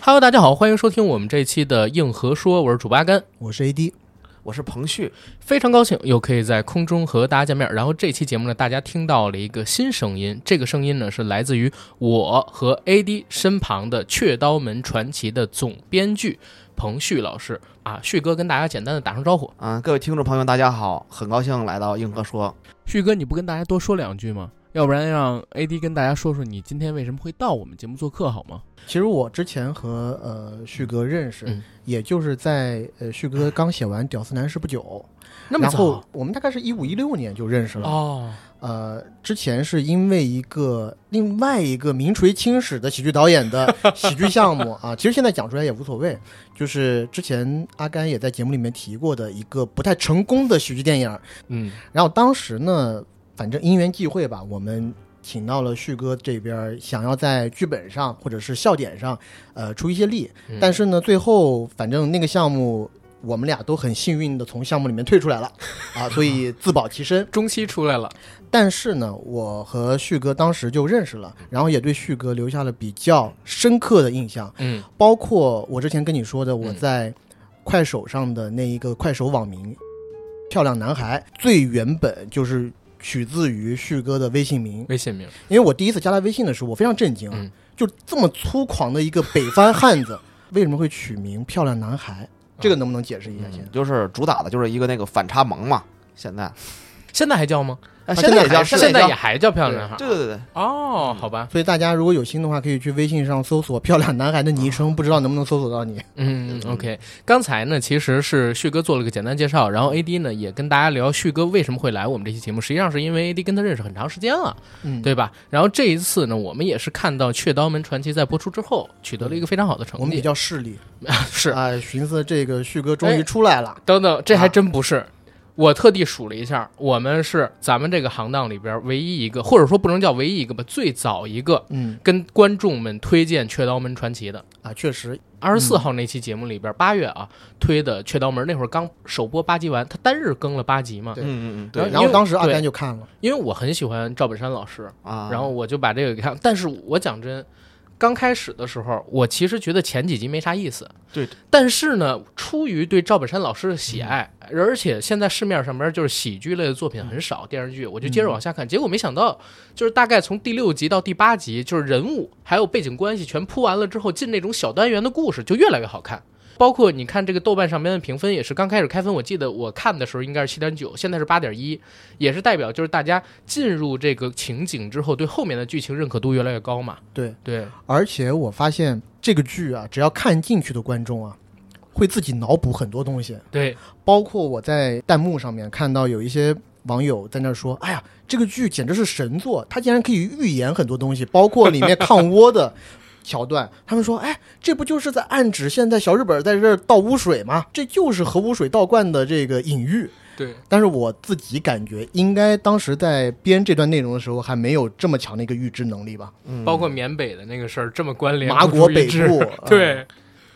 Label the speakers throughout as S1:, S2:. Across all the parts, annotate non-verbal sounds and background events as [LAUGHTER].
S1: Hello，大家好，欢迎收听我们这一期的硬核说，我是主八甘，
S2: 我是 AD，
S3: 我是彭旭，
S1: 非常高兴又可以在空中和大家见面。然后这期节目呢，大家听到了一个新声音，这个声音呢是来自于我和 AD 身旁的《雀刀门传奇》的总编剧彭旭老师啊，旭哥跟大家简单的打声招呼。
S3: 啊，各位听众朋友，大家好，很高兴来到硬核说。
S4: 旭哥，你不跟大家多说两句吗？要不然让 AD 跟大家说说你今天为什么会到我们节目做客好吗？
S2: 其实我之前和呃旭哥认识，
S1: 嗯
S2: 也就是在呃旭哥刚写完《屌丝男士》不久，
S1: 那么
S2: 然后
S1: 早
S2: 我们大概是一五一六年就认识了。
S1: 哦，
S2: 呃，之前是因为一个另外一个名垂青史的喜剧导
S1: [LAUGHS]
S2: 演的喜剧项目啊，其实现在讲出来也无所谓，就是之前阿甘也在节目里面提过的一个不太成功的喜剧电影，
S1: 嗯，
S2: 然后当时呢，反正因缘际会吧，我们请到了旭哥这边，想要在剧本上或者是笑点上，呃，出一些力。
S1: 嗯
S2: 但是呢，最后反正那个项目，我们俩都很幸运的从项目里面退出来了，啊，所以自保其身。
S1: 中期出来了，
S2: 但是呢，我和旭哥当时就认识了，然后也对旭哥留下了比较深刻的印象，
S1: 嗯
S2: 包括我之前跟你说的，我
S1: 嗯
S2: 在快手上的那一个快手网名“漂亮男孩”，最原本就是取自于旭哥的微信名，
S1: 微信名，
S2: 因为我第一次加他微信的时候，我非常震惊啊，
S1: 嗯
S2: 就这么粗犷的一个北方汉
S1: [LAUGHS]
S2: 子，为什么会取名“漂亮男孩”？
S1: 啊
S2: 这个能不能解释一下？
S1: 嗯
S2: 先、
S3: 就是主打的就是一个那个反差萌嘛。现在，
S1: 现在还叫吗？
S3: 哎
S2: 啊现在
S3: 在也
S2: 还
S3: 叫，
S1: 啊现
S3: 在
S1: 在
S3: 也
S1: 也
S3: 叫
S1: 还叫漂亮男孩
S3: 对对对对，
S1: 哦，好吧，
S2: 所以大家如果有心的话，可以去微信上搜索“漂亮男孩”的昵称，不知道能不能搜索到你。
S1: 嗯
S3: 嗯
S1: ，OK，刚才呢，其实是旭哥做了个简单介绍，然后 AD 呢也跟大家聊旭哥为什么会来我们这期节目，实际上是因为 AD 跟他认识很长时间了，
S2: 嗯，
S1: 对吧？然后这一次呢，我们也是看到《雀刀门传奇》在播出之后取得了一个非常好的
S2: 我
S1: 成
S2: 们比
S1: 绩，
S2: 较势利
S1: 是
S2: 啊、寻思这个旭哥终
S1: 哎
S2: 于出来了，
S1: 等等，这还
S2: 啊
S1: 真不是。我特地数了一下，我们是咱们这个行当里边唯一一个，或者说不能叫唯一一个吧，最早一个
S2: 嗯
S1: 跟观众们推荐《雀刀门传奇》的。
S2: 啊，确实
S1: 二十四号那期节目里边，八月啊推的《雀刀门》，那会儿刚首播八集完，他单日更了八集嘛。
S2: 对
S3: 嗯嗯嗯，
S1: 对
S3: 对
S2: 然后当时阿
S1: 对
S2: 甘就看了，
S1: 因为我很喜欢赵本山老师，
S3: 啊，
S1: 然后我就把这个给看。但是我讲真，刚开始的时候，我其实觉得前几集没啥意思。
S3: 对。
S1: 但是呢，出于对赵本山老师的喜爱，而且现在市面上边就是喜剧类的作品很少，电视剧我就接着往下看。结果没想到，就是大概从第六集到第八集，就是人物还有背景关系全铺完了之后，进那种小单元的故事就越来越好看。包括你看这个豆瓣上面的评分也是刚开始开分，我记得我看的时候应该是七点九，现在是八点一，也是代表就是大家进入这个情景之后，对后面的剧情认可度越来越高嘛。
S2: 对。
S1: 对，
S2: 而且我发现这个剧啊，只要看进去的观众啊，会自己脑补很多东西。
S1: 对，
S2: 包括我在弹幕上面看到有一些网友在那说：“哎呀，这个剧简直是神作，它竟然可以预言很多东西，包括里面抗
S1: [LAUGHS]
S2: 倭的桥段。”他们说：“哎，这不就是在暗指现在小日本在这儿倒污水吗？这就是核污水倒灌的这个隐喻。”
S1: 对，
S2: 但是我自己感觉，应该当时在编这段内容的时候，还没有这么强的一个预知能力吧？
S3: 嗯
S1: 包括缅北的那个事儿这么关联，
S2: 麻国北
S1: 不出一致，
S2: [LAUGHS] 部
S1: 对，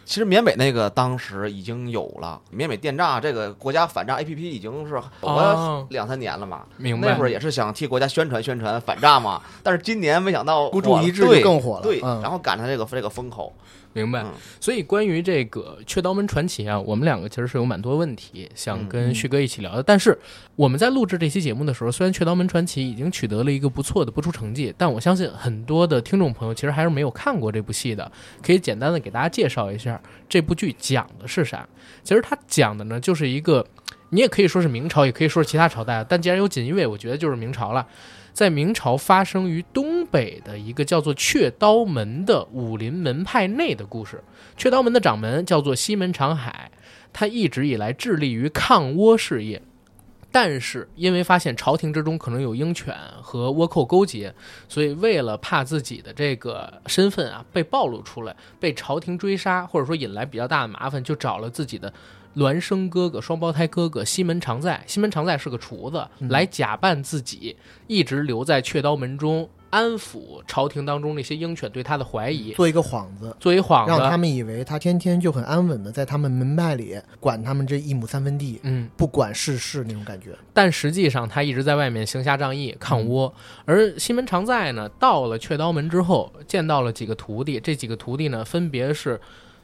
S3: 其实缅北那个当时已经有了，缅北电诈这个国家反诈 APP 已经是火
S1: 哦
S2: 啊
S3: 了两三年了嘛。
S1: 明
S3: 那
S1: 白
S3: 会。儿也是想替国家宣传宣传反诈嘛，但是今年没想到
S2: 孤注一掷就
S3: 对
S2: 更火了。
S3: 对，
S2: 嗯
S3: 然后赶上这个这个风口，
S1: 明白
S3: 嗯。
S1: 所以关于这个《雀刀门传奇》啊，我们两个其实是有蛮多问题想跟旭哥一起聊的。但是我们在录制这期节目的时候，虽然《雀刀门传奇》已经取得了一个不错的播出成绩，但我相信很多的听众朋友其实还是没有看过这部戏的。可以简单的给大家介绍一下这部剧讲的是啥。其实它讲的呢，就是一个你也可以说是明朝，也可以说是其他朝代啊，但既然有锦衣卫，我觉得就是明朝了。在明朝发生于东北的一个叫做雀刀门的武林门派内的故事。雀刀门的掌门叫做西门长海，他一直以来致力于抗倭事业，但是因为发现朝廷之中可能有鹰犬和倭寇勾结，所以为了怕自己的这个身份啊被暴露出来，被朝廷追杀，或者说引来比较大的麻烦，就找了自己的。呃孪生哥哥、双胞胎哥哥西门啊
S2: 嗯
S1: 常在，西门常在是个厨子，来假扮自己，一直留在雀刀门中安抚朝廷当中那些鹰犬对他的怀疑，
S2: 做一个幌子，
S1: 做一幌
S2: 嗯让他
S1: 子。
S2: 们以为他天天就很安稳的在他们门派里管他们这一亩三分地，
S1: 嗯，
S2: 不管世事那种感觉。
S1: 但实际上他一直在外面行侠仗义、抗倭。而西门常在呢，到了雀刀门之后，见到了几个徒弟，这几个徒弟呢，分别是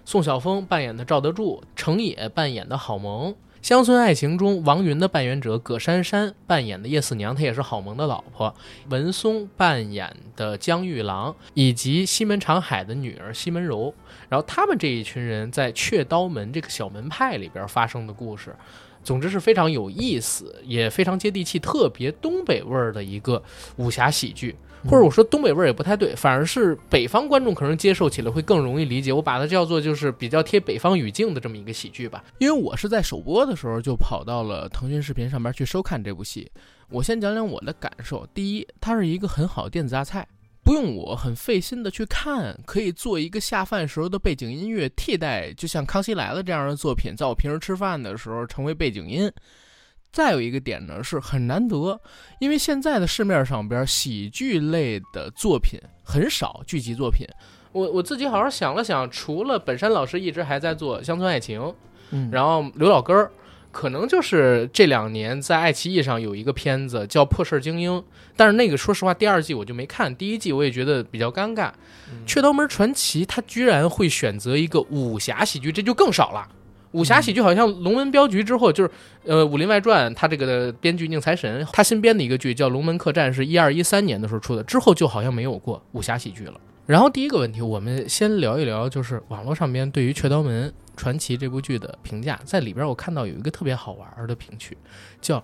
S1: 宋晓峰扮演的赵德柱、程野扮演的郝萌。《乡村爱情》中，王云的扮演者葛珊珊扮演的叶四娘，她也是郝萌的老婆；文松扮演的江玉郎，以及西门长海的女儿西门柔。然后他们这一群人在雀刀门这个小门派里边发生的故事，总之是非常有意思，也非常接地气，特别东北味儿的一个武侠喜剧。或
S2: 嗯
S1: 者我说东北味儿也不太对，反而是北方观众可能接受起来会更容易理解。我把它叫做就是比较贴北方语境的这么一个喜剧吧。
S4: 因为我是在首播的时候就跑到了腾讯视频上面去收看这部戏。我先讲讲我的感受。第一，它是一个很好的电子榨菜，不用我很费心的去看，可以做一个下饭时候的背景音乐替代，就像《康熙来了》这样的作品，在我平时吃饭的时候成为背景音。再有一个点呢，是很难得，因为现在的市面上边喜剧类的作品很少，剧集作品。
S1: 我我自己好好想了想，除了本山老师一直还在做《乡村爱情》，
S2: 嗯，
S1: 然后刘老根儿，可能就是这两年在爱奇艺上有一个片子叫《破事儿精英》，但是那个说实话第二季我就没看，第一季我也觉得比较尴尬。雀刀门传奇》它居然会选择一个武侠喜剧，这就更少了。武侠喜剧好像《龙门镖局》之后，就是呃《武林外传》，它这个的编剧宁财神，他新编的一个剧叫《龙门客栈》，是一二一三年的时候出的，之后就好像没有过武侠喜剧了。然后第一个问题，我们先聊一聊，就是网络上边对于《雀刀门传奇》这部剧的评价，在里边我看到有一个特别好玩儿的评区，叫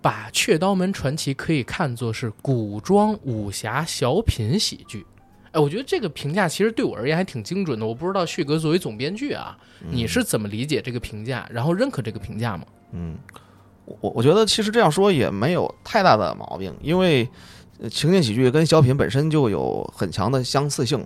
S1: 把《雀刀门传奇》可以看作是古装武侠小品喜剧。哎，我觉得这个评价其实对我而言还挺精准的。我不知道旭哥作为总编剧啊，你是怎么理解这个评价，然后认可这个评价吗？
S3: 嗯，我我我觉得其实这样说也没有太大的毛病，因为呃情景喜剧跟小品本身就有很强的相似性，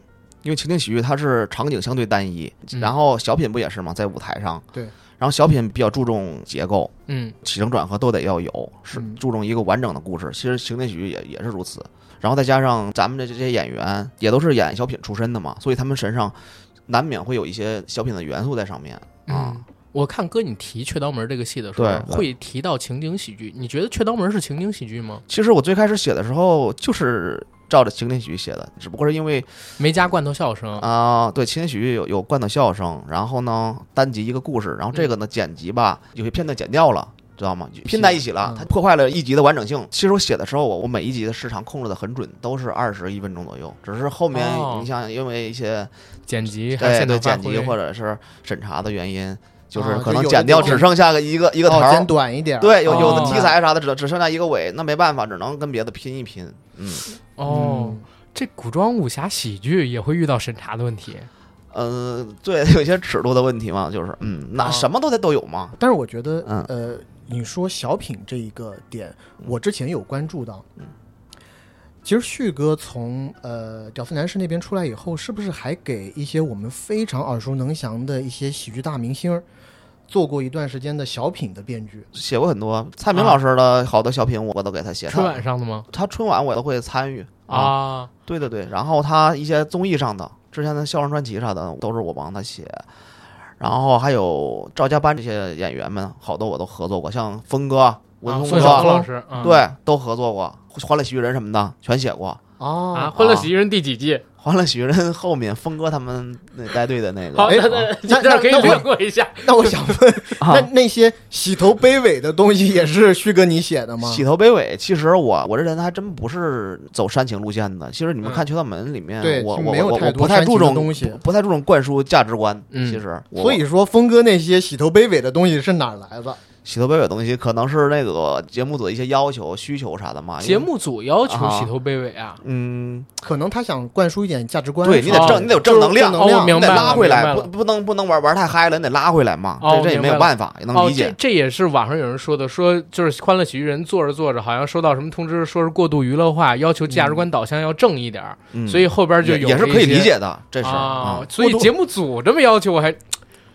S3: 因为情景喜剧它是场景相对单一，
S1: 嗯
S3: 然后小品不也是嘛，在舞台上，
S2: 对，
S3: 然后小品比较注重结构，
S1: 嗯
S3: 起承转合都得要有，是
S2: 嗯
S3: 注重一个完整的故事。其实情景喜剧也也是如此，然后再加上咱们的这些演员也都是演小品出身的嘛，所以他们身上难免会有一些小品的元素在上面啊。
S1: 嗯我看哥你提《雀刀门》这个戏的时候
S3: 对，对
S1: 会提到情景喜剧。你觉得《雀刀门》是情景喜剧吗？
S3: 其实我最开始写的时候就是照着情景喜剧写的，只不过是因为
S1: 没加罐头笑声
S2: 嗯
S3: 啊、对情景喜剧有有罐头笑声，然后呢单集一个故事，然后这个
S2: 嗯
S3: 呢剪辑吧，有些片段剪掉了。知道吗？拼在一起了
S2: 嗯，
S3: 它破坏了一集的完整性。其实我写的时候，我我每一集的时长控制的很准，都是二十一分钟左右。只是后面
S1: 哦
S3: 你像因为一些
S1: 剪辑，还有
S3: 对
S1: 现
S3: 对
S1: 场发
S3: 剪
S1: 挥
S3: 辑或者是审查的原因，就是
S2: 啊
S3: 可
S2: 就
S3: 能
S2: 有的
S3: 剪掉
S2: 地方
S3: 只剩下个一个一个头
S2: 哦，
S3: 儿
S2: 剪，短一点，
S3: 对，有有的
S1: 哦
S3: 题材啥的只只剩下一个尾，那没办法，只能跟别的拼一拼。嗯，
S1: 哦
S2: 嗯，，
S1: 这古装武侠喜剧也会遇到审查的问题。
S3: 呃，对，有一些尺度的问题嘛， [LAUGHS] 就是，嗯，那
S1: 啊
S3: 什么都得都有嘛，
S2: 但是我觉得
S3: 嗯，
S2: 呃，你说小品这一个点，我之前有关注到。
S3: 嗯
S2: 其实旭哥从呃屌丝男士那边出来以后，是不是还给一些我们非常耳熟能详的一些喜剧大明星儿做过一段时间的小品的编剧？
S3: 写过很多蔡明
S1: 啊
S3: 老师的好多小品，我我都给他写。
S1: 春
S3: 他
S1: 晚上的吗？
S3: 他春晚我都会参与，
S1: 啊，
S3: 对对对，然后他一些综艺上的，之前的笑声传奇啥的，都是我帮他写。然后还有赵家班这些演员们，好多我都合作过，像峰哥、文
S1: 啊
S3: 松
S1: 宋
S3: 哥，
S1: 晓峰老师，嗯
S3: 对，都合作过，《欢乐喜剧人》什么的全写过。
S2: 哦
S1: 啊，《欢乐喜剧人》第几季？
S3: 《欢乐喜剧人》后面峰哥他们那带队的那个，
S1: 好，
S2: 哎
S1: 那
S3: 啊
S1: 那
S2: 那
S1: 这儿可以
S2: 那我
S1: 略过一下。
S2: 那我想问，
S3: 啊
S2: 那那些洗头卑尾的东西也是旭哥你写的吗？
S3: 洗头卑尾，其实我我这人还真不是走煽情路线的。其实你们
S1: 嗯
S3: 看《全道门》里面，
S2: 对
S3: 我
S2: 就
S3: 我
S2: 没有
S3: 我
S2: 太
S3: 我
S2: 多
S3: 不太
S2: 煽情
S3: 注
S2: 的
S3: 重
S2: 东西
S3: 不，不太注重灌输价值观。
S1: 嗯
S3: 其实我，
S2: 所以说，峰哥那些洗头卑尾的东西是哪儿来的？
S3: 洗头卑尾的东西可能是那个节目组的一些要求、需求啥的嘛。因为
S1: 节，目组要求
S3: 啊
S1: 洗头卑微啊。
S3: 嗯，
S2: 可能他想灌输一点价值观，
S3: 对你得
S1: 哦
S3: 正，你得有
S2: 就是
S3: 正能量，
S2: 正能量
S1: 哦我
S3: 你
S1: 明白
S3: 得
S1: 了
S3: 拉回
S1: 明白
S3: 来，
S1: 了
S3: 不不能不能玩玩太嗨了，你得拉回来嘛。
S1: 哦
S3: 这这也
S1: 明
S3: 没
S1: 白
S3: 有
S1: 了
S3: 办法，也能
S1: 哦，
S3: 理
S1: 这
S3: 解。
S1: 这也是网上有人说的，说就是《欢乐喜剧人》做着做着，好像收到什么通知，说是过度娱乐化，要求价值观导向要正一点儿，
S3: 嗯
S1: 所以后边就
S3: 也
S1: 有
S3: 也是
S1: 了
S3: 可以
S1: 一些
S3: 理解的，这是
S1: 啊
S3: 啊。。
S1: 所以
S2: 过度
S1: 节目组这么要求，我还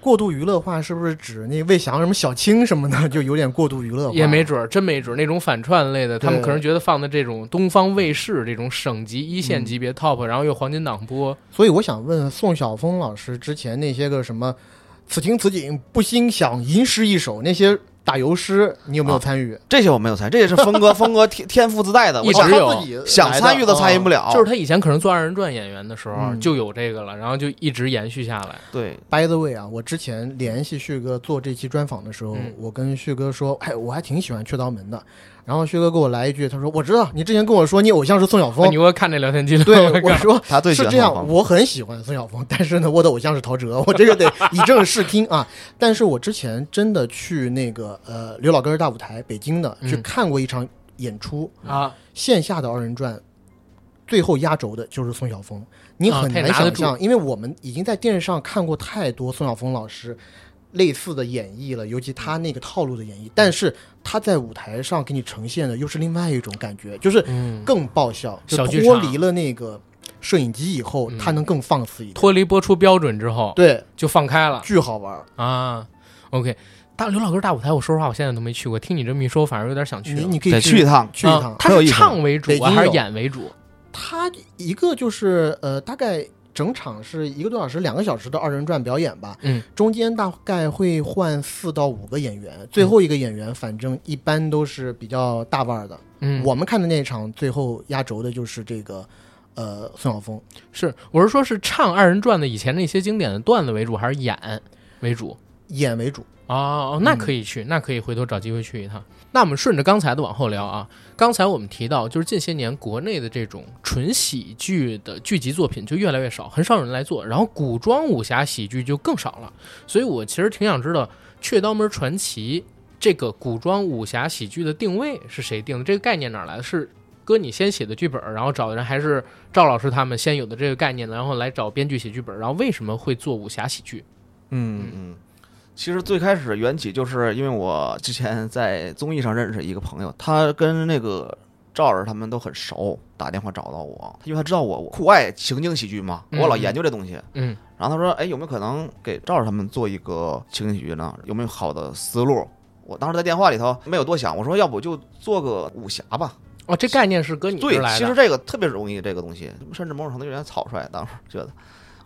S2: 过度娱乐化是不是指那魏翔什么小青什么的，就有点过度娱乐化？
S1: 也没准儿，真没准儿，那种反串类的，他们可能觉得放的这种东方卫视这种省级一
S2: 嗯
S1: 线级别 top，、然后又黄金档播，
S2: 所以我想问宋晓峰老师，之前那些个什么“此情此景不心想，吟诗一首”那些打油诗，你有没有
S3: 啊
S2: 参与？
S3: 这些我没有参与，这也是峰 [LAUGHS] 哥峰哥天天赋自带的，我
S1: 一直
S3: 想
S1: 有
S2: 他自己来的
S3: 想参与都参与不
S2: 啊
S3: 了。
S1: 就是他以前可能做二人转演员的时候、
S2: 嗯
S1: 就有这个了，然后就一直延续下来。
S3: 对，
S2: By the way 啊，我之前联系旭哥做这期专访的时候，
S1: 嗯
S2: 我跟旭哥说，哎，我还挺喜欢雀刀门的。然后旭哥给我来一句，他说：“我知道你之前跟我说你偶像是宋晓
S1: 哎
S3: 哦
S2: 峰
S1: 你。给我看这聊天记”录，
S3: [LAUGHS]
S2: 对，我说
S3: 他最喜
S2: 是
S3: 欢
S2: 这
S3: 方
S2: 样，
S3: 方
S2: 我很喜欢孙晓峰，但是呢，我的偶像是陶喆， [LAUGHS] 我这个得以正视听啊。 [LAUGHS] 但是我之前真的去那个呃刘老根儿大舞台北京的
S1: 嗯
S2: 去看过一场演出，
S1: 啊，
S2: 线下的二人转。最后压轴的就是宋晓峰，你
S1: 啊
S2: 很
S1: 他也
S2: 难
S1: 拿得
S2: 想
S1: 住
S2: 象，因为我们已经在电视上看过太多宋晓峰老师类似的演绎了，尤其他那个套路的演绎。但是他在舞台上给你呈现的又是另外一种感觉，就是
S1: 嗯，
S2: 更爆笑，就
S1: 小剧
S2: 脱
S1: 场
S2: 离了那个摄影机以后，
S1: 嗯
S2: 他能更放肆一点。
S1: 脱离播出标准之后
S2: 对，
S1: 就放开了
S2: 巨好玩。
S1: 啊。OK，大刘老根大舞台，我说实话，我现在都没去过，听你这么一说，我反而有点想去
S2: 你
S1: 了。
S2: 你可以
S3: 得去一
S2: 去
S3: 趟。
S2: 去一
S1: 啊
S2: 趟。
S1: 他
S3: 很有
S1: 是
S3: 意思
S1: 唱为主
S2: 北京
S1: 啊还是
S2: 有
S1: 演为主？
S2: 他一个就是呃，大概整场是一个多小时、两个小时的二人转表演吧。
S1: 嗯，
S2: 中间大概会换四到五个演员，最后一个演员反正一般都是比较大腕儿的。
S1: 嗯，
S2: 我们看的那场最后压轴的就是这个。呃，宋晓峰
S1: 是我是说，是唱二人转的以前那些经典的段子为主，还是演为主？
S2: 演为主，
S1: 哦，那可以
S3: 嗯
S1: 去，那可以回头找机会去一趟。那我们顺着刚才的往后聊啊，刚才我们提到，就是近些年国内的这种纯喜剧的剧集作品就越来越少，很少有人来做，然后古装武侠喜剧就更少了。所以我其实挺想知道《雀刀门传奇》这个古装武侠喜剧的定位是谁定的，这个概念哪来的？是哥你先写的剧本，然后找的人，还是赵老师他们先有的这个概念，然后来找编剧写剧本，然后为什么会做武侠喜剧？
S3: 嗯嗯，其实最开始缘起就是因为我之前在综艺上认识一个朋友，他跟那个赵老师他们都很熟，打电话找到我，因为他知道我我酷爱情景喜剧嘛，
S1: 嗯
S3: 我老研究这东西。
S1: 嗯
S3: 然后他说：“哎，有没有可能给赵老师他们做一个情景喜剧呢？有没有好的思路？”我当时在电话里头没有多想，我说：“要不就做个武侠吧。”
S1: 哦，这概念是哥你这
S3: 对
S1: 儿，来的。啊
S3: 其实这个特别容易，这个东西甚至某种程度有点草率。当时觉得，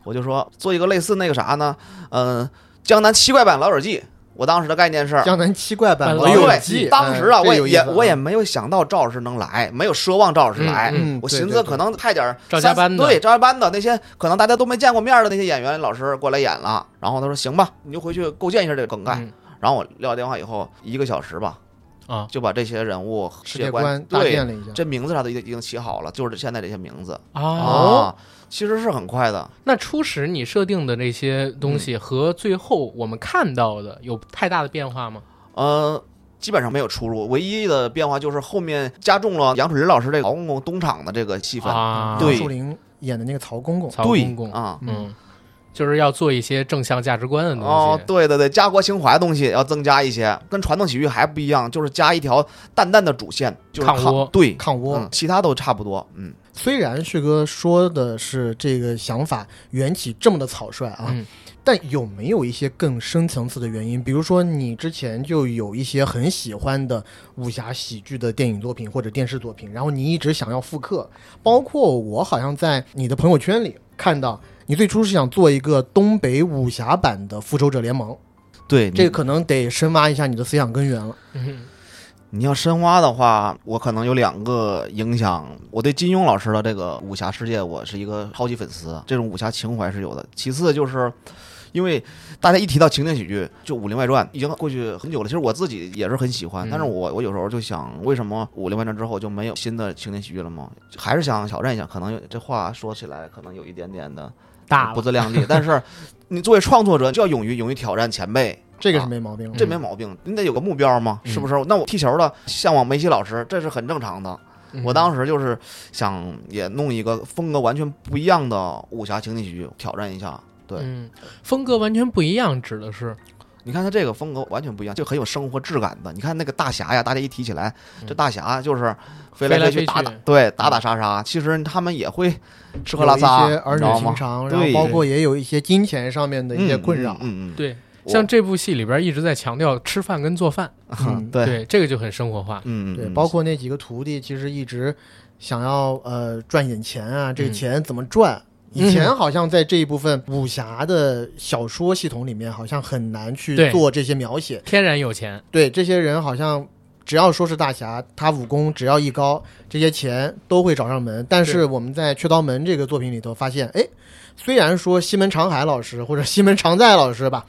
S3: 我就说做一个类似那个啥呢？嗯、江南七怪版《老友记》，我当时的概念是。
S2: 江南七怪
S1: 嗯
S2: 版《
S1: 老
S2: 友
S1: 友
S2: 记》。
S3: 当时啊，
S2: 嗯
S3: 我
S2: 这有
S3: 也
S2: 意思
S3: 也
S2: 啊
S3: 我也没有想到赵老师能来，没有奢望赵老师来。
S2: 嗯嗯
S3: 我
S2: 对
S3: 寻
S2: 对
S3: 思
S2: 对
S3: 可能派点儿
S1: 赵
S3: 三
S1: 家班的
S3: 对赵家班的那些可能大家都没见过面的那些演员老师过来演了。然后他说行吧，你就回去构建一下这个梗概。
S1: 嗯
S3: 然后我撂电话以后一个小时吧，
S1: 啊
S3: 就把这些人物
S2: 世界观
S3: 观
S2: 大
S3: 对
S2: 变了一下，
S3: 这名字啥的已经已经起好了，就是现在这些名字
S1: 哦，
S3: 啊，其实是很快的。
S1: 那初始你设定的这些东西和最后我们看到的有太大的变化吗？
S3: 呃，基本上没有出入，唯一的变化就是后面加重了杨楚林老师这个曹公公东厂的这个戏份。
S1: 啊，
S3: 对
S2: 杨树林演的那个曹公公，
S1: 曹
S3: 对
S1: 公公，
S3: 啊，
S1: 嗯，就是要做一些正向价值观的东西。
S3: 哦，对对对，家国情怀的东西要增加一些，跟传统喜剧还不一样，就是加一条淡淡的主线，就是
S1: 抗倭
S3: 对，
S2: 抗倭。
S3: 嗯，其他都差不多，嗯，
S2: 虽然旭哥说的是这个想法缘起这么的草率啊，
S1: 嗯
S2: 但有没有一些更深层次的原因？比如说，你之前就有一些很喜欢的武侠喜剧的电影作品或者电视作品，然后你一直想要复刻。包括我好像在你的朋友圈里看到，你最初是想做一个东北武侠版的《复仇者联盟》，
S3: 对，
S2: 这可能得深挖一下你的思想根源了。
S1: 嗯
S3: 你要深挖的话，我可能有两个影响。我对金庸老师的这个武侠世界，我是一个超级粉丝，这种武侠情怀是有的。其次就是。因为大家一提到情景喜剧，就《武林外传》已经过去很久了。其实我自己也是很喜欢
S1: 嗯，
S3: 但是我我有时候就想，为什么《武林外传》之后就没有新的情景喜剧了吗？还是想挑战一下，可能有这话说起来可能有一点点的
S1: 大
S3: 不
S1: 了，
S3: 自量力，但是你作为创作者就要勇于勇于挑战前辈，
S2: 这个是没毛病的。
S3: 啊这没毛病，你得有个目标嘛，
S1: 嗯
S3: 是不是？那我踢球的向往梅西老师，这是很正常的。
S1: 嗯
S3: 我当时就是想也弄一个风格完全不一样的武侠情景喜剧，挑战一下。对，嗯
S1: 嗯，风格完全不一样，指的是
S3: 你看他这个风格完全不一样，就很有生活质感的。你看那个大侠呀，大家一提起来，
S1: 嗯
S3: 这大侠就是飞
S1: 来
S3: 来
S1: 飞
S3: 去
S1: 去嗯
S3: 打打，对，打打杀杀。其实他们也会吃喝拉
S2: 有一
S3: 撒啊
S2: 些，
S3: 你
S2: 儿
S3: 知
S2: 女
S3: 道
S2: 情
S3: 吗？
S2: 长，然
S3: 对
S2: 后包括也有一些金钱上面的一些
S3: 嗯
S2: 困扰。
S3: 嗯嗯嗯
S1: 对
S3: 我
S1: 像这部戏里边一直在强调吃饭跟做饭，
S2: 嗯
S3: 对，
S1: 对这个就很生活化。
S3: 嗯，
S2: 对，
S3: 嗯
S2: 包括那几个徒弟，其实一直想要呃赚一点钱啊，这个
S1: 嗯
S2: 钱怎么赚？以
S1: 嗯
S2: 前好像在这一部分武侠的小说系统里面，好像很难去
S1: 对
S2: 做这些描写。
S1: 天然有钱，
S2: 对，这些人好像只要说是大侠，他武功只要一高，这些钱都会找上门。但是
S1: 对
S2: 我们在《雀刀门》这个作品里头发现，哎，虽然说西门长海老师或者西门常在老师吧，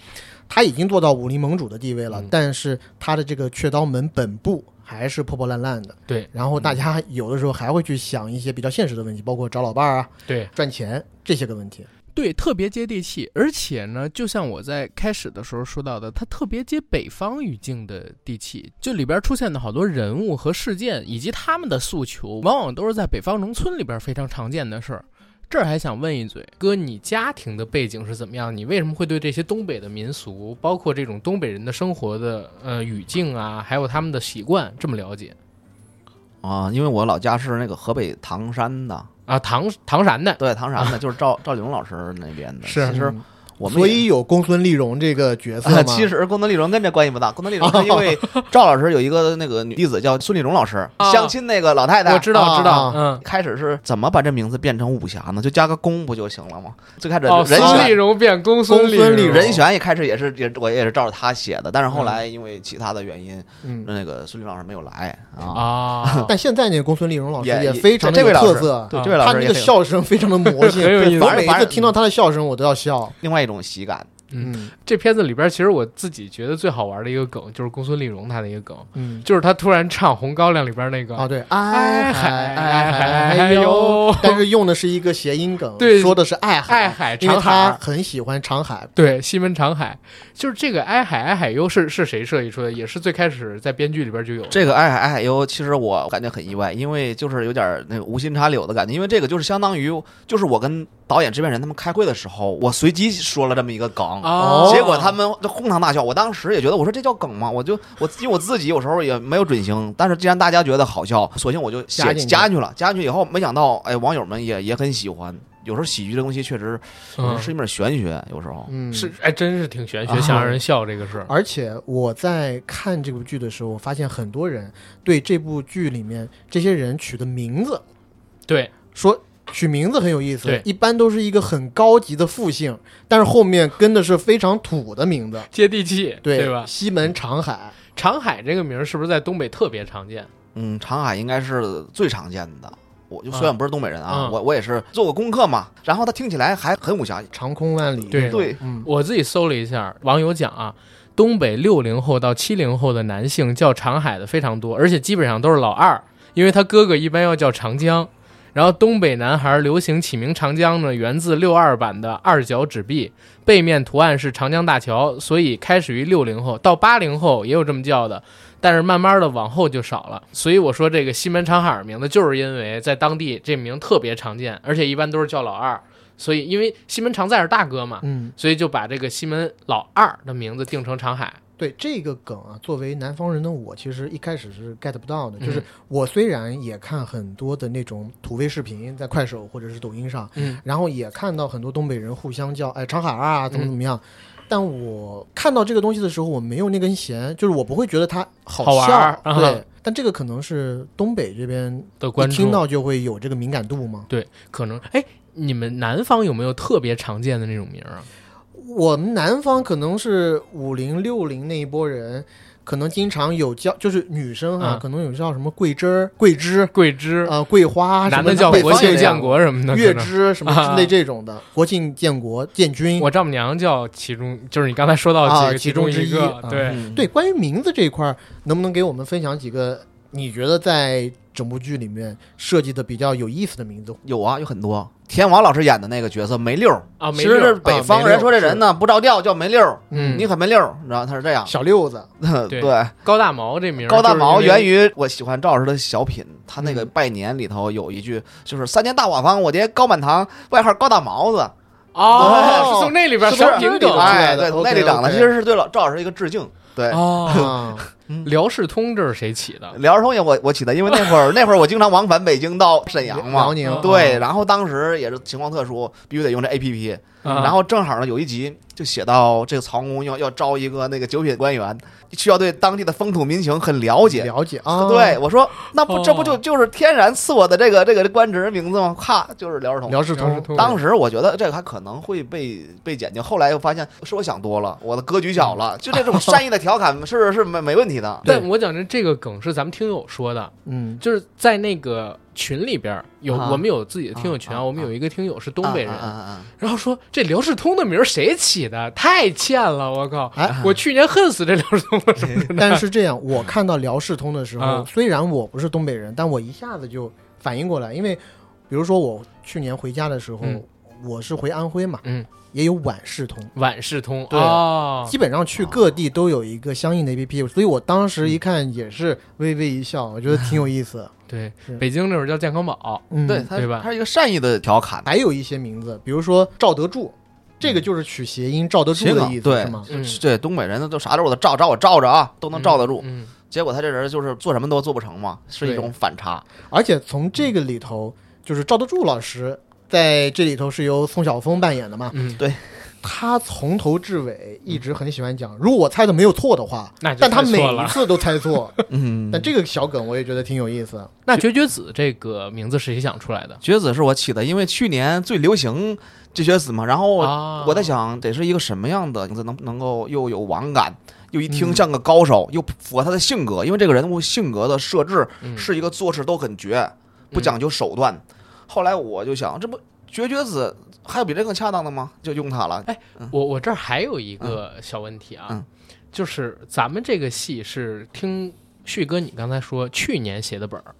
S2: 他已经做到武林盟主的地位了，
S1: 嗯
S2: 但是他的这个雀刀门本部还是破破烂烂的。
S1: 对，
S2: 然后大
S3: 嗯
S2: 家有的时候还会去想一些比较现实的问题，包括找老伴儿啊、
S1: 对，
S2: 赚钱这些个问题。
S4: 对，特别接地气，而且呢，就像我在开始的时候说到的，它特别接北方语境的地气，就里边出现的好多人物和事件，以及他们的诉求，往往都是在北方农村里边非常常见的事儿。这儿还想问一嘴，
S1: 哥，你家庭的背景是怎么样？你为什么会对这些东北的民俗，包括这种东北人的生活的呃语境啊，还有他们的习惯这么了解
S3: 啊，因为我老家是那个河北唐山的，
S1: 啊？唐唐山的，
S3: 对，唐山的，就是赵赵丽蓉老师那边的。
S1: 是
S3: 其实啊我
S2: 嗯
S3: 们
S2: 所
S3: 也
S2: 以有公孙丽蓉这个角色
S3: [LAUGHS]
S2: 嘛，
S3: 啊其实功能丽蓉跟这关系不大，功能丽蓉是因
S2: [LAUGHS]
S3: 为赵老师有一个那个女弟子叫孙丽蓉老师，
S1: 啊
S3: 相亲那个老太太。
S1: 我知道，
S2: 啊
S1: 知道，
S2: 啊
S1: 嗯。
S3: 开始是怎么把这名字变成武侠呢？就加个公不就行了吗？最开始
S1: 哦，
S3: 人
S1: 孙丽
S3: 选、
S1: 蓉变公
S2: 公孙丽
S1: 丽嗯
S2: 蓉
S3: 人选一开始也是也我也是照着他写的，但是后来因为其他的原因，
S2: 嗯。
S3: 那个孙丽蓉老师没有来啊。 [LAUGHS]
S1: 啊，
S2: 但现在那个公孙丽蓉老师
S3: 也
S2: 也非常的
S3: 这
S2: 有
S3: 位老
S2: 特
S3: 师
S2: 色，
S3: 对
S1: 啊
S3: 这位老
S2: 他
S3: 师
S2: 那
S3: 也
S2: 个
S3: 挺
S2: 笑声非常的魔性，
S1: 很有意思
S2: 我每一
S3: 反
S2: 次
S3: 正
S2: 听到他的笑声，我都要笑。
S3: 另外一种喜感，
S2: 嗯
S1: 这片子里边，其实我自己觉得最好玩的一个梗就是公孙丽蓉她的一个梗，
S2: 嗯，
S1: 就是她突然唱《红高粱》里边那个
S2: 啊
S3: 哦
S2: 对，哎嗨哎嗨哎
S1: 哎
S2: 呦
S1: 呦，
S2: 但是用的是一个谐音梗，
S1: 对
S2: 说的是爱
S1: 爱
S2: 海，
S1: 海
S2: 因为
S1: 长
S2: 他
S1: 海，
S2: 很喜欢长海。
S1: 对西门长海，就是这个哀海哀海优是是谁设计出来的？也是最开始在编剧里边就有
S3: 这个爱海爱海优，其实我感觉很意外，因为就是有点儿那个无心插柳的感觉，因为这个就是相当于就是我跟导演、制片人他们开会的时候，我随机说了这么一个梗。
S1: 哦
S3: 结果他们就哄堂大笑，我当时也觉得，我说这叫梗吗？我就我因为我自己有时候也没有准星，但是既然大家觉得好笑，索性我就写
S2: 加进去
S3: 加进去了。加进去以后，没想到哎，网友们也也很喜欢。有时候喜剧这东西确实有时候
S1: 嗯
S3: 是一门玄学，有时候
S2: 嗯，
S1: 是。哎，真是挺玄
S3: 啊
S1: 学，想让人笑这个事儿。
S2: 而且我在看这部剧的时候，我发现很多人对这部剧里面这些人取的名字
S1: 对，
S2: 说。取名字很有意思
S1: 对，
S2: 一般都是一个很高级的复姓，但是后面跟的是非常土的名字，
S1: 接地气，
S2: 对
S1: 吧？
S2: 西门长海，
S1: 长海这个名儿是不是在东北特别常见？
S3: 嗯，长海应该是最常见的。我就虽然不是东北人啊，
S1: 嗯
S3: 我我也是做过功课嘛，然后他听起来还很武侠。
S2: 长空万里。
S1: 对
S3: 对，
S2: 嗯，
S1: 我自己搜了一下，网友讲啊，东北六零后到七零后的男性叫长海的非常多，而且基本上都是老二，因为他哥哥一般要叫长江。然后东北男孩流行起名长江呢，源自六二版的二角纸币，背面图案是长江大桥，所以开始于六零后到八零后也有这么叫的，但是慢慢的往后就少了。所以我说这个西门长海儿名字，就是因为在当地这名特别常见，而且一般都是叫老二，所以因为西门常在是大哥嘛，
S2: 嗯，
S1: 所以就把这个西门老二的名字定成长海。
S2: 对这个梗啊，作为南方人的我，其实一开始是 get 不到的。
S1: 嗯
S2: 就是我虽然也看很多的那种土味视频，在快手或者是抖音上，
S1: 嗯，
S2: 然后也看到很多东北人互相叫哎长海啊，怎么怎么样。但我看到这个东西的时候，我没有那根弦，就是我不会觉得它好
S1: 好玩
S2: 笑
S1: 儿啊
S2: 对，但这个可能是东北这边
S1: 的
S2: 一
S1: 关注
S2: 听到就会有这个敏感度嘛。
S1: 可能哎，你们南方有没有特别常见的那种名儿啊？
S2: 我们南方可能是五零六零那一波人，可能经常有叫，就是女生啊，
S1: 嗯
S2: 可能有叫什么桂枝儿、桂枝
S1: 桂枝，
S2: 啊、桂花，
S1: 男的
S2: 什么
S1: 叫
S2: 北
S1: 国
S2: 方也
S1: 庆
S2: 这样
S1: 建国什么的。
S2: 月
S1: 可能
S2: 枝什么之类这种的， [LAUGHS] 国庆建国建军。
S1: 我丈母娘叫其中，就是你刚才说到几
S2: 啊
S1: 个
S2: 其中
S1: 中
S2: 之
S1: 一
S2: 一
S1: 个
S2: 啊，
S1: 对，
S3: 嗯
S2: 对，关于名字这一块儿，能不能给我们分享几个你觉得在整部剧里面设计的比较有意思的名字？
S3: 有啊，有很多。田王老师演的那个角色梅六儿，
S1: 啊，
S3: 其
S1: 没
S3: 实
S1: 溜
S3: 这
S1: 儿
S3: 北方人说这人呢不着调叫梅六儿，
S1: 嗯
S3: 你很梅六儿，你知道他是这样。
S2: 小六
S3: [LAUGHS]
S2: 子，
S1: 对 [LAUGHS]
S3: 对，
S1: 高大毛这名儿，
S3: 高大毛
S1: 就是因为嗯
S3: 源于我喜欢赵老师的小品，他那个拜年里头有一句就是“三年大瓦房，我爹高满堂，外号高大毛子
S1: 哦，
S2: 哦
S1: 是从那里边
S2: 是
S1: 小
S2: 从这
S1: 品
S2: 里”。
S1: 梗
S2: 来
S3: 哎，
S2: 的
S3: 对，
S2: OK，
S3: 那里长的
S2: OK
S3: 其实是对老赵老师一个致敬。对，
S1: 哦，
S2: 啊，
S1: [LAUGHS] 辽视通这是谁起的？
S3: 辽视通也我我起的，因为那会儿那会儿我经常往返北京到沈阳
S2: 辽
S3: 嘛。
S2: 宁
S1: 嗯
S3: 对，然后当时也是情况特殊，必须得用这 A P P。
S2: 嗯
S1: 啊
S3: 然后正好呢，有一集就写到这个曹公要要招一个那个九品官员，需要对当地的风土民情很了解。
S2: 了解啊， [LAUGHS]
S3: 对，，我说那不这不就
S1: 哦
S3: 就是天然赐我的这个这个官职名字吗？咔，就是辽视通。
S2: 辽视
S1: 辽视
S2: 通
S1: 通
S3: 当时我觉得这个还可能会被被剪掉，后来又发现是我想多了，我的格局小了。
S1: 嗯
S3: 就这种善意的调侃是是没没问题的。
S1: 但我讲真，这个梗是咱们听友说的，
S2: 嗯，
S1: 就是在那个群里边儿有
S3: 啊
S1: 我们有自己的听友群
S3: 啊
S1: 我们有一个听友是东北人，
S3: 啊啊啊啊
S1: 然后说这辽视通的名儿谁起的？太欠了，我靠！
S3: 啊
S2: 哎
S1: 我去年恨死这辽视通了， [LAUGHS] 什么的。
S2: [LAUGHS] 但
S3: [LAUGHS]
S2: 是这样，我看到辽视通的时候，
S3: 嗯
S1: 啊
S2: 虽然我不是东北人，但我一下子就反应过来，因为比如说我去年回家的时候，
S1: 嗯
S2: 我是回安徽嘛，
S1: 嗯，
S2: 也有皖视通。
S1: 晚视通
S3: 对
S1: 哦
S3: 啊
S2: 基本上去各地都有一个相应的 APP，所以我当
S3: 嗯
S2: 时一看也是微微一笑，我觉得挺有意
S3: [LAUGHS]
S2: 思。
S1: 对
S2: 是，
S1: 北京那会儿叫健康宝，
S2: 嗯，
S3: 对，它
S1: 对吧
S3: 它是一个善意的调侃，
S2: 还有一些名字，比如说赵德柱，这个就是取谐音赵德柱的意
S3: 谐
S2: 思，
S3: 音
S2: 是吗？
S1: 嗯，
S3: 对东北人都啥都我罩罩我罩着啊，都能罩得住。
S1: 嗯，
S3: 结果他这人就是做什么都做不成嘛，是一
S2: 对
S3: 种反
S1: [LAUGHS]
S3: 差。
S2: 而且从这个里头，就是赵德柱老师在这里头是由宋晓峰扮演的嘛，
S1: 嗯，嗯
S3: 对
S2: 他从头至尾一直很喜欢讲，如果我猜的没有错的话，
S1: 那就
S2: 但他
S1: 太
S2: 每
S1: 错
S2: 一
S1: 了。
S2: 次都
S1: [LAUGHS]
S2: 猜错。
S3: 嗯
S2: 但这个小梗我也觉得挺有意思。
S1: 那绝绝子这个名字是谁想出来的？
S3: 绝子是我起的，因为去年最流行这绝子嘛，然后
S1: 啊
S3: 我在想得是一个什么样的名字能能够又有网感，又一听
S2: 嗯
S3: 像个高手，又符合他的性格，因为这个人物性格的设置
S1: 嗯
S3: 是一个做事都很绝，不讲究手段。后来我就想，这不绝绝子还有比这更恰当的吗？就用它了。
S1: 我我这儿还有一个小问题啊
S3: 嗯，
S1: 就是咱们这个戏是听旭哥你刚才说去年写的本儿，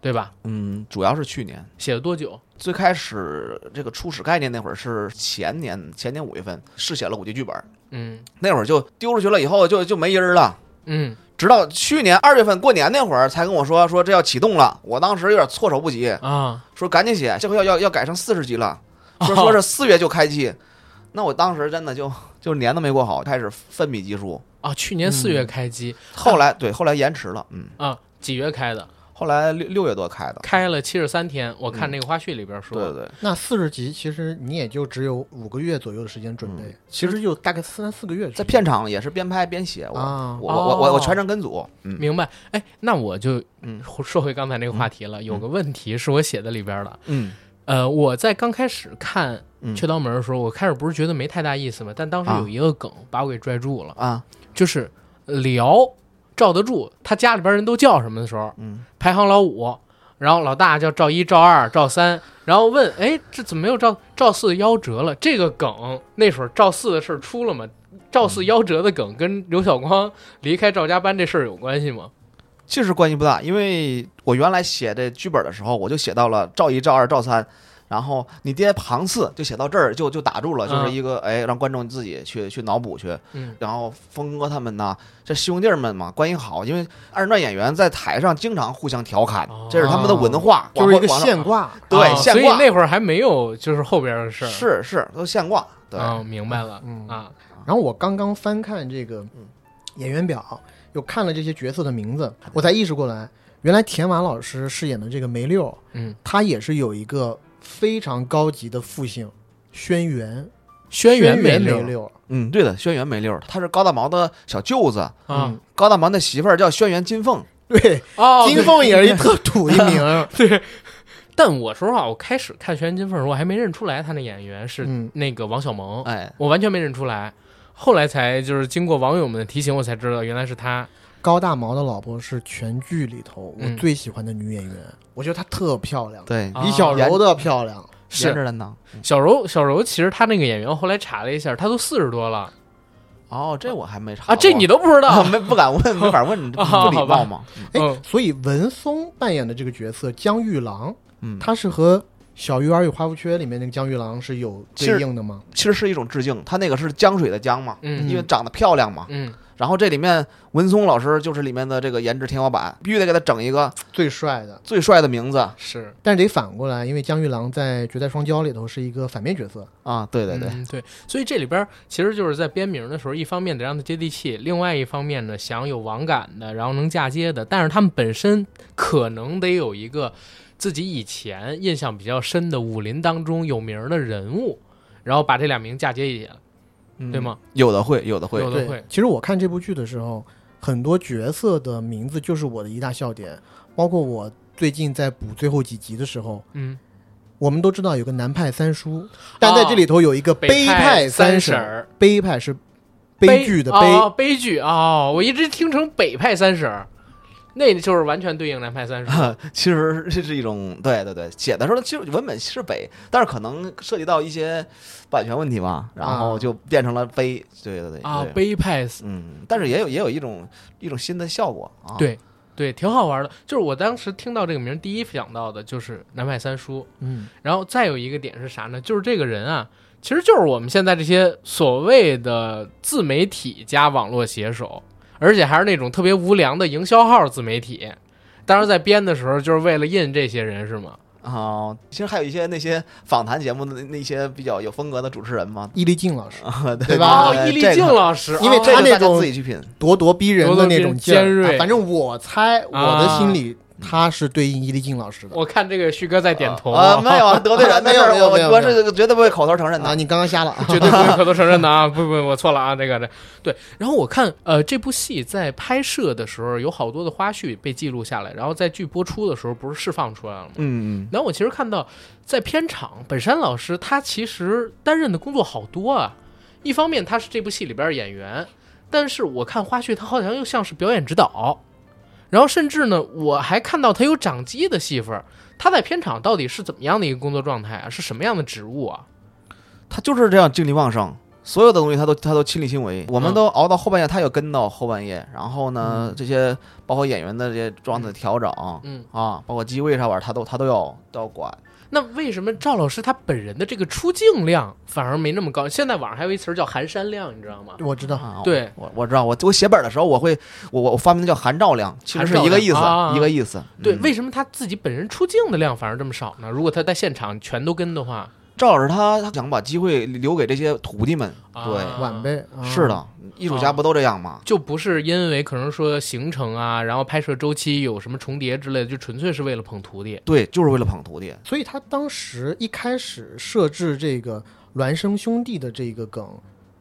S1: 对吧？
S3: 嗯，主要是去年
S1: 写了多久？
S3: 最开始这个初始概念那会儿是前年前年五月份试写了五集剧本，
S1: 嗯
S3: 那会儿就丢出去了以后就就没音儿了。
S1: 嗯，
S3: 直到去年二月份过年那会儿才跟我说说这要启动了，我当时有点措手不及，
S1: 啊，
S3: 说赶紧写，这回要要要改成四十集了，说
S1: 哦
S3: 说是四月就开机，那我当时真的就就年都没过好，开始奋笔疾书。
S1: 啊，去年四
S3: 嗯
S1: 月开机，
S3: 后来对，后来延迟了，嗯，
S1: 啊，几月开的？
S3: 后来六六月多开的，
S1: 开了七十三天，我看那个花絮里边说，
S3: 嗯对对，
S2: 那四十集其实你也就只有五个月左右的时间准备，
S3: 嗯
S2: 其实就大概三四个月。
S3: 在片场也是边拍边写，我、
S2: 啊
S3: 我我我我全程跟组，嗯，
S1: 哦明白。哎，那我就
S3: 嗯
S1: [LAUGHS] 说回刚才那个话题了，有个问题是我写的里边的。
S3: 嗯
S1: 呃，我在刚开始看《
S3: 嗯
S1: 雀刀门》的时候，我开始不是觉得没太大意思嘛，但当时
S3: 啊
S1: 有一个梗把我给拽住了，
S3: 啊
S1: 就是辽赵德柱他家里边人都叫什么的时候，
S3: 嗯
S1: 排行老五，然后老大叫赵一、赵二、赵三，然后问，哎，这怎么没有赵赵四夭折了？这个梗那会儿赵四的事儿出了吗？赵
S3: 嗯
S1: 四夭折的梗跟刘晓光离开赵家班这事儿有关系吗？
S3: 其实关系不大，因为我原来写这剧本的时候，我就写到了赵一、赵二、赵三，然后你爹庞四就写到这儿就就打住了，就是
S1: 嗯
S3: 一个、哎，让观众自己去去脑补去。
S1: 嗯
S3: 然后峰哥他们呐，这兄弟们嘛关系好，因为二人转演员在台上经常互相调侃，
S1: 哦
S3: 这是他们的文化，
S2: 就是一个
S3: 往上
S2: 现挂，
S3: 对、
S1: 啊
S3: 现
S1: 所以
S3: 挂
S1: 那会儿还没有就是后边的事儿。
S3: 是是都现挂，对，
S1: 啊，明白了
S2: 嗯
S1: 啊，
S2: 然后我刚刚翻看这个
S1: 嗯
S2: 演员表，又看了这些角色的名字，我才意识过来，原来田娃老师饰演的这个梅六，
S1: 嗯，
S2: 他也是有一个非常高级的父姓，轩辕，
S1: 轩辕梅
S2: 梅
S1: 六
S2: 六，
S3: 嗯，对的，轩辕梅六，他是高大毛的小舅子，
S1: 啊，
S3: 高大毛的媳妇儿叫轩辕金凤，
S2: 嗯对，
S1: 哦，
S2: 金凤也是一特土一
S1: [LAUGHS]
S2: 名儿，
S1: 但我说实话，我开始看《轩辕金凤》的时候，我还没认出来他那演员是
S2: 嗯
S1: 那个王小蒙，
S3: 哎，
S1: 我完全没认出来。后来才就是经过网友们的提醒，我才知道原来是他。
S2: 高大毛的老婆是全剧里头我
S1: 嗯
S2: 最喜欢的女演员，我觉得她特漂亮，
S3: 对，
S1: 啊
S2: 比小柔的漂亮。
S3: 颜
S1: 是
S3: 值担当。
S1: 小柔，小柔其实她那个演员，我后来查了一下，她都四十多了
S3: 哦，这我还没查
S1: 啊，这你
S3: 都
S1: 都不知道？
S3: 没 [LAUGHS] 不敢问，没
S1: [LAUGHS]
S3: 法问，这
S1: 啊
S3: 不礼
S1: 好吧
S3: 貌嘛。嗯
S2: 哎
S1: 嗯，
S2: 所以文松扮演的这个角色江玉郎，
S3: 嗯，
S2: 他是和《小鱼儿与花无缺》里面那个江玉郎是有对应的吗？
S3: 其实是一种致敬，他那个是江水的江嘛，
S1: 嗯
S3: 因为长得漂亮嘛，
S1: 嗯
S3: 然后这里面文松老师就是里面的这个颜值天花板，必须得给他整一个
S2: 最帅的
S3: 最帅的名字
S2: 是，但是得反过来，因为江玉郎在《绝代双骄》里头是一个反面角色，
S3: 啊！对对对，
S1: 嗯对，所以这里边儿其实就是在编名的时候，一方面得让它接地气，另外一方面呢，想有网感的，然后能嫁接的，但是他们本身可能得有一个自己以前印象比较深的武林当中有名儿的人物，然后把这俩名嫁接一起来，
S3: 嗯
S1: 对？吗？
S3: 有的会，有的会
S1: 有，的会
S2: 对，其实我看这部剧的时候，很多角色的名字就是我的一大笑点，包括我最近在补最后几集的时候，
S1: 嗯，
S2: 我们都知道有个南派三叔，但在这里头有一个
S1: 北
S2: 派
S1: 三
S2: 婶儿，
S1: 儿，
S2: 悲派是悲剧的悲，
S1: 哦，悲剧哦，我一直听成北派三婶儿，那就是完全对应南派三
S2: 啊
S1: 婶儿。
S3: [LAUGHS] 其实这是一种对对对写的时候，其实文本是北，但是可能涉及到一些版权问题吧，然后就变成了悲，对对对
S1: 啊，
S3: 对
S1: 悲派
S3: 嗯，但是也有也有一种一种新的效果啊，
S1: 对对，挺好玩的。就是我当时听到这个名儿，第一想到的就是南派三叔，
S2: 嗯，
S1: 然后再有一个点是啥呢？就是这个人啊，其实就是我们现在这些所谓的自媒体加网络写手，而且还是那种特别无良的营销号自媒体。当时在编的时候，就是为了印这些人，是吗？
S3: 啊，其实还有一些那些访谈节目的那那些比较有风格的主持人嘛， [LAUGHS]
S2: 伊丽静老师
S3: 啊对
S2: 对吧呃
S1: 哦，
S3: 对
S1: 易立
S3: 这个
S1: 竞老师，
S2: 因为
S1: 哦
S3: 这
S2: 他
S3: 个
S2: 那
S3: 大家
S2: 种
S3: 自己去品，
S2: 咄咄逼人的那种劲儿
S1: 咄咄逼人尖锐
S2: 啊反正我猜我的
S1: 啊嗯
S2: 心里他是对应伊丽静老师的
S1: 我看这个旭哥在点头
S3: 啊，没有得罪人的事儿，
S2: 没有
S3: 我
S2: 没有
S3: 我
S2: 没有
S3: 是绝对不会口头承认
S2: 啊，
S3: 的。
S2: 你刚刚瞎了
S1: [LAUGHS]
S2: 啊，
S1: 绝对不会口头承认的啊！不不，我错了啊！这个这对。然后我看呃，这部戏在拍摄的时候有好多的花絮被记录下来，然后在剧播出的时候不是释放出来了吗？
S3: 嗯，
S1: 然后我其实看到在片场，本山老师他其实担任的工作好多啊。一方面他是这部戏里边的演员，但是我看花絮他好像又像是表演指导。然后甚至呢，我还看到他有掌机的戏份儿。他在片场到底是怎么样的一个工作状态啊？是什么样的职务啊？
S3: 他就是这样精力旺盛，所有的东西他都他都亲力亲为。我们
S1: 嗯
S3: 都熬到后半夜，他也跟到后半夜。然后呢，这些包括演员的这些状态调整，
S1: 嗯
S3: 啊，包括机位啥玩意儿，他都他都要都要管。
S1: 那为什么赵老师他本人的这个出镜量反而没那么高？现在网上还有一词儿叫“含山量”，你知道吗？
S2: 我知道。
S3: 啊
S1: 对
S3: 我我知道，我我写本的时候，我会我我我发明的叫含照量，其实是一个意思
S1: 含照量啊，
S3: 一个意思。
S1: 对，
S3: 嗯
S1: 为什么他自己本人出镜的量反而这么少呢？如果他在现场全都跟的话，
S3: 赵老师他他想把机会留给这些徒弟们，对，
S1: 啊
S2: 晚辈、啊
S3: 是，的，艺术家不都这样吗？
S1: 就不是因为可能说行程啊，然后拍摄周期有什么重叠之类的，就纯粹是为了捧徒弟。
S3: 对，就是为了捧徒弟。
S2: 所以他当时一开始设置这个孪生兄弟的这个梗，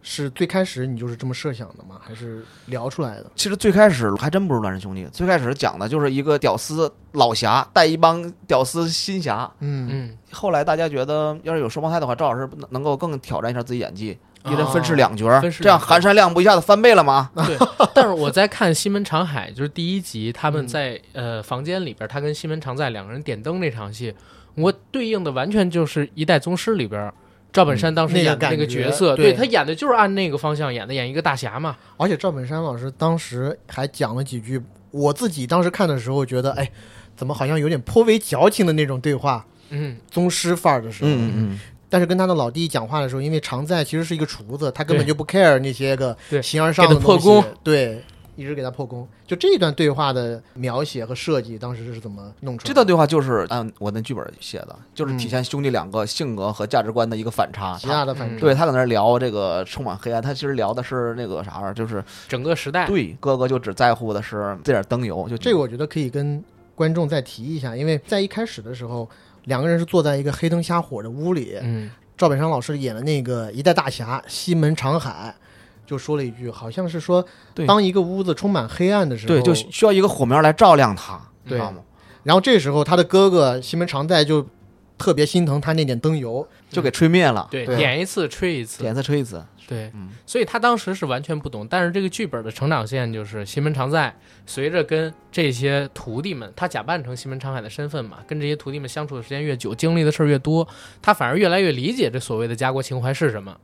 S2: 是最开始你就是这么设想的吗？还是聊出来的？
S3: 其实最开始还真不是孪生兄弟，最开始讲的就是一个屌丝老侠带一帮屌丝新侠。
S2: 嗯，
S1: 嗯，
S3: 后来大家觉得，要是有双胞胎的话，赵老师能能够更挑战一下自己演技，
S1: 哦
S3: 一人分饰两角儿，
S1: 分饰两角儿
S3: 这样含山量不一下子翻倍了吗？
S1: 嗯
S2: [LAUGHS]
S1: 对。但是我在看西门长海，就是第一集他们在、呃房间里边，他跟西门常在两个人点灯那场戏，我对应的完全就是《一代宗师》里边赵本山当时
S2: 那个
S1: 演的那个
S2: 感觉
S1: 角色，
S2: 对
S1: 他演的就是按那个方向演的，演一个大侠嘛。
S2: 而且赵本山老师当时还讲了几句，我自己当时看的时候觉得，哎，怎么好像有点颇为矫情的那种对话，
S1: 嗯，
S2: 宗师范儿的时候。
S3: 嗯
S2: 但是跟他的老弟讲话的时候，因为常在其实是一个厨子，他根本
S1: 对
S2: 就不 care 那些个
S1: 对
S2: 形而上的
S1: 给他破
S2: 东西
S1: 功，
S2: 对，一直给他破功。就这一段对话的描写和设计，当时是怎么弄出来
S3: 这
S2: 的？
S3: 段对话就是按我那剧本写的，
S2: 嗯
S3: 就是体现兄弟两个性格和价值观的一个反差。
S2: 极
S3: 他
S2: 大的反
S1: 嗯
S2: 差。
S3: 对他在那儿聊这个充满黑暗，他其实聊的是那个啥玩意儿，就是
S1: 整个时代，
S3: 对哥哥就只在乎的是这点灯油，就
S2: 哎这个我觉得可以跟观众再提一下，因为在一开始的时候，两个人是坐在一个黑灯瞎火的屋里，
S1: 嗯，
S2: 赵本山老师演的那个一代大侠西门长海。就说了一句，好像是说
S3: 对，
S2: 当一个屋子充满黑暗的时候，
S3: 对就需要一个火苗来照亮他，你知
S2: 对
S3: 道吗？
S2: 然后这时候他的哥哥西门常在就特别心疼他那点灯油，
S3: 就给吹灭了，
S1: 对，
S2: 对啊
S1: 点一次吹一次，
S3: 点一次吹一次。
S1: 对，
S3: 嗯
S1: 所以他当时是完全不懂，但是这个剧本的成长线就是西门常在随着跟这些徒弟们，他假扮成西门常海的身份嘛，跟这些徒弟们相处的时间越久，经历的事儿越多，他反而越来越理解这所谓的家国情怀是什么。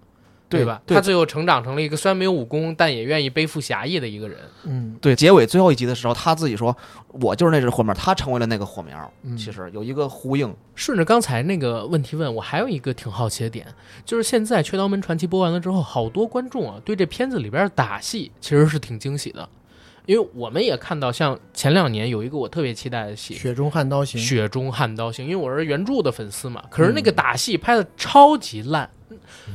S1: 对
S3: 对
S1: 吧？
S3: 对
S1: 他最后成长成了一个虽然没有武功，但也愿意背负侠义的一个人。
S2: 嗯，
S3: 对，结尾最后一集的时候，他自己说：“我就是那只火苗。”他成为了那个火苗。
S2: 嗯
S3: 其实有一个呼应，
S1: 顺着刚才那个问题问，我还有一个挺好奇的点，就是现在《雀刀门传奇》播完了之后，好多观众啊对这片子里边的打戏其实是挺惊喜的，因为我们也看到，像前两年有一个我特别期待的戏
S2: 雪中悍刀
S1: 《
S2: 行，
S1: 雪中悍刀行》，因为我是原著的粉丝嘛，可是那个打戏拍的超级烂，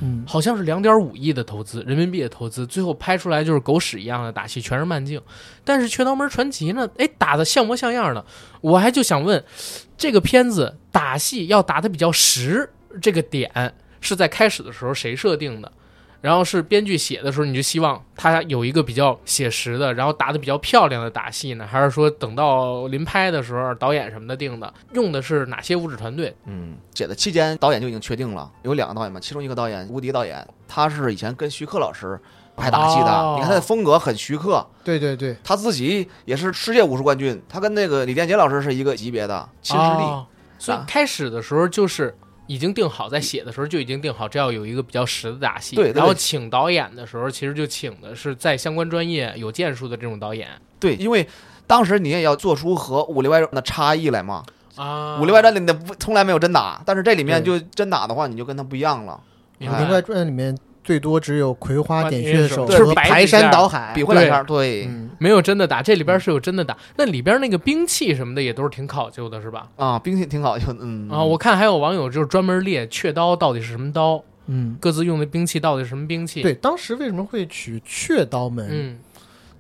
S2: 嗯，
S1: 好像是两点五亿的投资，人民币的投资，最后拍出来就是狗屎一样的打戏，全是慢镜。但是《雀刀门传奇》呢，哎，打的像模像样的。我还就想问，这个片子打戏要打的比较实，这个点是在开始的时候谁设定的？然后是编剧写的时候，你就希望他有一个比较写实的，然后打的比较漂亮的打戏呢，还是说等到临拍的时候导演什么的定的？用的是哪些物质团队？
S3: 嗯，写的期间导演就已经确定了，有两个导演嘛，其中一个导演吴迪导演，他是以前跟徐克老师拍打戏的，
S1: 哦
S3: 你看他的风格很徐克，
S2: 对对对，
S3: 他自己也是世界武术冠军，他跟那个李连杰老师是一个级别的亲师弟。
S1: 哦所以
S3: 啊
S1: 开始的时候就是已经定好，在写的时候就已经定好，这要有一个比较实的打戏。
S3: 对对对
S1: 然后请导演的时候，其实就请的是在相关专业有建树的这种导演
S3: 对，因为当时你也要做出和《武林外传》的差异来嘛，
S1: 啊
S3: 武林外传》里的不从来没有真打，但是这里面
S2: 对
S3: 就真打的话，你就跟他不一样了。
S1: 明
S2: 《
S1: 白
S2: 武林外传》里面最多只有葵花点穴手
S1: 对
S2: 和
S1: 白
S2: 排
S1: 底
S2: 山
S1: 下
S2: 倒海，
S3: 比划两下，对
S2: 嗯，
S1: 没有真的打，这里边是有真的打。那里边那个兵器什么的也都是挺考究的，是吧？
S3: 啊，兵器挺好，就嗯
S1: 啊，我看还有网友就是专门列雀刀到底是什么刀，
S2: 嗯，
S1: 各自用的兵器到底是什么兵器。，
S2: 对，当时为什么会取雀刀门？
S1: 嗯，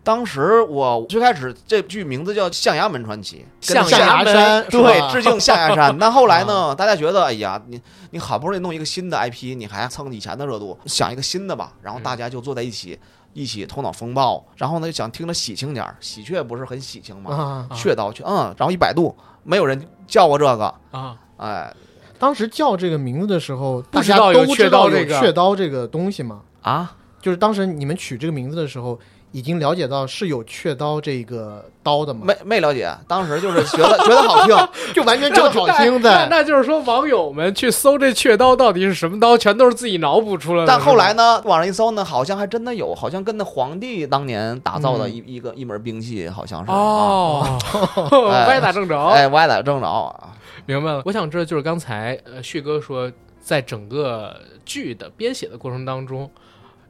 S3: 当时我最开始这剧名字叫《象牙门传奇》，跟
S1: 象
S2: 象
S1: 牙
S2: 牙
S1: 门
S2: 山是吧
S3: 对，致敬象牙山。那后来呢？大家觉得，哎呀，你你好不容易弄一个新的 IP，你还蹭以前的热度，想一个新的吧。然后大家就坐在一起，一起头脑风暴。然后呢，就想听着喜庆点儿，喜鹊不是很喜庆吗？
S2: 啊，
S3: 雀刀去，嗯。然后一百度，没有人叫过这个，
S1: 啊，
S3: 哎
S2: 当时叫这个名字的时候，大
S1: 知
S2: 家
S1: 道有
S2: 都知
S1: 雀刀
S2: 道
S1: 这
S2: 有
S1: 个
S2: 雀刀这个东西嘛，
S3: 啊，
S2: 就是当时你们取这个名字的时候，已经了解到是有雀刀这个刀的嘛，
S3: 没没了解。当时就是觉得觉得好听，
S2: 就完全叫好听
S1: 那那
S2: 的。
S1: 那就是说，网友们去搜这雀刀到底是什么刀，全都是自己脑补出来的。
S3: 但后
S1: 是
S3: 来
S1: 吧
S3: 呢，网上一搜呢，好像还真的有，好像跟那皇帝当年打造的
S2: 嗯
S3: 一一个一门兵器，好像是啊
S1: 哦，歪打正着，
S3: 哎，歪打正着啊。
S1: [LAUGHS] 明白了。我想知道，就是刚才呃旭哥说，在整个剧的编写的过程当中，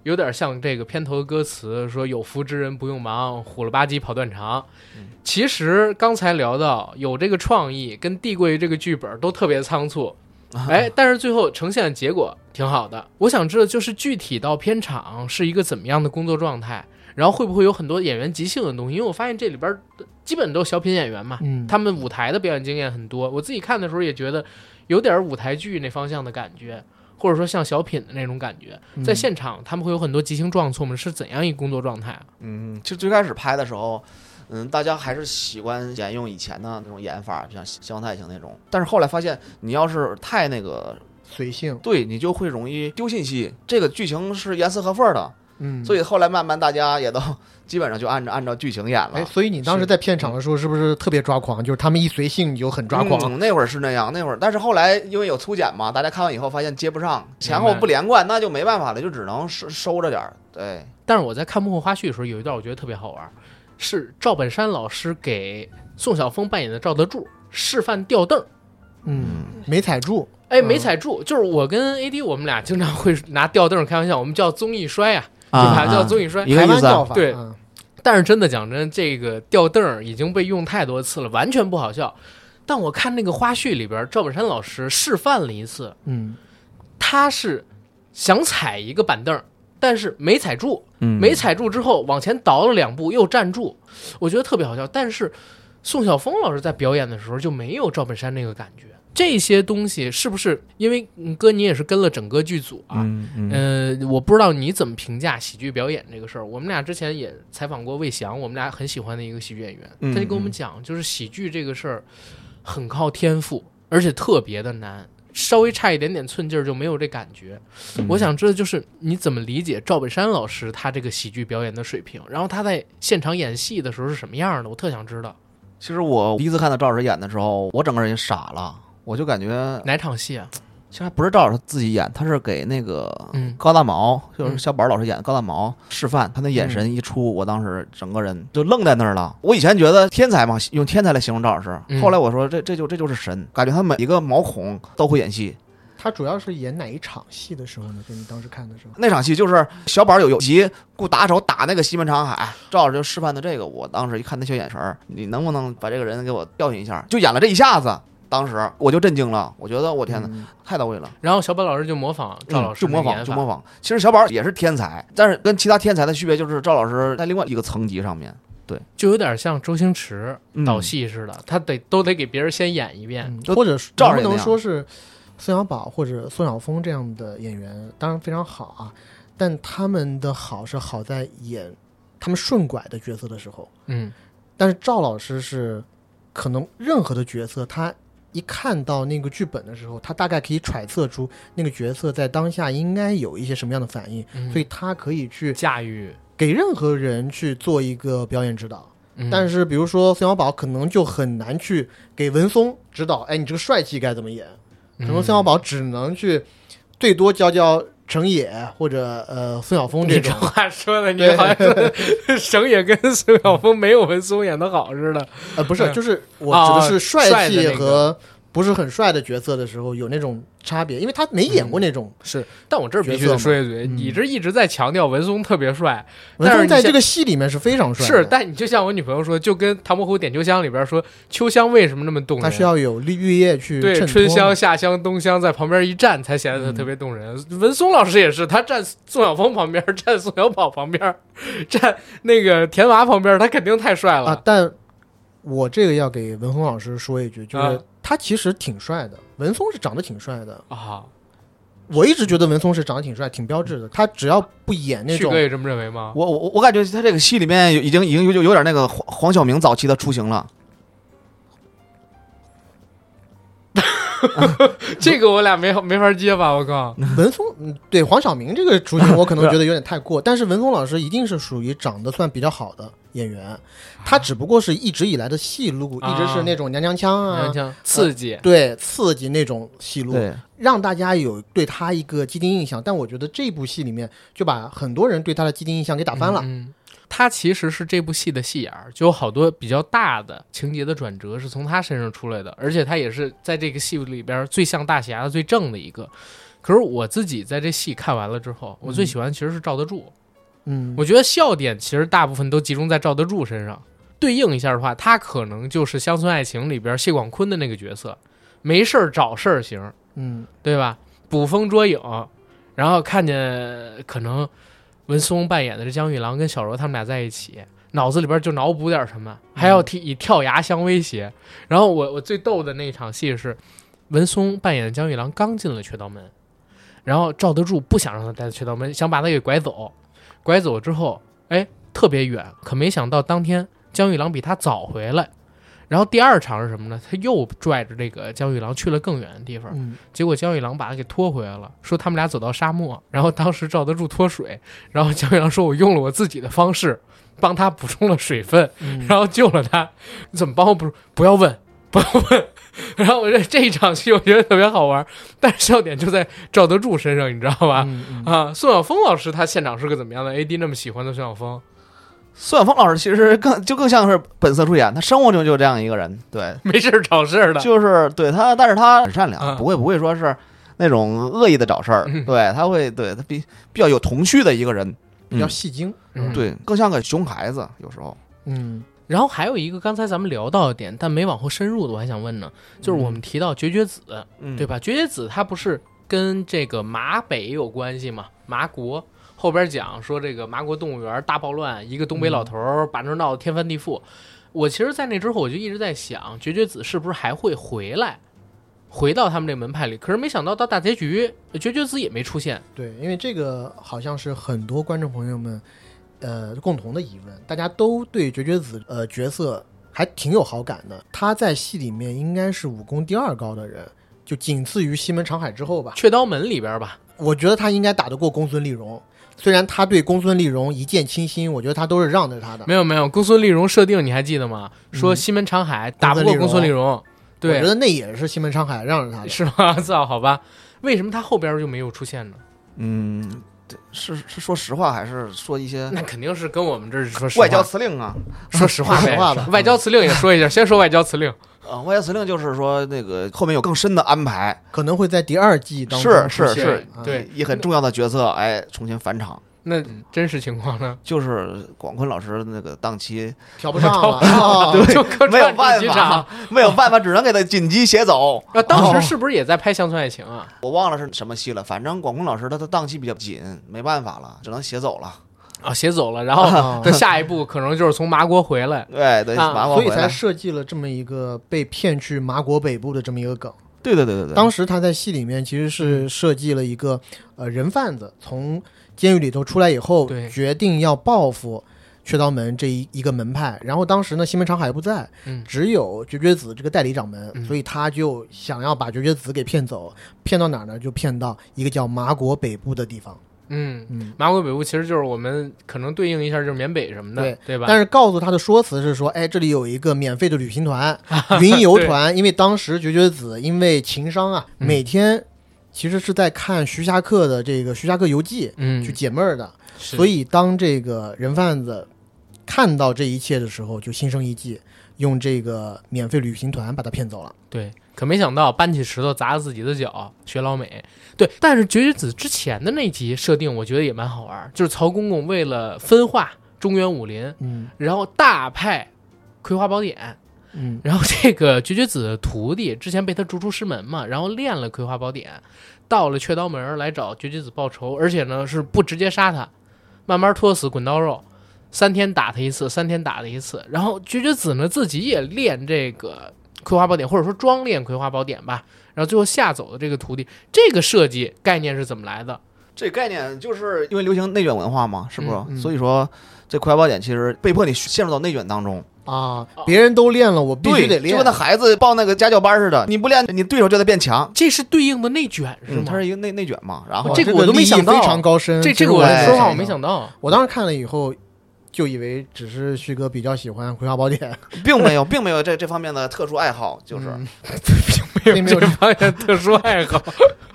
S1: 有点像这个片头的歌词说“有福之人不用忙，虎了吧唧跑断肠”其实刚才聊到有这个创意跟递过于这个剧本都特别仓促，哎，但是最后呈现的结果挺好的。我想知道，就是具体到片场是一个怎么样的工作状态，然后会不会有很多演员即兴的东西？因为我发现这里边儿基本都是小品演员嘛，
S2: 嗯，
S1: 他们舞台的表演经验很多。我自己看的时候也觉得有点舞台剧那方向的感觉，或者说像小品的那种感觉。在现场他们会有很多即兴撞错吗？是怎样一工作状态啊？
S3: 嗯，其实最开始拍的时候，嗯，大家还是习惯沿用以前的那种演法，像西洋太型那种。但是后来发现，你要是太那个，
S2: 随性，
S3: 对你就会容易丢信息。这个剧情是严丝合缝的，
S2: 嗯，
S3: 所
S2: 以
S3: 以后来慢慢大家也都基本上就按照按照剧情演了。嗯
S2: 哎，所以你当时在片场的时候是不是特别抓狂？就是他们一随性你就很抓狂。
S3: 嗯那会儿是那样，那会儿，但是后来因为有粗剪嘛，大家看完以后发现接不上，前后
S1: 明白
S3: 不连贯，那就没办法了，就只能收收着点儿。对，
S1: 但是我在看幕后花絮的时候，有一段我觉得特别好玩，是赵本山老师给宋晓峰扮演的赵德柱示范吊凳儿。
S2: 嗯，没踩住。
S1: 哎，
S2: 嗯
S1: 没踩住，就是我跟 AD 我们俩经常会拿吊凳儿开玩笑，我们叫综艺摔啊，对吧？叫综艺摔。
S3: 一个
S2: 台湾
S3: 意思啊
S2: 叫法
S1: 对
S2: 嗯
S1: 但是真的讲真，这个吊凳儿已经被用太多次了，完全不好笑。但我看那个花絮里边，赵本山老师示范了一次，
S2: 嗯，
S1: 他是想踩一个板凳儿，但是没踩住，
S3: 嗯
S1: 没踩住之后往前倒了两步又站住，我觉得特别好笑。但是宋晓峰老师在表演的时候就没有赵本山那个感觉。这些东西是不是因为嗯哥你也是跟了整个剧组啊？
S3: 嗯嗯
S2: 哎
S1: 呃，我不知道你怎么评价喜剧表演这个事儿。我们俩之前也采访过魏翔，我们俩很喜欢的一个喜剧演员，
S3: 嗯
S1: 他就跟我们讲，就是喜剧这个事儿很靠天赋，而且特别的难，稍微差一点点寸劲儿就没有这感觉。
S3: 嗯
S1: 我想知道，就是你怎么理解赵本山老师他这个喜剧表演的水平，然后他在现场演戏的时候是什么样的？我特想知道
S3: 其实我第一次看到赵老师演的时候，我整个人也傻了，我就感觉
S1: 哪场戏啊？
S3: 其实还不是赵老师自己演，他是给那个
S1: 嗯
S3: 高大毛，就是
S1: 嗯
S3: 小宝老师演的高大毛示范，他那眼神一出，我当时整个人就愣在那儿了。我以前觉得天才嘛，用天才来形容赵老师，
S1: 嗯
S3: 后来我说这这就这就是神，感觉他每一个毛孔都会演戏。
S2: 他主要是演哪一场戏的时候呢？就你当时看的时候，
S3: 那场戏就是小宝有有急顾打手打那个西门长海，赵老师就示范的这个。我当时一看那小眼神儿，你能不能把这个人给我调训一下？就演了这一下子，当时我就震惊了，我觉得我天哪，
S2: 嗯
S3: 太到位了。
S1: 然后小宝老师就模仿赵老师的
S3: 嗯就模仿，
S1: 演
S3: 就
S1: 法
S3: 模仿。其实小宝也是天才，但是跟其他天才的区别就是赵老师在另外一个层级上面。
S1: 就有点像周星驰
S3: 嗯
S1: 导戏似的，他得都得给别人先演一遍。
S2: 嗯
S3: 就
S2: 或者是
S3: 赵
S2: 能
S3: 二
S2: 不
S3: 也那
S2: 能
S3: 样
S2: 说是宋小宝或者宋晓峰这样的演员，当然非常好啊，但他们的好是好在演他们顺拐的角色的时候，
S1: 嗯，
S2: 但是赵老师是可能任何的角色，他一看到那个剧本的时候，他大概可以揣测出那个角色在当下应该有一些什么样的反应，
S1: 嗯
S2: 所以他可以去
S1: 驾驭，
S2: 给任何人去做一个表演指导。
S1: 嗯
S2: 但是比如说宋小宝可能就很难去给文松指导，哎，你这个帅气该怎么演？可能
S1: 嗯
S2: 宋小宝只能去最多教教程野或者呃宋晓峰这
S1: 你这
S2: 种。
S1: 话说的，你
S2: 对
S1: 好像说 [LAUGHS] 省也跟孙晓峰没有文松演的好似的。
S2: 呃，不是，就是我
S1: 啊
S2: 指的是
S1: 帅
S2: 帅
S1: 的
S2: 气
S1: 那个
S2: 和不是很帅的角色的时候有那种差别，因为他没演过那种。
S1: 嗯是，但我这儿必须得说一嘴，
S2: 嗯
S1: 你这一直在强调文松特别帅，
S2: 文
S1: 但是
S2: 松
S1: 你
S2: 在
S1: 现
S2: 这个戏里面是非常帅啊的，
S1: 是，但你就像我女朋友说，就跟《唐伯虎点秋香》里边说，秋香为什么那么动人？
S2: 他需要有绿绿叶去衬
S1: 对
S2: 托
S1: 春香、
S2: 嘛嗯
S1: 夏香、冬香在旁边一站，才显得他特别动人。文松老师也是，他站宋晓峰旁边，站宋小宝旁边，站那个田娃旁边，他肯定太帅了。
S2: 啊。但我这个要给文松老师说一句，就是
S1: 啊
S2: 他其实挺帅的，文松是长得挺帅的。
S1: 啊，
S2: 我一直觉得文松是长得挺帅、挺标志的。他只要不演那
S1: 旭
S2: 种
S1: 哥也这么认为吗？
S3: 我我我感觉他这个戏里面有已经已经有有有点那个黄黄晓明早期的雏形了。
S1: 这个我俩没没法接吧？我靠！ [LAUGHS]
S2: 文松，嗯对黄晓明这个雏形，我可能觉得有点太过。但是文松老师一定是属于长得算比较好的演员，他只不过是一直以来的戏路，
S1: 啊
S2: 一直是那种娘娘腔啊
S1: 娘，腔刺激，
S2: 对刺激那种戏路，
S3: 对，
S2: 让大家有对他一个既定印象。但我觉得这部戏里面就把很多人对他的既定印象给打翻了。
S1: 嗯，嗯他其实是这部戏的戏眼儿，就有好多比较大的情节的转折是从他身上出来的，而且他也是在这个戏里边最像大侠的、最正的一个。可是我自己在这戏看完了之后，我最喜欢其实是赵德柱，
S2: 嗯，
S1: 我觉得笑点其实大部分都集中在赵德柱身上。对应一下的话，他可能就是《乡村爱情》里边谢广坤的那个角色，没事儿找事儿型，
S2: 嗯，
S1: 对吧？捕风捉影，然后看见呃可能文松扮演的这江玉郎跟小柔他们俩在一起，脑子里边就脑补点什么，还要替以跳崖相威胁。然后我我最逗的那一场戏是，文松扮演的江玉郎刚进了雀刀门，然后赵德柱不想让他待在雀刀门，想把他给拐走，拐走之后，哎，特别远，可没想到当天江玉郎比他早回来。然后第二场是什么呢？他又拽着这个江玉郎去了更远的地方，
S2: 嗯，
S1: 结果江玉郎把他给拖回来了，说他们俩走到沙漠，然后当时赵德柱脱水，然后江玉郎说我用了我自己的方式帮他补充了水分，
S2: 嗯
S1: 然后救了他，你怎么帮我补？不要问， [LAUGHS] 不要问。然后我觉得这一场戏我觉得特别好玩，但是笑点就在赵德柱身上，你知道吧？
S2: 嗯嗯
S1: 啊，宋晓峰老师他现场是个怎么样的 AD？那么喜欢的宋晓峰， [LAUGHS]
S3: 孙晓峰老师其实更就更像是本色出演，他生活中就这样一个人，对，
S1: 没事儿找事儿的，
S3: 就是对他，但是他很善良，
S1: 嗯
S3: 不会不会说是那种恶意的找事儿，
S1: 嗯
S3: 对他会对他比比较有童趣的一个人，
S2: 比较戏精，
S1: 嗯
S3: 对，更像个熊孩子，有时候
S2: 嗯
S1: 然后还有一个刚才咱们聊到的点，但没往后深入的，我还想问呢，就是我们提到绝绝子，
S3: 嗯
S1: 对吧？绝绝子他不是跟这个马北有关系吗？麻国后边讲说这个麻国动物园大暴乱，一个东北老头儿把那儿闹得天翻地覆。我其实，在那之后我就一直在想，绝绝子是不是还会回来，回到他们这门派里？可是没想到到大结局，绝绝子也没出现。
S2: 对，因为这个好像是很多观众朋友们呃共同的疑问，大家都对绝绝子呃角色还挺有好感的。他在戏里面应该是武功第二高的人，就仅次于西门长海之后吧。
S1: 雀刀门里边吧，
S2: 我觉得他应该打得过公孙丽蓉，虽然他对公孙丽蓉一见倾心，我觉得他都是让着他的。
S1: 没有没有，公孙丽蓉设定你还记得吗？说西门长嗯海打不过公
S2: 公
S1: 孙
S2: 孙
S1: 丽
S2: 丽
S1: 蓉，
S2: 我
S1: 对 [LAUGHS]
S2: 觉，得那也是西门长海让着他的。
S1: 是吗？操，好吧，为什么他后边就没有出现呢？
S3: 嗯，这是是说实话还是说一些
S1: 那肯定是跟我们这儿说实
S3: 外交
S1: 话，
S3: 辞令啊？
S1: 说实话
S2: [LAUGHS] 说
S1: 呗
S2: 实话吧，
S1: 外交辞令也说一下， [LAUGHS] 先说外交辞令。
S3: 啊，外交辞令就是说那个后面有更深的安排，
S2: 可能会在第二季当中
S3: 是
S2: 出
S3: 是
S2: 现
S3: 是
S2: 啊，
S1: 对
S3: 也很重要的角色哎重新返场，
S1: 那真实情况呢？
S3: 就是广坤老师那个档期
S2: 调不上了，
S3: [LAUGHS]
S2: 啊
S3: 对
S1: [LAUGHS] 就客
S3: 没有
S1: 串主
S3: 办
S1: 机
S3: 法
S1: 场。，
S3: 没有办法，只能给他紧急写走。
S1: 啊，当时是不是也在拍《乡村爱情》啊？
S3: 我忘了是什么戏了，反正广坤老师他的档期比较紧，没办法了，只能写走了。
S1: 啊，写走了，然后
S2: 啊
S1: 的下一步可能就是从麻国回来。
S3: 对对，
S1: 啊
S3: 麻烦
S2: 所以
S3: 回来
S2: 才设计了这么一个被骗去麻国北部的这么一个梗。
S3: 对对对对对。
S2: 当时他在戏里面其实
S1: 嗯
S2: 是设计了一个呃人贩子从监狱里头出来以后
S1: 对，
S2: 决定要报复雀刀门这一一个门派。然后当时呢，新门长海不在，
S1: 嗯
S2: 只有绝绝子这个代理掌门，
S1: 嗯
S2: 所以他就想要把绝绝子给骗走。骗到哪儿呢？就骗到一个叫麻国北部的地方。
S1: 嗯，
S2: 嗯，
S1: 麻国北部其实就是我们可能对应一下就是缅北什么的，对
S2: 对
S1: 吧？
S2: 但是告诉他的说辞是说，哎，这里有一个免费的旅行
S1: [LAUGHS]
S2: 团、云游团，因为当时绝绝子因为情商啊，
S1: 嗯
S2: 每天其实是在看徐霞客的这个《徐霞客游记》
S1: 嗯
S2: 去，解闷儿的，
S1: 所
S2: 所以当这个人贩子看到这一切的时候，就心生一计，用这个免费旅行团把他骗走了。
S1: 对，可没想到搬起石头砸自己的脚，学老美。对，但是绝绝子之前的那集设定，我觉得也蛮好玩儿，就是曹公公为了分化中原武林，
S2: 嗯
S1: 然后大派葵花宝典，
S2: 嗯，
S1: 然后这个绝绝子的徒弟之前被他逐出师门嘛，然后练了葵花宝典，到了雀刀门儿来找绝绝子报仇，而且呢是不直接杀他，慢慢拖死滚刀肉，三天打他一次，三天打他一次。然后绝绝子呢自己也练这个葵花宝典，或者说装练葵花宝典吧。然后最后吓走的这个徒弟，这个设计概念是怎么来的？
S3: 这概念就是因为流行内卷文化嘛，是不是？
S1: 嗯
S3: 所以说这葵花宝典其实被迫你陷入到内卷当中，
S2: 啊，别人都练了，我必须得
S3: 就
S2: 练
S3: 跟那。孩子报那个家教班似的，你不练，你对手就得变强，
S1: 这是对应的内卷是吗
S3: 嗯，它？是一个哦内内卷嘛。然后
S2: 哇
S1: 这个
S2: 个
S1: 我都没
S2: 立意
S1: 想到
S2: 非常高深。
S1: 这
S2: 其
S1: 这
S2: 实
S1: 个我
S2: 也
S1: 说实话
S3: 哎
S1: 我没想到，
S2: 我当时看了以后，就以为只是旭哥比较喜欢《葵花宝典》，
S3: 并没有，并没有这这方面的特殊爱好，就是、
S2: 嗯
S1: 并 [LAUGHS] 没
S2: 并 [LAUGHS] 没
S1: 有
S2: 有
S1: 这方面特殊爱好。 [LAUGHS]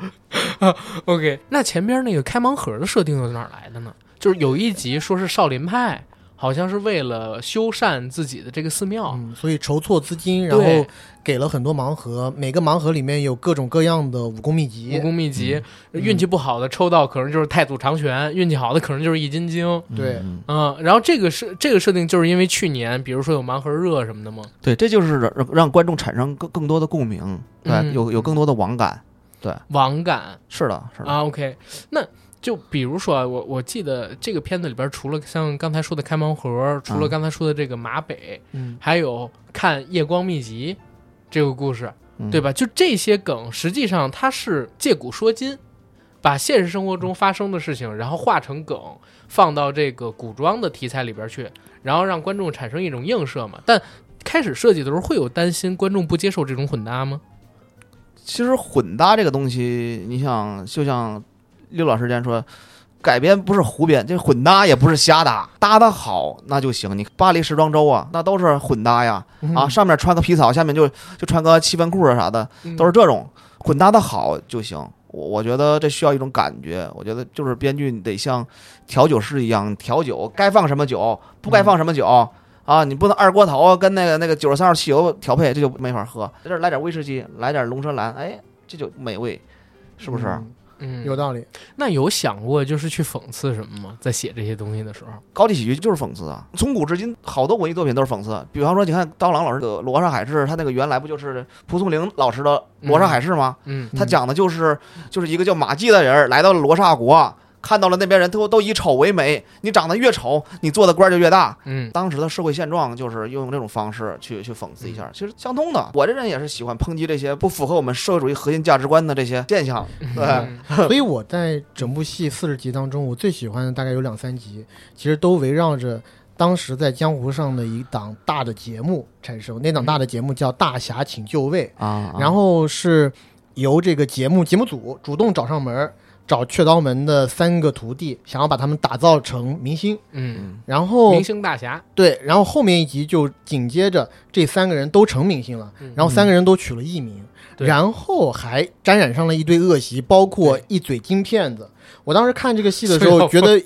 S1: 啊 OK，那前边那个开盲盒的设定又是哪儿来的呢？就是有一集说是少林派，好像是为了修缮自己的这个寺庙，
S2: 嗯，所以筹措资金，然
S1: 对
S2: 后给了很多盲盒，每个盲盒里面有各种各样的武功秘
S1: 武
S2: 籍。
S1: 功秘籍。
S2: 嗯
S1: 运气不好的抽到可能就是太祖长拳，运气好的可能就是易筋经。
S2: 对
S3: 嗯
S1: 嗯，然后这个设这个设定就是因为去年，比如说有盲盒热什么的嘛，
S3: 对，这就是让让观众产生更更多的共鸣，对，
S1: 嗯
S3: 有有更多的网感，
S1: 网感
S3: 是的，是的，
S1: 啊，OK，那就比如说啊，我我记得这个片子里边，除了像刚才说的开盲盒，除了
S3: 嗯
S1: 刚才说的这个马北，
S2: 嗯，
S1: 还有看《夜光秘籍》这个故事，
S3: 嗯
S1: 对？吧？就这些梗，实际上它是借古说今，把现实生活中发生的事情，然后化成梗，放到这个古装的题材里边去，然后让观众产生一种映射嘛。但开始设计的时候，会有担心观众不接受这种混搭吗？
S3: 其实混搭这个东西，你想，就像六老师之前说，改编不是胡编，这混搭也不是瞎搭，搭的好那就行。你巴黎时装周啊，那都是混搭呀，啊，上面穿个皮草，下面就就穿个七分裤啊啥的，
S1: 嗯
S3: 都是这种混搭的好就行。我我觉得这需要一种感觉，我觉得就是编剧你得像调酒师一样调酒，该放什么酒，不该放什么酒。啊，你不能二锅头跟那个那个九十三号汽油调配，这就没法喝。在这儿来点威士忌，来点龙舌兰，哎，这就美味，是不是？
S2: 嗯
S1: 嗯，
S2: 有
S1: [LAUGHS]
S2: 道理？
S1: 那有想过就是去讽刺什么吗？在写这些东西的时候，
S3: 高级喜剧就是讽刺啊，从古至今好多文艺作品都是讽刺。比方说，你看刀郎老师的《罗刹海市》，他那个原来不就是蒲松龄老师的《罗刹海市》吗？
S1: 嗯
S3: 他讲的就是就是一个叫马季的人儿来到了罗刹国，看到了那边人都都以丑为美，你长得越丑，你做的官儿就越大。
S1: [LAUGHS] 嗯
S3: 当时的社会现状就是用这种方式去去讽刺一下，其实相通的。我这人也是喜欢抨击这些不符合我们社会主义核心价值观的这些现象。对，
S1: 嗯
S2: 所以我在整部戏四十集当中，我最喜欢的大概有两三集，其实都围绕着当时在江湖上的一档大的节目产生。那档大的节目叫《大侠请就位》，
S3: 啊
S2: 然后是由这个节目节目组主动找上门儿，找雀刀门的三个徒弟，想要把他们打造成明星。
S1: 嗯，
S3: 嗯，
S2: 然后
S1: 明星大侠，
S2: 对，然后后面一集就紧接着这三个人都成明星了，
S1: 嗯
S2: 然后三个人都取了艺名，
S1: 对
S2: 然后还沾染上了一堆恶习，包括一嘴金骗子。我当时看这个戏的
S1: [LAUGHS]
S2: 时
S1: 孙
S2: 候，
S1: 晓
S2: 觉
S1: 峰
S2: 得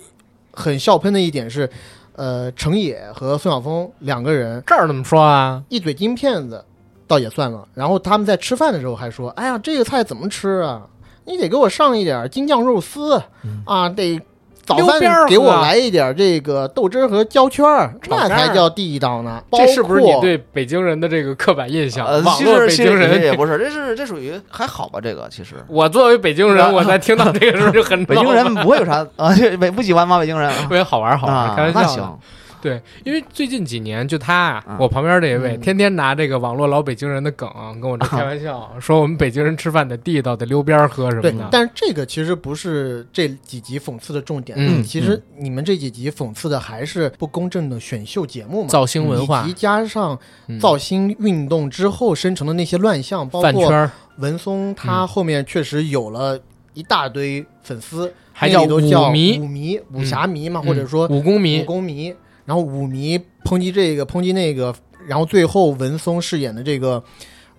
S2: 很笑喷的一点是，呃，程野和孙晓峰两个人
S1: 这儿怎么说啊？
S2: 一嘴金骗子倒也算了，然后他们在吃饭的时候还说：“哎呀，这个菜怎么吃啊？你得给我上一点京酱肉丝、
S1: 嗯
S2: 啊，得早
S1: 溜边儿
S2: 饭
S1: 喝
S2: 给我来一点这个豆汁儿和焦圈儿，
S1: 炒
S2: 那
S1: 肝儿
S2: 才叫地道呢。”
S1: 这是不是你
S2: 包括
S1: 对北京人的这个刻板印象？
S3: 呃，
S1: 嗯网
S3: 其
S1: 络
S3: 实
S1: 北
S3: 其
S1: 京
S3: 实也
S1: 人，
S3: 不是，这是这属于还好吧？这个其实
S1: [LAUGHS] 我作为北京人，
S3: 啊
S1: 我在听到这个时候就很
S3: 北京人不会有啥啊，这北不喜欢吗？北京人
S1: [LAUGHS]
S3: 啊
S1: 特别好玩儿好玩儿，
S3: 啊
S1: 开玩笑
S3: 那
S1: 的。
S3: 行，
S1: 对，因为最近几年就他啊
S3: 嗯，
S1: 我旁边这一位，
S2: 嗯
S1: 天天拿这个网络老北京人的梗跟我这开玩笑， [LAUGHS] 说我们北京人吃饭得地道，得溜边儿喝什
S2: 对
S1: 么，的。
S2: 但是这个其实不是这几集讽刺的重点。
S1: 嗯
S2: 其实你们这几集讽刺的还是不公正的选秀节目嘛，
S1: 造星文化
S2: 以及加上
S1: 嗯
S2: 造星运动之后生成的那些乱象，包
S1: 饭圈
S2: 括
S1: 儿
S2: 文松他后面确实有了一大堆粉丝，
S1: 还
S2: 那
S1: 叫
S2: 里都叫
S1: 舞迷
S2: 武迷、武侠迷嘛，
S1: 嗯
S2: 或者说
S1: 武功
S2: 武
S1: 迷，
S2: 功迷。然后武迷抨击这个，抨击那个，然后最后文松饰演的这个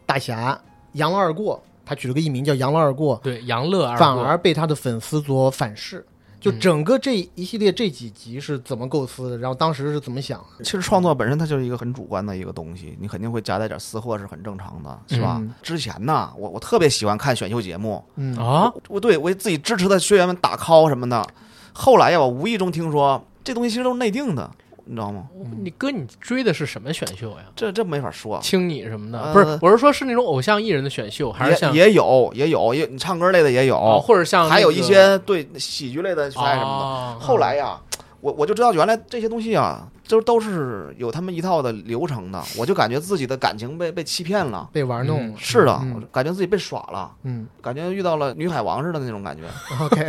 S2: 大侠杨老二过，他取了个艺名叫杨老二过，
S1: 对杨乐二
S2: 反
S1: 过
S2: 而被他的粉丝所反噬。就
S1: 嗯
S2: 整个这一系列这几集是怎么构思的，然后当时是怎么想的？
S3: 其实创作本身它就是一个很主观的一个东西，你肯定会夹带点私货是很正常的，是吧？
S2: 嗯
S3: 之前呢，我我特别喜欢看选秀节目，
S2: 嗯，
S1: 啊，
S3: 我对我自己支持的学员们打 call 什么的。后来呀，我无意中听说这东西其实都是内定的，你知道吗？
S1: 你哥你追的是什么选秀呀？
S3: 这这没法说，
S1: 青你什么的，
S3: 呃
S1: 不是，我是说，是那种偶像艺人的选秀，还是像
S3: 也也有也有也你唱歌类的也有，
S1: 啊，或者像
S3: 还有
S1: 那
S3: 一
S1: 个
S3: 些对喜剧类的比赛什么的。
S1: 哦
S3: 后来呀，我我就知道原来这些东西啊，就都是有他们一套的流程的，我就感觉自己的感情被被欺骗了。
S2: 被玩弄了。
S3: 是的，
S2: 嗯
S3: 我感觉自己被耍了，
S2: 嗯
S3: 感觉遇到了女海王似的那种感觉，
S2: ，OK，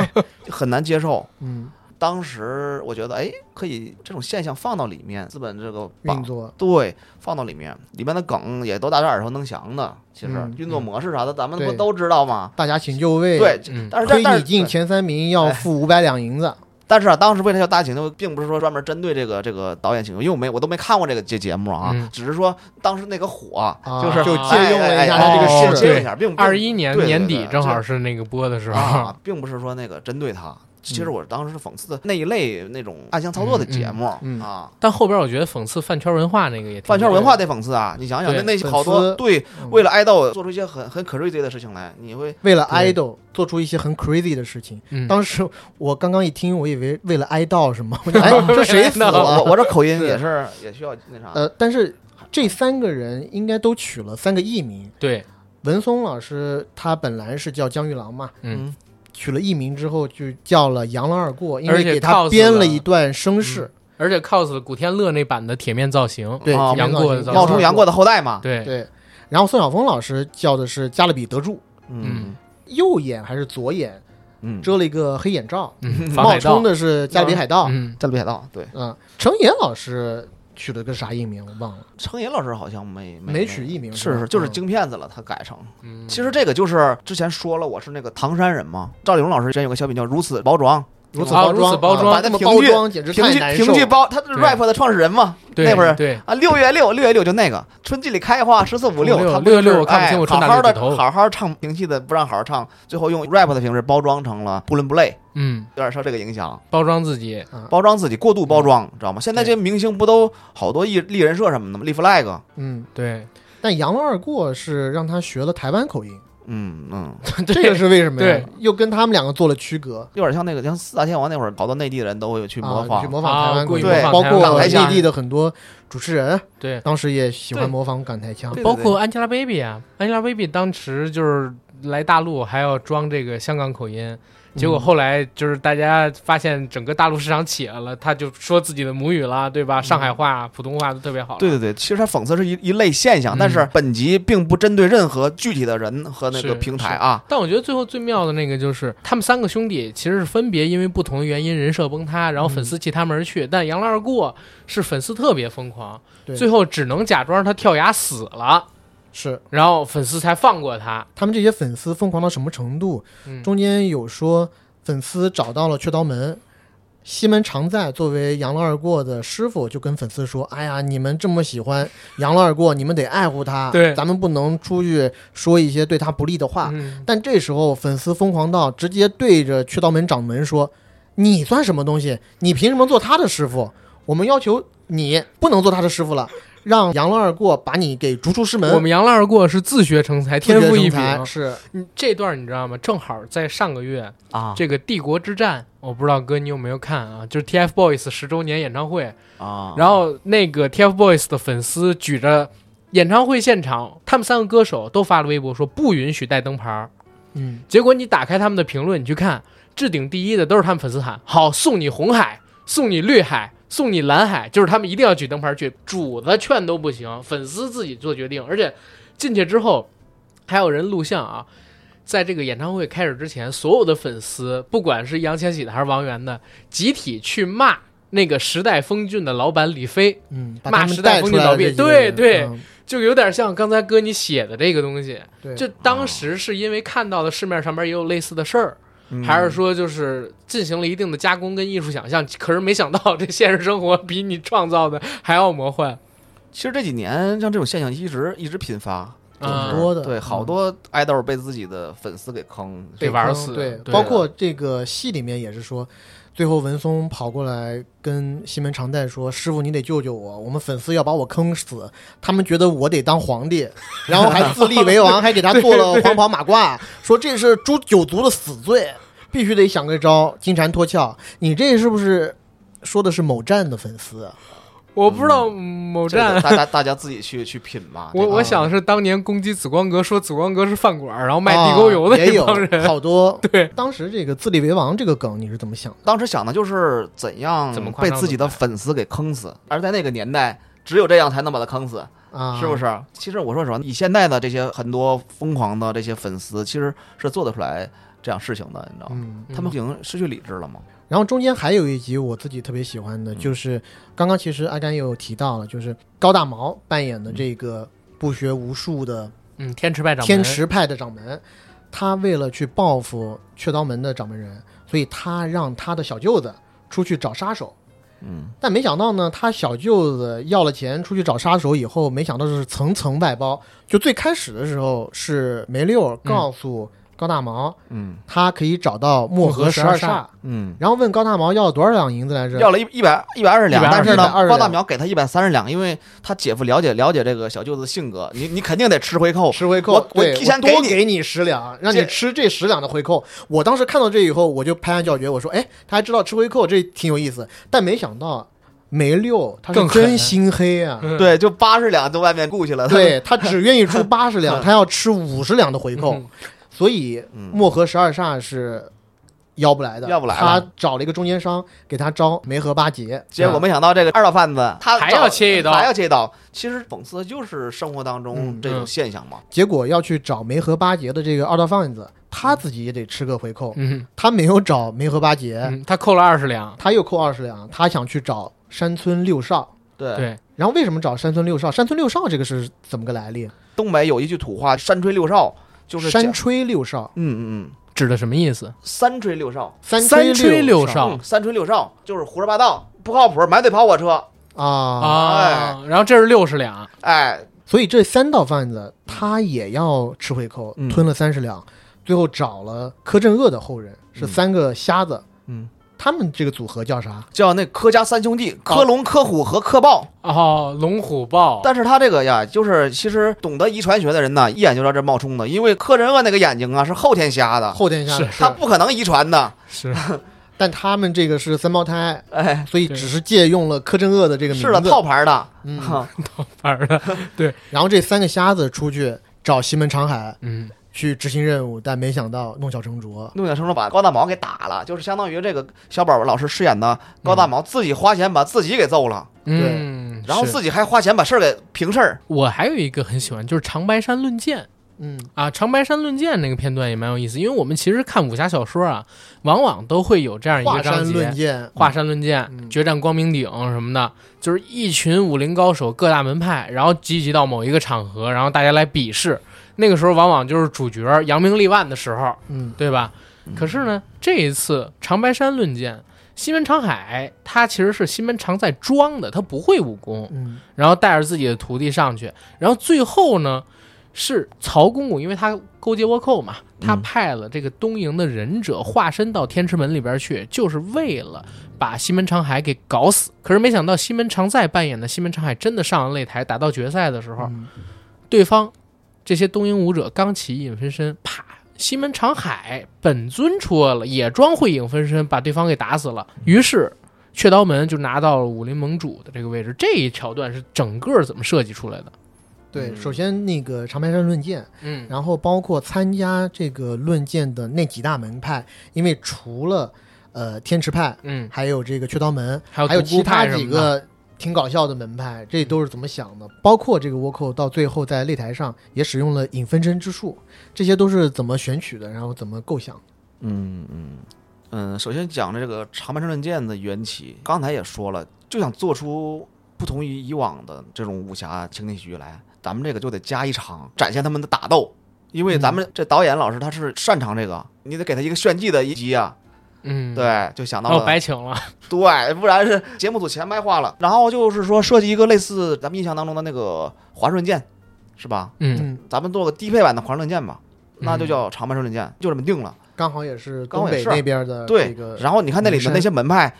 S3: 很难接受。
S2: 嗯，
S3: 当时我觉得，哎，可以这种现象放到里面，资本这个
S2: 运
S3: 榜
S2: 作，
S3: 对放到里面，里面的梗也都大家耳熟能详的。其实
S2: 嗯
S3: 运作模式啥的，咱们不
S2: 对
S3: 都知道吗？
S2: 大家请就位。
S3: 对，
S1: 嗯
S3: 但是
S2: 推
S3: 但但
S2: 你进
S3: 是
S2: 前三名
S1: 哎
S2: 要付五百两银子。
S3: 但是啊，当时为了叫大请就并不是说专门针对这个这个导演请求，因为我没我都没看过这个这节目啊，
S1: 嗯
S3: 只是说当时那个火，
S2: 啊
S3: 是
S1: 就
S2: 借用了一下
S3: 哎哎哎
S1: 这个
S3: 哎
S1: 事
S3: 借用一下，并不
S1: 二一年
S3: 对对
S1: 年
S3: 对
S1: 底
S3: 对
S1: 正好
S3: 这
S1: 是那个播的时候
S3: 啊，，并不是说那个针对他。其实我当时是讽刺的那一类那种暗箱操作的节目、
S2: 嗯嗯嗯嗯
S3: 啊，
S1: [LAUGHS] 但后边我觉得讽刺饭圈文化那个也挺
S3: 饭圈文化得讽刺啊！你想想，
S1: 对
S3: 那那些
S2: 粉
S3: 好多
S2: 丝
S3: 对
S2: 嗯
S3: 为了爱豆做出一些很很 crazy 的事情来，
S2: [LAUGHS]
S3: 你会
S2: 为了
S1: 对
S2: idol 做出一些很 crazy 的事情，
S1: 嗯
S2: 当时我刚刚一听，我以为为了哀悼什么，我
S1: [LAUGHS]
S2: 就哎，这谁死
S3: [LAUGHS] 我我
S2: 了？
S3: 我这口音也是也需要那啥，
S2: 呃，但是这三个人应该都取了三个艺名。
S1: 嗯对，
S2: 文松老师他本来是叫江玉郎嘛，
S1: 嗯，
S2: 取了艺名之后就叫了杨郎二过，因
S1: 而
S2: 为
S1: 且
S2: 给
S1: cos
S2: 他编
S1: 了
S2: 了一段声势，
S1: 而且 cos 古天乐那版的铁面造型，
S2: 对，
S3: 啊
S2: 铁
S1: 嗯哦杨
S2: 面
S1: 过
S2: 造型
S1: 的
S3: 冒充杨过
S2: 的，
S3: 的后代嘛，
S1: 对，
S2: 对。然后宋晓峰老师叫的是加勒比德柱，
S1: 嗯
S2: 右眼还是左眼
S3: 嗯，
S2: 遮了一个黑眼罩，
S1: 嗯，防
S2: 冒
S1: 海盗
S2: 充，的是加勒比海盗。
S1: 嗯，
S3: 加勒比海盗对，
S2: 嗯，程野老师取了个啥艺名我忘了，
S3: 程岩老师好像没
S2: 没取艺名
S3: 是
S2: 吧
S3: 是，就是
S2: 嗯
S3: 京片子了，他改成。
S1: 嗯
S3: 啊其实这个就是之前说了，我是那个唐山人嘛。赵丽蓉老师之前有个小品叫《如此包装
S2: 如此
S1: 啊
S2: 包
S1: 如
S2: 装，
S1: 此包装
S2: 啊把那么
S3: 评
S2: 包
S3: 剧
S2: 装简》，直
S3: 评
S2: 太
S3: 剧
S2: 难受
S3: 评剧
S2: 了。
S3: 包，他是
S1: 对
S3: rap 的创始人嘛。
S1: 对
S3: 那会儿
S1: 对，
S3: 啊，六月六，六月六就那个春季里开花，十四五
S1: 六
S3: 他不就是
S1: 六六我看不清我
S3: 哎
S1: 穿大
S3: 好好
S1: 绿头
S3: 的好好唱评戏的，不让好好唱，最后用 rap 的形式包装成了不伦不类，
S1: 嗯，
S3: 有点受这个影响，
S1: 包装自己，
S2: 啊
S3: 包装自己过度包装，知道吗？现在这些明星不都好多立立人设什么的吗？立 flag，
S2: 嗯，
S1: 对，
S2: 但杨乐二过是让他学了台湾口音，
S3: 嗯嗯，
S1: [LAUGHS]
S2: 这个是为什么呀
S1: 对？
S2: 又跟他们两个做了区隔
S3: 有点像那个像四大天王那会儿，好多内地人都会去模
S2: 啊，
S3: 仿
S2: 去，模仿台湾口音，
S3: 啊故意模
S2: 对
S3: 仿
S2: 包
S1: 台湾
S2: 括
S3: 口音
S2: 内地的很多主持人，
S1: 对
S2: 当时也喜欢
S3: 对
S2: 模仿港台腔
S3: 对。
S1: 包括 Angelababy 啊，Angelababy 当时就是来大陆还要装这个香港口音，结
S3: 嗯
S1: 果后来就是大家发现整个大陆市场起来了，她就说自己的母语了，对吧？上海话、普通话都特别好了，
S3: 嗯对对对，其实它讽刺是一一类现
S1: 嗯
S3: 象，但是本集并不针对任何具体的人和那
S1: 是
S3: 个平台啊。
S1: 但我觉得最后最妙的那个就是，他们三个兄弟其实是分别因为不同的原因人设崩塌，然后粉
S3: 嗯
S1: 丝弃他们而去。但杨乐二过是粉丝特别疯狂，
S2: 对
S1: 最后只能假装他跳崖死了，
S2: 是
S1: 然后粉丝才放过他。
S2: 他们这些粉丝疯狂到什么程度？
S1: 嗯
S2: 中间有说粉丝找到了雀刀门。西门常在作为杨老二过的师傅，就跟粉丝说：“哎呀，你们这么喜欢杨老二过，你们得爱护他，
S1: 对嗯
S2: 咱们不能出去说一些对他不利的
S3: 啊
S2: 话。但这时候粉丝疯狂到直接对着雀刀门掌门说：“你算什么东西？你凭什么做他的师傅？我们要求你不能做他的师傅了，让杨老二过把你给逐出师门。
S1: 我们杨老二过是自学成才，
S2: 自
S1: 天
S2: 觉
S1: 赋异
S2: 成才
S1: 禀。啊
S2: 是
S1: 嗯这段你知道吗？正好在上个月，
S3: 啊
S1: 这个帝国之战，我不知道哥你有没有看啊？就是 TFBOYS 十周年演唱会，
S3: 啊，
S1: 然后那个 TFBOYS 的粉丝举着演唱会现场，他们三个歌手都发了微博说不允许带灯牌儿。
S2: 嗯，
S1: 结果你打开他们的评论，你去看置顶第一的都是他们粉丝喊好，送你红海，送你绿海，送你蓝海，就是他们一定要举灯牌去，主子劝都不行，粉丝自己做决定。而且进去之后，还有人录像啊，在这个演唱会开始之前，所有的粉丝，不管是易烊千玺的还是王源的，集体去骂那个时代峰峻的老板李飞，
S2: 嗯，把
S1: 骂
S2: 他们
S1: 时代
S2: 带
S1: 风
S2: 出
S1: 景
S2: 来
S1: 倒
S2: 的
S1: 闭
S2: 这几个
S1: 对
S2: 人
S1: 对
S2: 嗯
S1: 就有点像刚才哥你写的这个东西。
S2: 对，
S1: 就当时是因为看到了市面上面也有类似的事儿，
S3: 嗯
S1: 还是说就是进行了一定的加工跟艺术想象，可是没想到这现实生活比你创造的还要魔幻。
S3: 其实这几年像这种现象一直一直频发，就是
S1: 嗯
S2: 多的
S3: 对，
S2: 嗯
S3: 好多爱豆被自己的粉丝给坑，
S1: 被
S2: 被
S1: 玩
S2: 坑
S1: 死
S2: 对，
S1: 对
S2: 包括这个戏里面也是说，最后文松跑过来跟西门常在说：“师傅，你得救救我，我们粉丝要把我坑死，他们觉得我得当皇帝，然后还自立为王，还
S1: [LAUGHS]
S2: 给他做了黄袍马褂，说这是诛九族的死罪，必须得想个招金蝉脱壳。你这是不是说的是某站的粉丝？啊
S1: 我不知道某
S3: 这个
S1: 站，
S3: 大家大家自己去去品吧。
S1: 我
S3: 这个
S1: 我想是当年攻击紫光阁，说紫光阁是饭馆，然后卖地沟油的
S2: 啊也
S1: 那
S2: 有
S1: 帮人。
S2: 好多。
S1: [LAUGHS] 对，
S2: 当时这个自立为王这个梗你是怎么想的？
S3: 当时想的就是怎样
S1: 怎么夸
S3: 被
S1: 张
S3: 自己的粉丝给坑死，而在那个年代，只有这样才能把他坑死，
S2: 啊，
S3: 是不？是？其实我说实话，以现在的这些很多疯狂的这些粉丝，其实是做得出来这样事情的，你知道吗？
S2: 嗯。
S3: 他们已经失去理智了吗？
S2: 然后中间还有一集我自己特别喜欢的，
S3: 嗯
S2: 就是刚刚其实阿甘也有提到了，就是高大毛扮演的这个不学无术的
S1: 嗯，天池拜掌门
S2: 天，池派的掌门，他为了去报复雀刀门的掌门人，所以他让他的小舅子出去找杀手。
S3: 嗯，
S2: 但没想到呢，他小舅子要了钱出去找杀手以后，没想到是层层外包。就最开始的时候是梅六告诉高大毛，
S3: 嗯
S2: 他可以找到漠河十
S1: 漠河十二
S2: 煞，
S3: 嗯，
S2: 然后问高大毛要了多少两银子来着？
S3: 要了一一百一百二十两，
S1: 120
S3: 但是呢，
S2: 120
S3: 高大苗给他一百三十两，因为他姐夫了解了解这个小舅子的性格，你你肯定得吃回扣。
S2: 吃回扣，
S3: 我我
S2: 对
S3: 提前
S2: 我多
S3: 给你
S2: 给你十两，让
S3: 这
S2: 你吃这十两的回扣。我当时看到这以后，我就拍案叫绝，我说：“哎，他还知道吃回扣，这挺有意思。”但没想到梅六他是
S1: 更狠
S2: 真心黑啊，
S1: 嗯，
S3: [LAUGHS] 对，就八十两就外面雇去
S2: [LAUGHS]
S3: 了。，
S2: 对他只愿意出八
S1: [LAUGHS]
S2: 十两，他要吃五十两的回扣，
S1: 嗯
S2: 所以
S3: [LAUGHS] 嗯
S2: 漠河十二煞是要不来的，
S3: 要不来了
S2: 他找了一个中间商给他招梅和八杰，啊
S3: 结果没想到这个二道贩子他
S1: 还
S3: 找
S1: 要切一刀
S3: 还要切一刀。其实讽刺的就是生活当中
S2: 嗯
S3: 这种
S1: 嗯
S3: 现象嘛。
S2: 结果要去找梅和八杰的这个二道贩子，他自己也得吃个回扣，
S1: 嗯，
S2: 他没有找梅和八杰。
S3: 哎
S1: 嗯他扣了二十两，
S2: 他又扣二十两，他想去找山村六少。
S3: 对，
S1: 对，
S2: 然后为什么找山村六少？山村六少这个是怎么个来历？
S3: 东北有一句土话“山吹六哨”，就是
S2: 山
S3: 讲
S2: 吹六少，
S3: 嗯嗯
S1: 指的什么意思
S3: 嗯，？三吹六哨，
S2: 三
S1: 三吹
S2: 吹
S1: 六
S2: 少
S1: 哨
S3: 嗯，三吹六哨就是胡说八道，不靠谱，买嘴跑火车。
S2: 啊。
S1: 啊，然后这是六十两，
S3: 哎，
S2: 所以这三道贩子他也要吃回扣，
S3: 嗯
S2: 吞了三十两，最后找了柯镇恶的后人，是
S3: 嗯
S2: 三个瞎子。
S3: 嗯，
S2: 他们这个组合叫啥？
S3: 叫那柯家三兄弟，柯龙、柯虎和柯豹。
S1: 哦，龙虎豹，
S3: 但是他这个呀，就是其实懂得遗传学的人呢，一眼就知道这冒充的，因为柯镇恶那个眼睛啊是后天瞎的，
S2: 后天瞎的
S1: 是
S3: 他不可能遗传的。
S1: 是 [LAUGHS]
S2: 但他们这个是三胞胎，
S3: [LAUGHS] 哎，
S2: 所以
S1: 对
S2: 只是借用了柯镇恶的这个名字。
S3: 是的，套牌的。
S2: 嗯，
S1: 玩的，
S2: 然后这三个瞎子出去找西门长海，
S1: 嗯，
S2: 去执行任务，但没想到弄巧成拙。
S3: 弄巧成拙把高大毛给打了，就是相当于这个小宝老师饰演的高大毛自己花钱把自己给揍了，
S1: 嗯，
S3: 然后
S1: 是
S3: 自己还花钱把事儿给平事儿。
S1: 我还有一个很喜欢，就是长白山论剑。
S2: 嗯，
S1: 啊，《长白山论剑》那个片段也蛮有意思，因为我们其实看武侠小说啊，往往都会有这样一
S2: 华
S1: 个
S2: 山
S1: 章
S2: 论
S1: 节。
S2: 剑，
S1: 华山论剑、
S2: 嗯
S1: 决战光明顶什么的，就是一群武林高手各大门派，然后聚集到某一个场合，然后大家来比试。那个时候往往就是主角扬名立万的时候，
S2: 嗯，
S1: 对吧？可是呢，这一次长白山论剑，西门长海他其实是西门常在装的，他不会武功，
S2: 嗯，
S1: 然后带着自己的徒弟上去，然后最后呢是曹公公，因为他勾结倭寇嘛，他
S3: 嗯
S1: 派了这个东瀛的忍者化身到天池门里边去，就是为了把西门长海给搞死。可是没想到西门常在扮演的西门长海真的上了擂台，打到决赛的时候，
S2: 嗯
S1: 对方这些东瀛武者刚起影分身，啪，西门长海本尊出来了，也装会影分身，把对方给打死了。于是雀刀门就拿到了武林盟主的这个位置。这一桥段是整个怎么设计出来的？
S2: 对，
S3: 嗯
S2: 首先那个长白山论剑，
S1: 嗯
S2: 然后包括参加这个论剑的那几大门派，因为除了呃天池派，
S1: 嗯，
S2: 还有这个雀刀门，
S1: 还有
S2: 还有
S1: 独孤
S2: 其他
S1: 派什
S2: 几
S1: 么的
S2: 个挺搞笑的门派，这都是怎么想的？包括这个倭寇到最后在擂台上也使用了影分身之术，这些都是怎么选取的，然后怎么构想的？
S3: 嗯嗯嗯，首先讲的这个长白山论剑的缘起，刚才也说了，就想做出不同于以往的这种武侠情景喜剧来，咱们这个就得加一场展现他们的打斗，因为咱们这导演老师他是擅长这个，你得给他一个炫技的一集啊，
S1: 嗯，，
S3: 对，就想到
S1: 然后
S3: 了，
S1: 白请了，
S3: 对，不然是节目组钱白花了。然后就是说设计一个类似咱们印象当中的那个华顺剑，是吧？
S1: 嗯，
S3: 咱们做个低配版的华顺剑吧，那就叫长白山论剑，就这么定了。
S2: 刚好也是
S3: 刚
S2: 东
S3: 好也
S2: 北
S3: 是
S2: 那边的
S3: 对
S2: 呃这个，
S3: 然后你看那里的
S2: 名
S3: 那些门派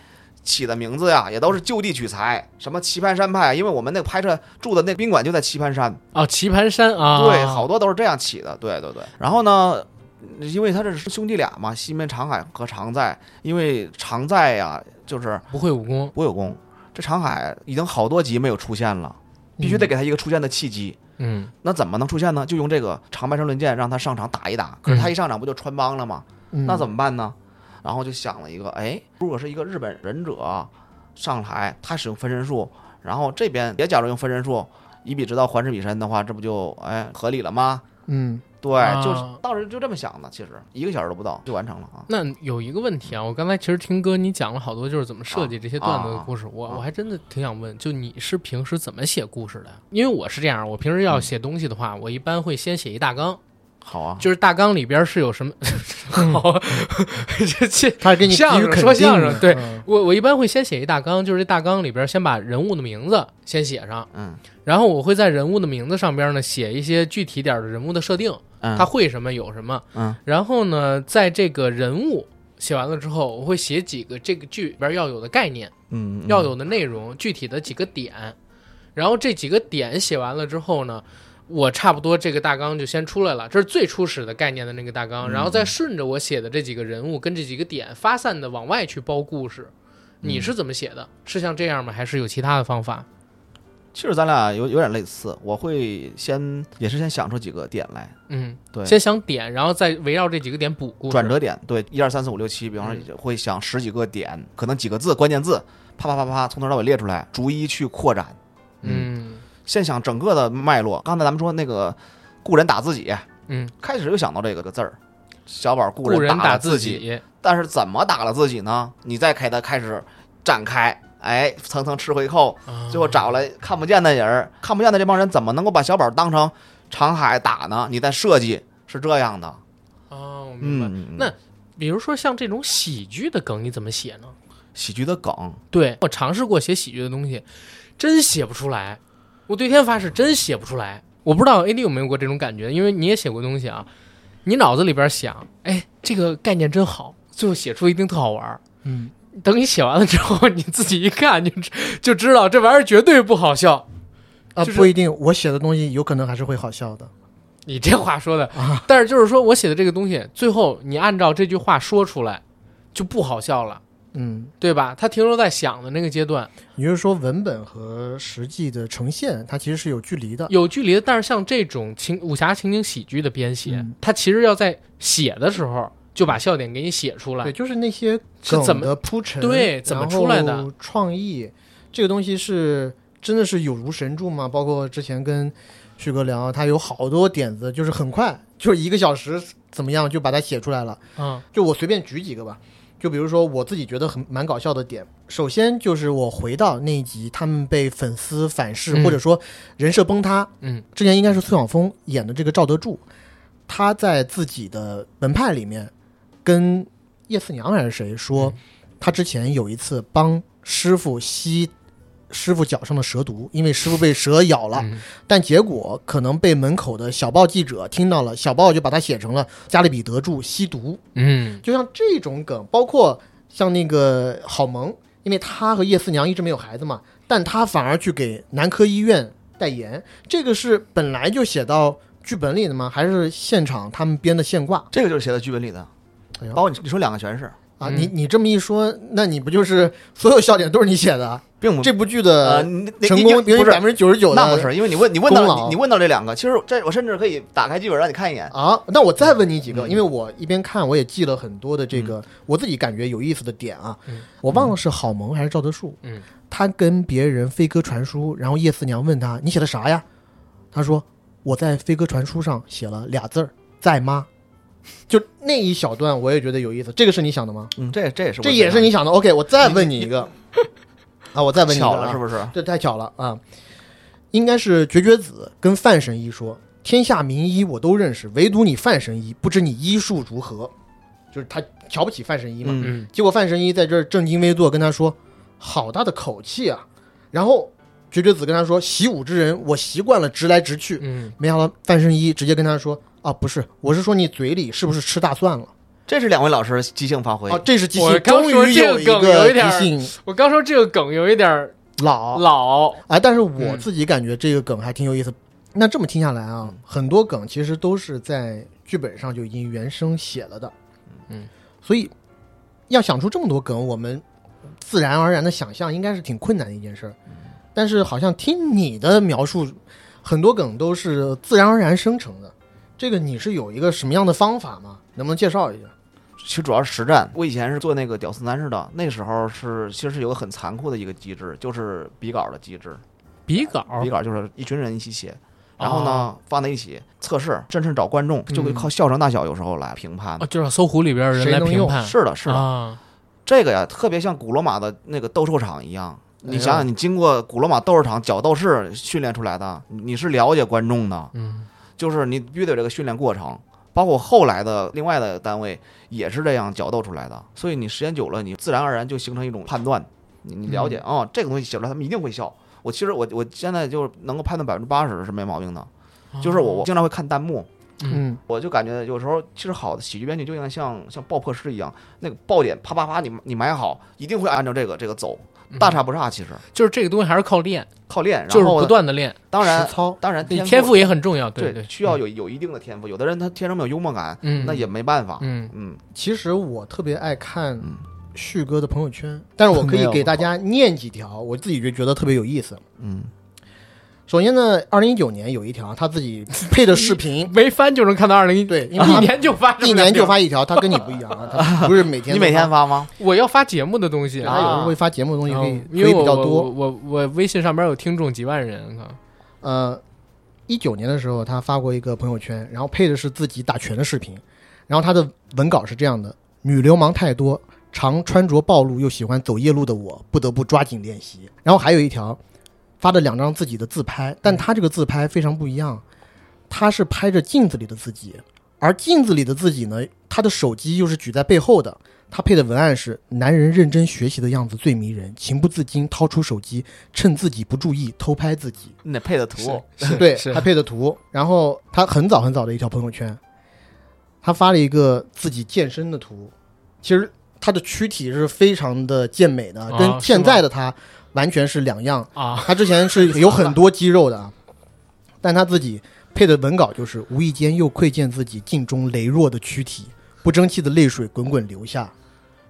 S3: 起的名字呀，也都是就地取材，什么棋盘山派，因为我们那个拍摄住的那宾馆就在棋盘山，
S1: 哦，棋盘山啊，
S3: 对，好，多都是这样起的，对对对。然后呢，因为他这是兄弟俩嘛，西门长海和常在，因为常在呀就是
S1: 不会武功，
S3: 不有功，这长海已经好多集没有出现了，必须得给他一个出现的契机。
S1: 嗯
S3: 那怎么能出现呢？就用这个长白山论剑让他上场打一打，可是他
S1: 嗯
S3: 一上场不就穿帮了吗？
S2: 嗯
S3: 那怎么办呢？然后就想了一个，哎，如果是一个日本忍者上台，他使用分身术，然后这边也假如用分身术，以彼之道还施彼身的话，这不就哎合理了吗？
S2: 嗯
S3: 对，
S1: 啊
S3: 就是当时就这么想的，其实一个小时都不到就完成了啊。
S1: 那有一个问题啊，我刚才其实听哥你讲了好多，就是怎么设计这些段子的
S3: 啊
S1: 故事，我
S3: 啊
S1: 我还真的挺想问，就你是平时怎么写故事的？因为我是这样，我平时
S3: 嗯
S1: 要写东西的话，我一般会先写一大纲，
S3: 好啊，
S1: 就是大纲里边是有什么， [LAUGHS] 好， [LAUGHS] 这这
S2: 他是给你
S1: 相声
S2: 给予肯
S1: 说
S2: 定
S1: 相
S2: 的
S1: 声对
S2: 嗯
S1: 我我一般会先写一大纲，就是这大纲里边先把人物的名字先写上，
S3: 嗯
S1: 然后我会在人物的名字上边呢写一些具体点的人物的设定，
S3: 嗯，
S1: 他会什么有什么，
S3: 嗯，
S1: 然后呢，在这个人物写完了之后，我会写几个这个剧里边要有的概念，
S3: 嗯嗯
S1: 要有的内容，具体的几个点，然后这几个点写完了之后呢。我差不多这个大纲就先出来了，这是最初始的概念的那个大
S3: 嗯
S1: 纲，然后再顺着我写的这几个人物跟这几个点发散的往外去包故事。
S3: 嗯
S1: 你是怎么写的？是像这样吗？还是有其他的方法？
S3: 其实咱俩有有点类似，我会先也是先想出几个点来，
S1: 嗯，
S3: 对
S1: 先想点，然后再围绕这几个点补故事。嗯
S3: 转折点，对，一二三四五六七，比方说会想十几个点，可能几个字，关键字，啪啪啪啪，从头到尾列出来，逐一去扩展。
S1: 嗯
S3: 先想整个的脉络。刚才咱们说那个故人打自己，
S1: 嗯，
S3: 开始就想到这个个字儿，小宝故
S1: 故人
S3: 打了
S1: 自
S3: 己，，但是怎么打了自己呢？你再给他开始展开，哎，层层吃回扣，
S1: 啊
S3: 最后找了看不见的人儿，看不见的这帮人怎么能够把小宝当成长海打呢？你在设计是这样的，
S1: 哦，我明白。
S3: 嗯，
S1: 那比如说像这种喜剧的梗，你怎么写呢？
S3: 喜剧的梗。
S1: 对我尝试过写喜剧的东西，真写不出来。我对天发誓，真写不出来。我不知道 AD 有没有过这种感觉，因为你也写过东西啊，你脑子里边想，哎，这个概念真好，最后写出一定特好玩儿。
S2: 嗯，
S1: 等你写完了之后，你自己一看，你就就知道这玩意儿绝对不好笑。
S2: 啊
S1: 就是
S2: 不一定，我写的东西有可能还是会好笑的。
S1: 你这话说的，但是就是说我写的这个东西，最后你按照这句话说出来，就不好笑了，
S2: 嗯，
S1: 对吧？它停留在想的那个阶段，
S2: 也就是说文本和实际的呈现，它其实是有距离的。
S1: 有距离的。但是像这种情武侠情景喜剧的编写
S2: 嗯，
S1: 它其实要在写的时候就把笑点给你写出
S2: 对，
S1: 来。
S2: 就是那些
S1: 是怎么
S2: 梗的铺陈，
S1: 对怎么出来的
S2: 然后创意，这个东西是真的是有如神助吗？包括之前跟旭哥聊，他有好多点子，就是很快，就是一个小时怎么样就把它写出来了。
S1: 嗯
S2: 就我随便举几个吧，就比如说我自己觉得很蛮搞笑的点，首先就是我回到那一集他们被粉丝反噬、
S1: 嗯
S2: 或者说人设崩塌，
S1: 嗯，
S2: 之前应该是崔晓峰演的这个赵德柱，他在自己的门派里面跟叶四娘还是谁
S1: 嗯
S2: 说，他之前有一次帮师傅吸师傅脚上的蛇毒，因为师傅被蛇咬了，
S1: 嗯
S2: 但结果可能被门口的小报记者听到了，小报就把它写成了加勒比德柱吸毒，
S1: 嗯
S2: 就像这种梗，包括像那个郝萌，因为他和叶四娘一直没有孩子嘛，但他反而去给男科医院代言，这个是本来就写到剧本里的吗？还是现场他们编的现挂
S3: 这个就是写在剧本里的
S2: 哎呦。
S3: 包括你你说两个全是，
S2: 啊？
S1: 嗯
S2: 你你这么一说，那你不就是所有笑点都是你写的？
S3: 并不
S2: 这部剧
S3: 呃
S2: 的
S3: 你你
S2: 成
S3: 你
S2: 功
S3: 你
S2: 比
S3: 不
S2: 你
S3: 是
S2: 百分之九十九
S3: 那不
S2: 的
S3: 是，因为你问你问到
S2: 功
S3: 了
S2: 劳
S3: 你你问到这两个，其实这我甚至可以打开剧本让你看一眼。
S2: 啊，那我再问你几个，
S3: 嗯
S2: 因为我一边看我也记了很多的这个、我自己感觉有意思的点啊，
S1: 嗯
S2: 我忘了是郝萌还是赵德树，
S1: 嗯，
S2: 他跟别人飞鸽传书，然后叶四娘问他你写的啥呀？他说我在飞鸽传书上写了俩字儿在吗？就那一小段我也觉得有意思，这个是你想的吗？
S3: 嗯，这这也是我
S2: 这也是你想的，OK，我再 [LAUGHS] 问你一个啊，我再问你一个
S3: 巧
S2: 啊、
S3: 了是不是？
S2: 这太巧了啊！应该是绝绝子跟范神医说，天下名医我都认识，唯独你范神医，不知你医术如何。就是他瞧不起范神医嘛。
S3: 嗯，
S1: 嗯
S2: 结果范神医在这儿正襟危坐，跟他说：“好大的口气啊！”然后绝绝子跟他说：“习武之人，我习惯了直来直去。”
S1: 嗯
S2: 没想到范神医直接跟他说：“啊，不是，我是说你嘴里是不是吃大蒜了
S3: 这是两位老师即兴发？”挥
S2: 啊，，这是即
S1: 我
S2: 兴，
S1: 刚
S2: 终
S1: 说
S2: 于
S1: 这个
S2: 一
S1: 梗有
S2: 个
S1: 一点儿
S2: 即兴
S1: 我刚说这个梗有一点儿
S2: 老
S1: 老，
S2: 哎，但是我
S1: 嗯
S2: 自己感觉这个梗还挺有意思。那这么听下来啊，很多梗其实都是在剧本上就已经原声写了的，
S1: 嗯，
S2: 所以要想出这么多梗，我们自然而然的想象应该是挺困难的一件事儿。
S1: 嗯
S2: 但是好像听你的描述，很多梗都是自然而然生成的。这个你是有一个什么样的方法吗？能不能介绍一下？
S3: 其实主要是实战。我以前是做那个屌丝男士的，那时候是其实是有个很残酷的一个机制，就是比稿的机制。
S1: 笔稿
S2: 哦
S3: 比稿就是一群人一起写，然后呢放在一起测试，甚至找观众，
S2: 嗯
S3: 就会靠笑声大小有时候来评判
S1: 啊，。
S2: 哦
S1: 就是搜狐里边的人来
S2: 谁能
S1: 评
S2: 用
S1: 判，
S3: 是的，是的，
S1: 啊，
S3: 这个呀特别像古罗马的那个斗兽场一样。
S2: 哎
S3: 你
S2: 呦
S3: 想想，你经过古罗马斗兽场角斗士训练出来的，你是了解观众的，
S1: 嗯
S3: 就是你必须得有这个训练过程。包括后来的另外的单位也是这样角斗出来的，所以你时间久了，你自然而然就形成一种判断，你你了解啊、
S2: 嗯
S3: 哦这个东西写出来他们一定会笑。我其实我我现在就是能够判断百分之八十是没毛病
S2: 哦
S3: 的，就是我我
S1: 哦
S3: 经常会看弹幕，
S1: 嗯
S2: 嗯，
S3: 我就感觉有时候其实好的喜剧编剧就应该像像爆破师一样，那个爆点啪啪啪你你埋好，一定会按照这个这个走，大差不差。其实
S1: 就是这个东西还是靠练，
S3: 靠练，
S1: 嗯就是
S3: 然后
S1: 不
S3: 呢
S1: 断的练，
S3: 当然
S2: 实操
S3: 当然
S1: 对
S3: 天
S1: 天赋也很重要，
S3: 对
S1: 对，
S3: 需要有有一定的天赋，有的人他天生没有幽默感，
S1: 嗯
S3: 那也没办法。
S1: 嗯
S3: 嗯
S2: 其实我特别爱看
S3: 嗯
S2: 旭哥的朋友圈，但是我可
S3: 没
S2: 以
S3: 有
S2: 给大家念几条，我自己就觉得特别有意思。
S3: 嗯，
S2: 首先呢，二零一九年有一条他自己配的视
S3: [LAUGHS]
S2: 频，
S1: 没翻就能看到二零一，
S2: 对，因为
S3: 啊
S1: 一
S2: 他
S1: 年就发这么
S2: 一
S1: 两
S2: 年就
S1: 条，
S2: 发一条，他跟你不一样啊，他不是每天
S3: [LAUGHS] 你
S2: 都
S3: 每天，发吗？
S1: 我要发节目的东西
S2: 对
S3: 啊
S2: 他有时候会发节目的东西
S1: 然
S2: 可
S1: 后
S2: 以
S1: 因
S2: 可
S1: 为
S2: 以
S1: 我
S2: 比较
S1: 我
S2: 多。
S1: 我我微信上边有听众几万人，啊
S2: 呃，一九年的时候他发过一个朋友圈，然后配的是自己打拳的视频，然后他的文稿是这样的：女流氓太多，常穿着暴露又喜欢走夜路的我，不得不抓紧练习。然后还有一条，发的两张自己的自拍，但他这个自拍非常不一样，他是拍着镜子里的自己，而镜子里的自己呢，他的手机又是举在背后的。他配的文案是：男人认真学习的样子最迷人，情不自禁掏出手机，趁自己不注意偷拍自己。
S3: 你得配的图，
S2: 对
S1: 是
S2: 他配的图。然后他很早很早的一条朋友圈，他发了一个自己健身的图，其实他的躯体是非常的健美的，
S1: 啊
S2: 跟现在的他完全是两样。
S1: 啊，
S2: 他之前是有很多肌肉的啊，但他自己配的文稿就是无意间又窥见自己镜中羸弱的躯体，不争气的泪水滚滚流下。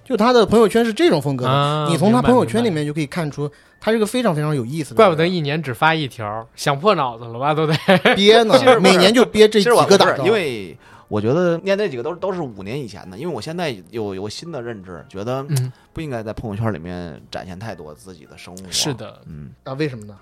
S2: 就他的朋友圈是这种风格的，
S1: 啊
S2: 你从他
S1: 明白
S2: 朋友圈里
S1: 明白
S2: 面就可以看出，他是个非常非常有意思的人。
S1: 怪不得一年只发一条，想破脑子了吧都
S2: [LAUGHS]
S1: 得，
S2: 憋
S3: 其实
S2: 呢，
S3: 不是
S2: 每年就憋这几
S3: 其实我
S2: 个
S3: 不
S2: 打
S3: 是
S2: 招，
S3: 因为我觉得念这几个都是都是五年以前的，因为我现在有有新的认知，觉得
S1: 嗯
S3: 不应该在朋友圈里面展现太多自己的生活。
S1: 是，的，
S3: 嗯，
S2: 啊，为什么呢？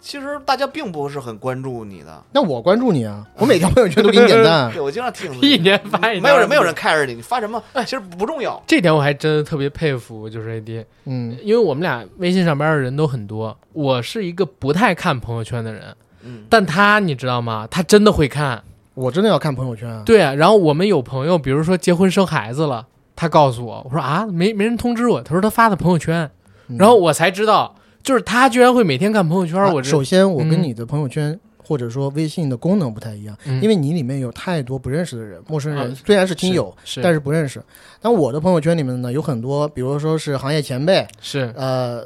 S3: 其实大家并不是很关注你的。
S2: 那我关注你啊，我每条朋友圈都给你点
S3: [LAUGHS]
S2: 赞
S3: 对，我经常听
S1: [LAUGHS] 一年发一条，
S3: 没有人没有人 care 你，你发什么其实不重要。
S1: [LAUGHS] 这点我还真的特别佩服，就是 AD，
S2: 嗯，
S1: 因为我们俩微信上边的人都很多，我是一个不太看朋友圈的人，
S3: 嗯，
S1: 但他你知道吗？他真的会看，
S2: 我真的要看朋友圈啊。
S1: 对啊，然后我们有朋友，比如说结婚生孩子了，他告诉我，我说啊，没没人通知我，他说他发的朋友圈，
S2: 嗯
S1: 然后我才知道，就是他居然会每天看朋友圈，
S2: 啊
S1: 我这
S2: 首先我跟
S1: 嗯
S2: 你的朋友圈。或者说微信的功能不太一样，
S1: 嗯
S2: 因为你里面有太多不认识的人、陌生人，
S1: 啊
S2: 虽然是听友，
S1: 是
S2: 但是不认识。但我的朋友圈里面呢，有很多，比如说是行业前辈、
S1: 是
S2: 呃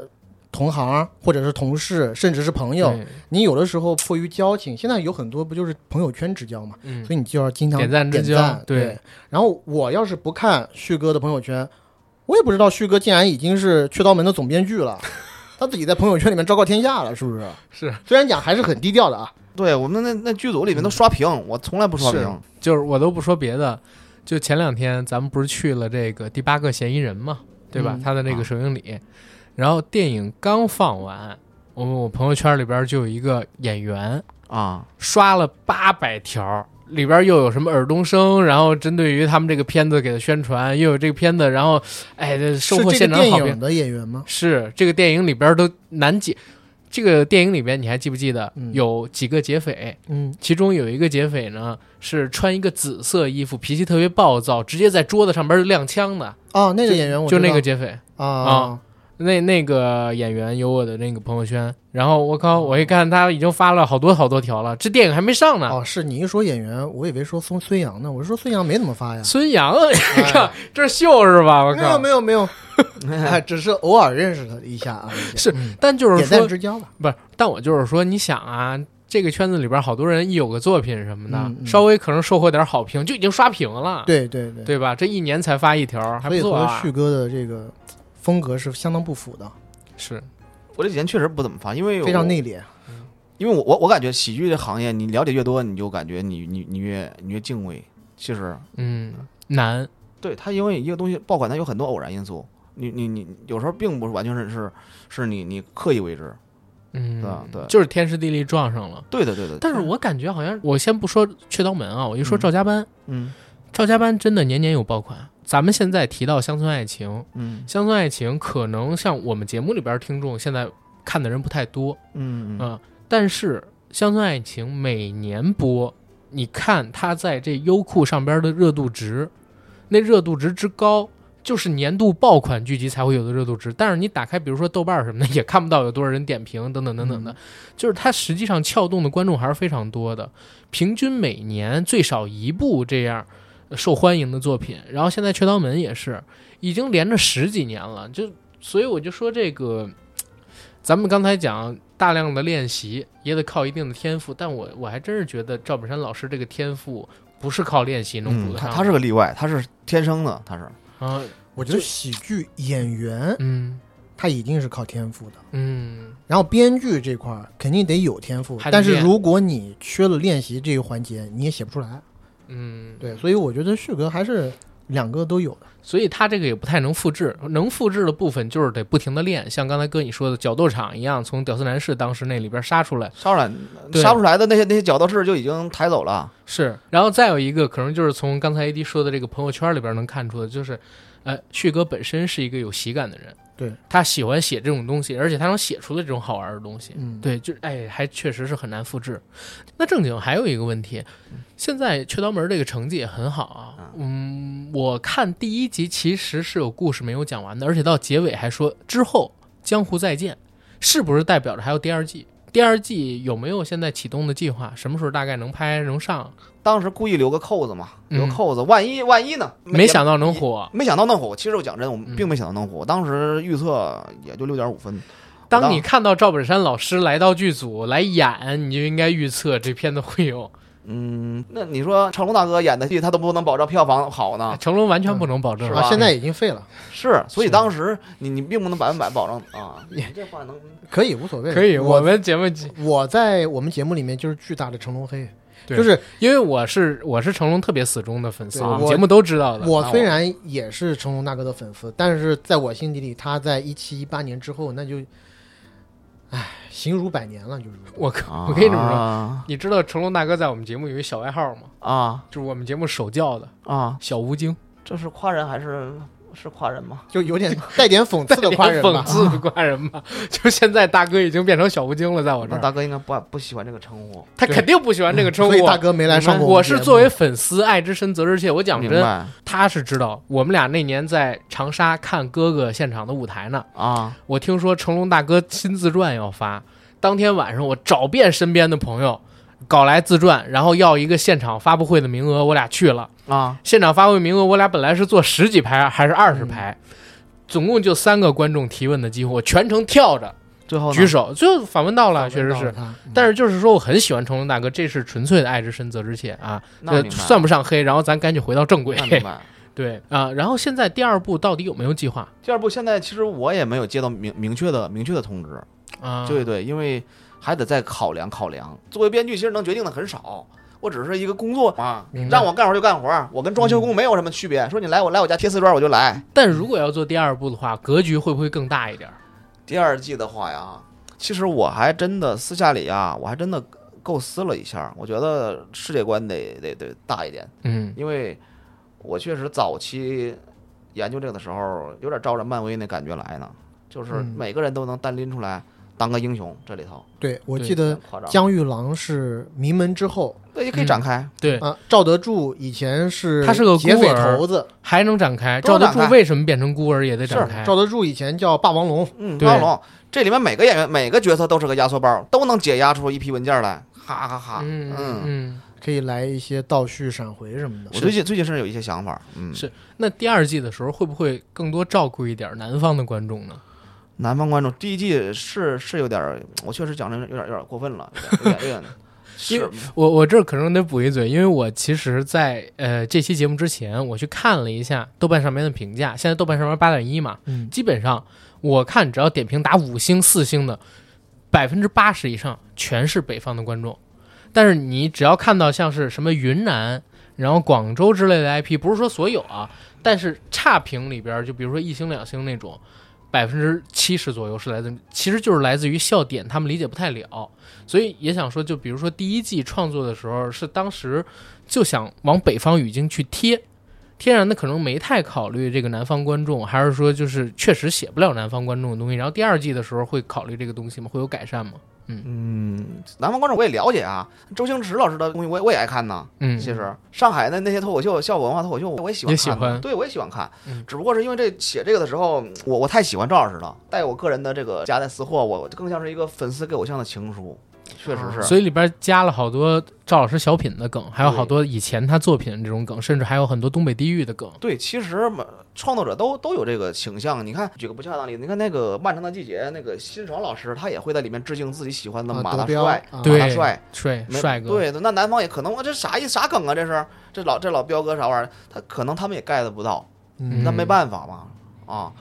S2: 同行，或者是同事，甚至是朋友。
S1: 对
S2: 你有的时候迫于交情，现在有很多不就是朋友圈之交嘛，
S1: 嗯
S2: 所以你就要经常
S1: 点赞之交
S2: 对
S1: 对
S2: 然后我要是不看旭哥的朋友圈，我也不知道旭哥竟然已经是雀刀门的总编
S1: [LAUGHS]
S2: 剧了。他自己在朋友圈里面昭告天下了，是不是？
S1: 是，
S2: 虽然讲还是很低调的啊。
S3: 对我们那那剧组里面都刷屏，我从来不刷
S1: 是
S3: 屏。
S1: 就是我都不说别的，就前两天咱们不是去了这个第八个嫌疑人嘛，对吧？
S2: 嗯
S1: 他的那
S3: 啊
S1: 个首映礼，然后电影刚放完，我们我朋友圈里边就有一个演员
S3: 啊，
S1: 刷了八百条。里边又有什么尔冬升，然后针对于他们这个片子给他宣传，又有这个片子，然后哎，这收获
S2: 是这
S1: 现
S2: 个
S1: 场
S2: 电
S1: 好评
S2: 影。的演员吗？
S1: 是这个电影里边都难解，这个电影里边你还记不记得
S2: 嗯
S1: 有几个劫匪？
S2: 嗯，
S1: 其中有一个劫匪呢，是穿一个紫色衣服，脾气特别暴躁，直接在桌子上边亮枪的，
S2: 啊，那个演员我
S1: 就
S2: 知道
S1: 那个劫匪。
S2: 啊，
S1: 那那个演员有我的那个朋友圈，然后我靠，我一看他已经发了好多好多条了，这电影还没上呢。
S2: 哦，是你一说演员，我以为说孙孙杨呢，我是说孙杨没怎么发
S1: [LAUGHS]
S2: 呀。
S1: 孙杨，你看这是秀是吧？我
S2: 啊哎没有
S1: 靠
S2: 没！有没
S1: [LAUGHS]
S2: 有，哎，只是偶尔认识他一下啊，一下
S1: 是但就是
S2: 点赞
S1: 说，
S2: 之交吧。
S1: 不是，但我就是说，你想啊，这个圈子里边好多人一有个作品什么的，
S2: 嗯嗯
S1: 稍微可能收获点好评，就已经刷屏了，
S2: 对对对，
S1: 对吧？这一年才发一条，还
S2: 所
S1: 不
S2: 以
S1: 错
S2: 和
S1: 啊
S2: 旭。哥的这个风格是相当不符的，
S1: 是，
S3: 我这几年确实不怎么发，因为我
S2: 非常内敛。
S3: 因为我我我感觉喜剧这行业，你了解越多，你就感觉你你你越你越敬畏。其实，
S1: 嗯，难。
S3: 对它因为一个东西爆款，它有很多偶然因素。你你你有时候并不是完全是是是你你刻意为之。
S1: 嗯
S3: 对啊对
S1: 就是天时地利撞上了。
S3: 对的对的。
S1: 但是我感觉好像，我先不说雀刀门啊，我一说
S3: 嗯
S1: 赵家班，
S3: 嗯
S1: 赵家班真的年年有爆款。咱们现在提到乡村爱情，
S3: 嗯
S1: 乡村爱情可能像我们节目里边听众现在看的人不太多，
S3: 嗯嗯
S1: 嗯，但是乡村爱情每年播，你看它在这优酷上边的热度值，那热度值之高。就是年度爆款剧集才会有的热度值，但是你打开，比如说豆瓣儿什么的，也看不到有多少人点评，等等等等的。就是它实际上撬动的观众还是非常多的，平均每年最少一部这样呃受欢迎的作品。然后现在《雀刀门》也是已经连着十几年了，就所以我就说这个，咱们刚才讲大量的练习也得靠一定的天赋，但我我还真是觉得赵本山老师这个天赋不是靠练习能补
S3: 嗯，
S1: 得
S3: 他
S1: 上的。
S3: 他是个例外，他是天生的，他是
S1: 啊，
S2: 我觉得喜剧演员
S1: 嗯
S2: 他一定是靠天赋的，
S1: 嗯，
S2: 然后编剧这块儿肯定得有天赋，
S1: 还得
S2: 但是
S1: 练
S2: 如果你缺了练习这个环节，你也写不出来。
S1: 嗯，
S2: 对，所以我觉得旭哥还是两个都有的。
S1: 所以他这个也不太能复制，能复制的部分就是得不停的练，像刚才哥你说的角斗场一样，从屌丝男士当时那里边杀出来
S3: 杀出来
S1: 对
S3: 杀不出来的那些那些角斗士就已经抬走了。
S1: 是，然后再有一个可能就是从刚才 AD 说的这个朋友圈里边能看出的，就是，呃，旭哥本身是一个有喜感的人，
S2: 对
S1: 他喜欢写这种东西，而且他能写出的这种好玩的东西，
S2: 嗯，
S1: 对，就哎，还确实是很难复制。那正经还有一个问题，现在《雀刀门》这个成绩也很好嗯啊。嗯，我看第一集其实是有故事没有讲完的，而且到结尾还说之后江湖再见，是不是代表着还有第二季？第二季有没有现在启动的计划？什么时候大概能拍能上？
S3: 当时故意留个扣子嘛，留
S1: 嗯
S3: 扣子，万一万一呢？
S1: 没
S3: 想。
S1: 想到能火。
S3: 没想到能火，其实我讲真，我
S1: 嗯
S3: 并没想到能火。我当时预测也就六点五分，
S1: 当你看到赵本山老师来到剧组来演，你就应该预测这片子会有。
S3: 嗯，那你说成龙大哥演的戏，他都不能保证票房好呢，
S1: 成龙完全不能保证
S3: 是
S2: 啊，
S3: 吧
S2: 现在已经废了，
S3: 是，所以
S1: 哎是
S3: 当时你你并不能百分百保证
S1: [LAUGHS]
S3: 啊。你这话能
S2: 可以无所谓。
S1: 可以，我
S2: 我
S1: 们节目
S2: 我在我们节目里面就是巨大的成龙黑，
S1: 对
S2: 就是
S1: 因为我是我是成龙特别死忠的粉丝，
S2: 对
S1: 我们
S2: 我
S1: 节目都知道的。
S2: 我
S3: 那
S2: 虽
S3: 我
S2: 然也是成龙大哥的粉丝，但是在我心底里，他在一七一八年之后，那就，唉，形如百年了，就是
S1: 我可我可以这么说，
S3: 啊
S1: 你知道成龙大哥在我们节目有一小外号吗？
S3: 啊
S1: 就是我们节目首叫的
S3: 啊，
S1: 小吴京。
S3: 这是夸人还是
S5: 是夸人吗？
S2: 就 [LAUGHS] 有点带点讽刺的夸人吧
S1: 讽。刺的夸人吧。 [LAUGHS] 就现在大哥已经变成小吴京了，在我这
S3: 那
S1: 儿，
S3: 大哥应该不不喜欢这个称呼，
S1: 他肯定不喜欢这个称
S2: 所以
S1: 呼。啊
S2: 大哥没来上过
S1: 我
S2: 们
S1: 是
S2: 节
S1: 作
S2: 目
S1: 为粉丝，爱之深责之切。我讲
S3: 明
S1: 真，
S3: 白
S1: 他是知道我们俩那年在长沙看哥哥现场的舞台呢。
S3: 啊？
S1: 我听说成龙大哥新自传要发，当天晚上我找遍身边的朋友，搞来自传，然后要一个现场发布会的名额，我俩去了。
S3: 啊，
S1: 现场发布会名额，我俩本来是坐十几排还是二十排，
S3: 嗯
S1: 总共就三个观众提问的机会，我全程跳着
S3: 最后呢
S1: 举手，最后访问到了，确实
S2: 到了
S1: 是。
S2: 他，
S1: 但是就是说，我很喜欢成龙大哥，这是纯粹的爱之深责之切啊，
S3: 嗯那
S1: 呃
S3: 明白
S1: 算不上黑。然后咱赶紧回到正轨
S3: 那，明白。
S1: [LAUGHS] 对啊、然后现在第二部到底有没有计划
S3: 第二步，现在其实我也没有接到明明确的明确的通知，
S1: 啊？
S3: 对对，因为还得再考量考量。作为编剧，其实能决定的很少，我只是一个工作啊嗯
S1: 明，白
S3: 让我干活就干活，我跟装修工没有什么区别。说你来我来我家贴瓷砖我就来。
S1: 但如果要做第二部的话，格局会不会更大一点？
S3: 第二季的话呀，其实我还真的私下里呀，我还真的构思了一下，我觉得世界观得得得大一点，
S1: 嗯
S3: 因为我确实早期研究这个的时候，有点照着漫威那感觉来呢，就是
S2: 嗯
S3: 每个人都能单拎出来当个英雄，这里头
S2: 对我
S1: 对
S2: 记得
S3: 很夸张，
S2: 江玉郎是名门之后
S3: 对，也可以
S1: 嗯
S3: 展开。
S1: 对，
S2: 啊，赵德柱以前是
S1: 他是个
S2: 劫
S1: 孤
S2: 匪
S1: 儿
S2: 头子，
S1: 还能展开。
S3: 都
S1: 赵
S3: 能
S1: 德
S3: 展
S1: 柱
S3: 开
S1: 为什么变成孤儿也得展
S3: 是
S1: 开？
S2: 赵德柱以前叫霸王龙，
S3: 嗯，
S1: 对
S3: 张龙，这里面每个演员每个角色都是个压缩包，都能解压出一批文件来，哈哈哈。
S1: 嗯嗯，
S2: 可以来一些倒叙、闪回什么的。
S3: 我最近最近甚至有一些想法，嗯，
S1: 是那第二季的时候会不会更多照顾一点南方的观众呢？
S3: 南方观众第一季是是有点儿，我确实讲的有点有点过分了，有点有点有点
S1: [LAUGHS] 因为
S3: 是
S1: 我我这儿可能得补一嘴，因为我其实在，呃这期节目之前，我去看了一下豆瓣上面的评价，现在豆瓣上面八点一嘛，
S2: 嗯，
S1: 基本上我看只要点评打五星四星的，百分之八十以上全是北方的观众。但是你只要看到像是什么云南，然后广州之类的 IP，不是说所有啊，但是差评里边儿，就比如说一星两星那种，百分之七十左右是来自，其实就是来自于笑点，他们理解不太了。所以也想说，就比如说第一季创作的时候，是当时就想往北方语境去贴，天然的可能没太考虑这个南方观众，还是说就是确实写不了南方观众的东西。然后第二季的时候会考虑这个东西吗？会有改善吗？
S3: 嗯，南方观众我也了解啊，周星驰老师的东西我也我也爱看呢。
S1: 嗯，
S3: 其实上海的那些脱口秀、笑果文化脱口秀，我也喜欢
S1: 也
S3: 看
S1: 喜
S3: 的，
S1: 欢
S3: 对我也喜欢看。
S1: 嗯
S3: 只不过是因为这写这个的时候，我我太喜欢赵老师了，带我个人的这个夹带私货，我更像是一个粉丝给偶像的情书，确实是。
S1: 所以里边加了好多赵老师小品的梗，还有
S3: 对
S1: 好多以前他作品这种梗，甚至还有很多东北地域的梗。
S3: 对，其实嘛创作者都都有这个倾向。你看，举个不恰当例子，你看那个《漫长的季节》，那个辛爽老师，他也会在里面致敬自己喜欢的
S2: 啊
S3: 马
S2: 德
S3: 大
S2: 彪
S3: 帅、
S2: 啊
S1: 对
S3: 马大帅、
S1: 帅
S3: 没
S1: 帅哥，
S3: 对，那南方也可能，我这啥意啥梗啊？这是这老这老彪哥啥玩意儿？他可能他们也 get 不到，
S2: 嗯
S3: 那没办法嘛。啊，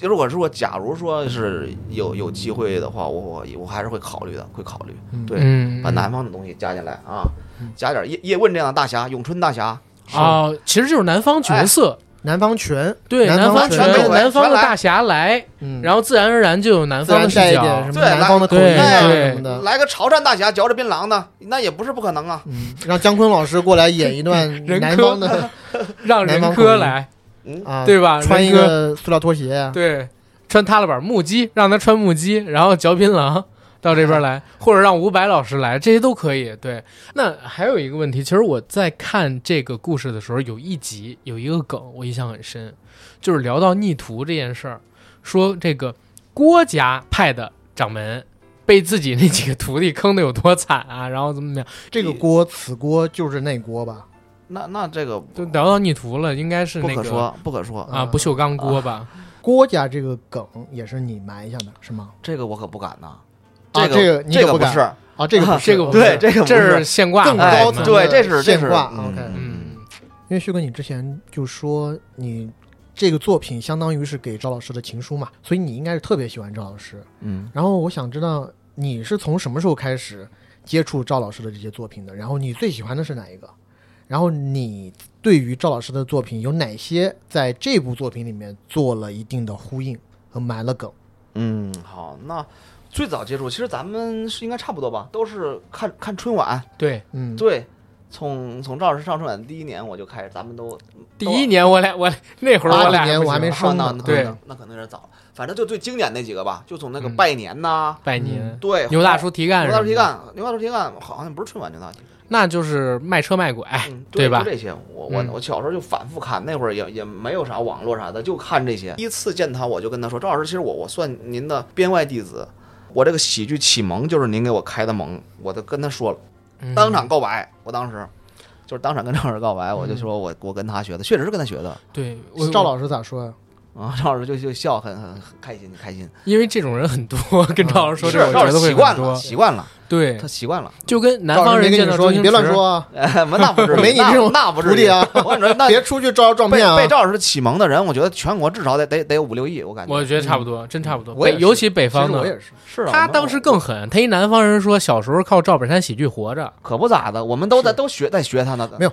S3: 如果说假如说是有有机会的话，我我我还是会考虑的，会考虑
S2: 嗯
S3: 对
S1: 嗯，
S3: 把南方的东西加进来啊，加点叶叶问这样的大侠，咏春大侠，
S1: 哦，其实就是南方角色，
S2: 南方拳，
S1: 对，
S2: 哎南
S1: 南
S2: 方
S1: 角
S2: 全
S1: 色
S2: 来
S1: 南方的
S3: 全来
S1: 大侠来，
S2: 嗯，
S1: 然后自然而然就有南
S2: 自
S1: 方
S2: 然
S1: 的视
S2: 带一点
S1: 角
S2: 什。么
S3: 对
S2: 南方的口音
S1: 对
S2: 啊
S1: 对
S2: 什么的。
S3: 来个潮汕大侠嚼着槟榔呢，那也不是不可能啊。
S2: 嗯，让姜昆老师过来演一段
S1: [LAUGHS] 人
S2: 南
S1: 科
S2: 方的
S1: 让
S2: 南
S1: 人
S2: 方
S1: 科
S2: 口音
S1: 来，
S3: 嗯，
S2: 啊，
S1: 对吧？
S2: 穿一
S1: 人科
S2: 个塑料拖鞋啊，
S1: 对，穿踏了板木屐，让他穿木屐，然后嚼槟榔到这边来，或者让伍佰老师来，这些都可以。对，那还有一个问题，其实我在看这个故事的时候，有一集有一个梗我印象很深，就是聊到逆徒这件事儿，说这个郭家派的掌门。被自己那几个徒弟坑的有多惨啊！然后怎么怎么样，
S2: 这个锅此锅就是那锅吧？
S3: 那那这个
S1: 就聊到逆徒了，应该是
S3: 不
S1: 那
S3: 可
S1: 个
S3: 说，不可说，
S1: 啊不锈钢锅吧？
S2: 郭家这个梗也是你埋下的是吗？
S3: 这个我可不敢呐。
S2: 啊
S3: 个
S2: 这个你
S3: 这
S2: 可
S3: 个
S2: 不
S3: 不
S2: 敢
S3: 是，
S2: 啊，这个不是
S1: [LAUGHS] 这个不
S2: 啊
S1: 是
S3: 对，这个不
S1: 这是现挂
S2: 更
S1: 牌
S2: 高
S1: 嘛
S3: 哎
S2: 层
S3: 对，
S2: 的
S3: 这是这
S2: 现
S3: 是
S2: 挂
S3: 嗯
S2: OK
S1: 嗯，
S2: 因为旭哥，你之前就说你这个作品相当于是给赵老师的情书嘛，所以你应该是特别喜欢赵老师。
S3: 嗯，
S2: 然后我想知道你是从什么时候开始接触赵老师的这些作品的？然后你最喜欢的是哪一个？然后你对于赵老师的作品有哪些在这部作品里面做了一定的呼应和埋了梗？
S3: 嗯，好，那最早接触，其实咱们是应该差不多吧，都是看看春晚，
S1: 对，
S2: 嗯，
S3: 对，从从赵氏上春晚第一年我就开始，咱们都啊
S1: 第一年我俩我那会儿我
S2: 80
S1: 俩
S2: 年我还没
S1: 不行
S2: 生
S3: 那
S2: 呢
S3: 那
S1: 对
S3: 那可能有点早了，反正就最经典那几个吧，就从那个
S1: 嗯
S3: 拜年呐，
S1: 拜年，
S2: 嗯
S3: 对，
S1: 牛大叔提干，
S3: 牛大叔提，干，牛大叔提干好像不是春晚牛大叔提干，
S1: 那就是卖车卖拐，
S3: 嗯，
S1: 哎对吧
S3: 就这些，我我
S1: 嗯
S3: 我小时候就反复看，那会儿也也没有啥网络啥的，就看这些。第一次见他，我就跟他说：“赵老师，其实我我算您的编外弟子，我这个喜剧启蒙就是您给我开的蒙。”我都跟他说了，
S1: 嗯
S3: 当场告白。我当时就是当场跟赵老师告白，我
S1: 嗯
S3: 就说我我跟他学的，确实是跟他学的
S1: 对我
S2: 赵
S1: 师，
S2: 老师咋说呀？
S3: 啊。赵老师就就笑，很很很开心，开心。
S1: 因为这种人很多，
S2: 嗯
S1: 跟赵老师说
S3: 是
S1: 这个，
S3: 赵
S1: 我
S3: 老
S1: 觉
S3: 师
S1: 得会
S3: 习惯
S1: 很
S3: 了，
S1: 多。
S3: 习惯了，
S1: 对
S3: 他，习惯
S1: [LAUGHS]
S3: 了。
S1: 就跟南
S2: 赵老
S1: 方
S2: 师
S1: 人
S2: 没
S1: 见
S2: 跟
S1: 到
S2: 你说，
S1: 周
S2: 你
S1: 星
S2: 别乱
S1: 驰
S2: 说啊，
S3: 哎，
S1: [LAUGHS]
S3: 那不至于，
S2: 没你
S3: 那
S2: 这种
S3: 那不至
S2: 徒弟
S3: 于
S2: 啊
S3: 我跟你说，那
S2: 别出去招摇撞
S3: 被
S2: 骗啊！
S3: 被赵老师启蒙的人，我觉得全国至少得得得有五六亿，我感觉。
S1: 我觉得差不多，真差不多。
S3: 我也
S1: 北
S3: 是
S1: 尤其北
S2: 其
S1: 方
S2: 实嗯我也
S1: 的，
S2: 是，
S3: 是啊，
S1: 他
S3: 我
S1: 当时更狠。他一南方人说，小时候靠赵本山喜剧活着。
S3: 可不咋的，我们都在
S2: 是
S3: 都学在学他呢。
S2: 没有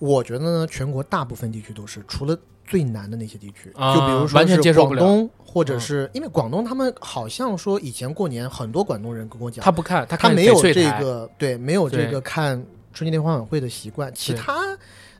S2: 我觉得呢，全国大部分地区都是，除了最南的那些地区，
S1: 啊
S2: 就比如说
S1: 完全接
S2: 是
S1: 受
S2: 广
S1: 不了嗯
S2: 东，或者是因为广东他们好像说以前过年很多广东人跟我讲，
S1: 他不看，他
S2: 嗯他
S1: 看
S2: 没有
S1: 翡翠
S2: 这
S1: 台
S2: 个对，没有这
S1: 对
S2: 个看春节联欢晚会的习惯。其
S1: 对
S2: 他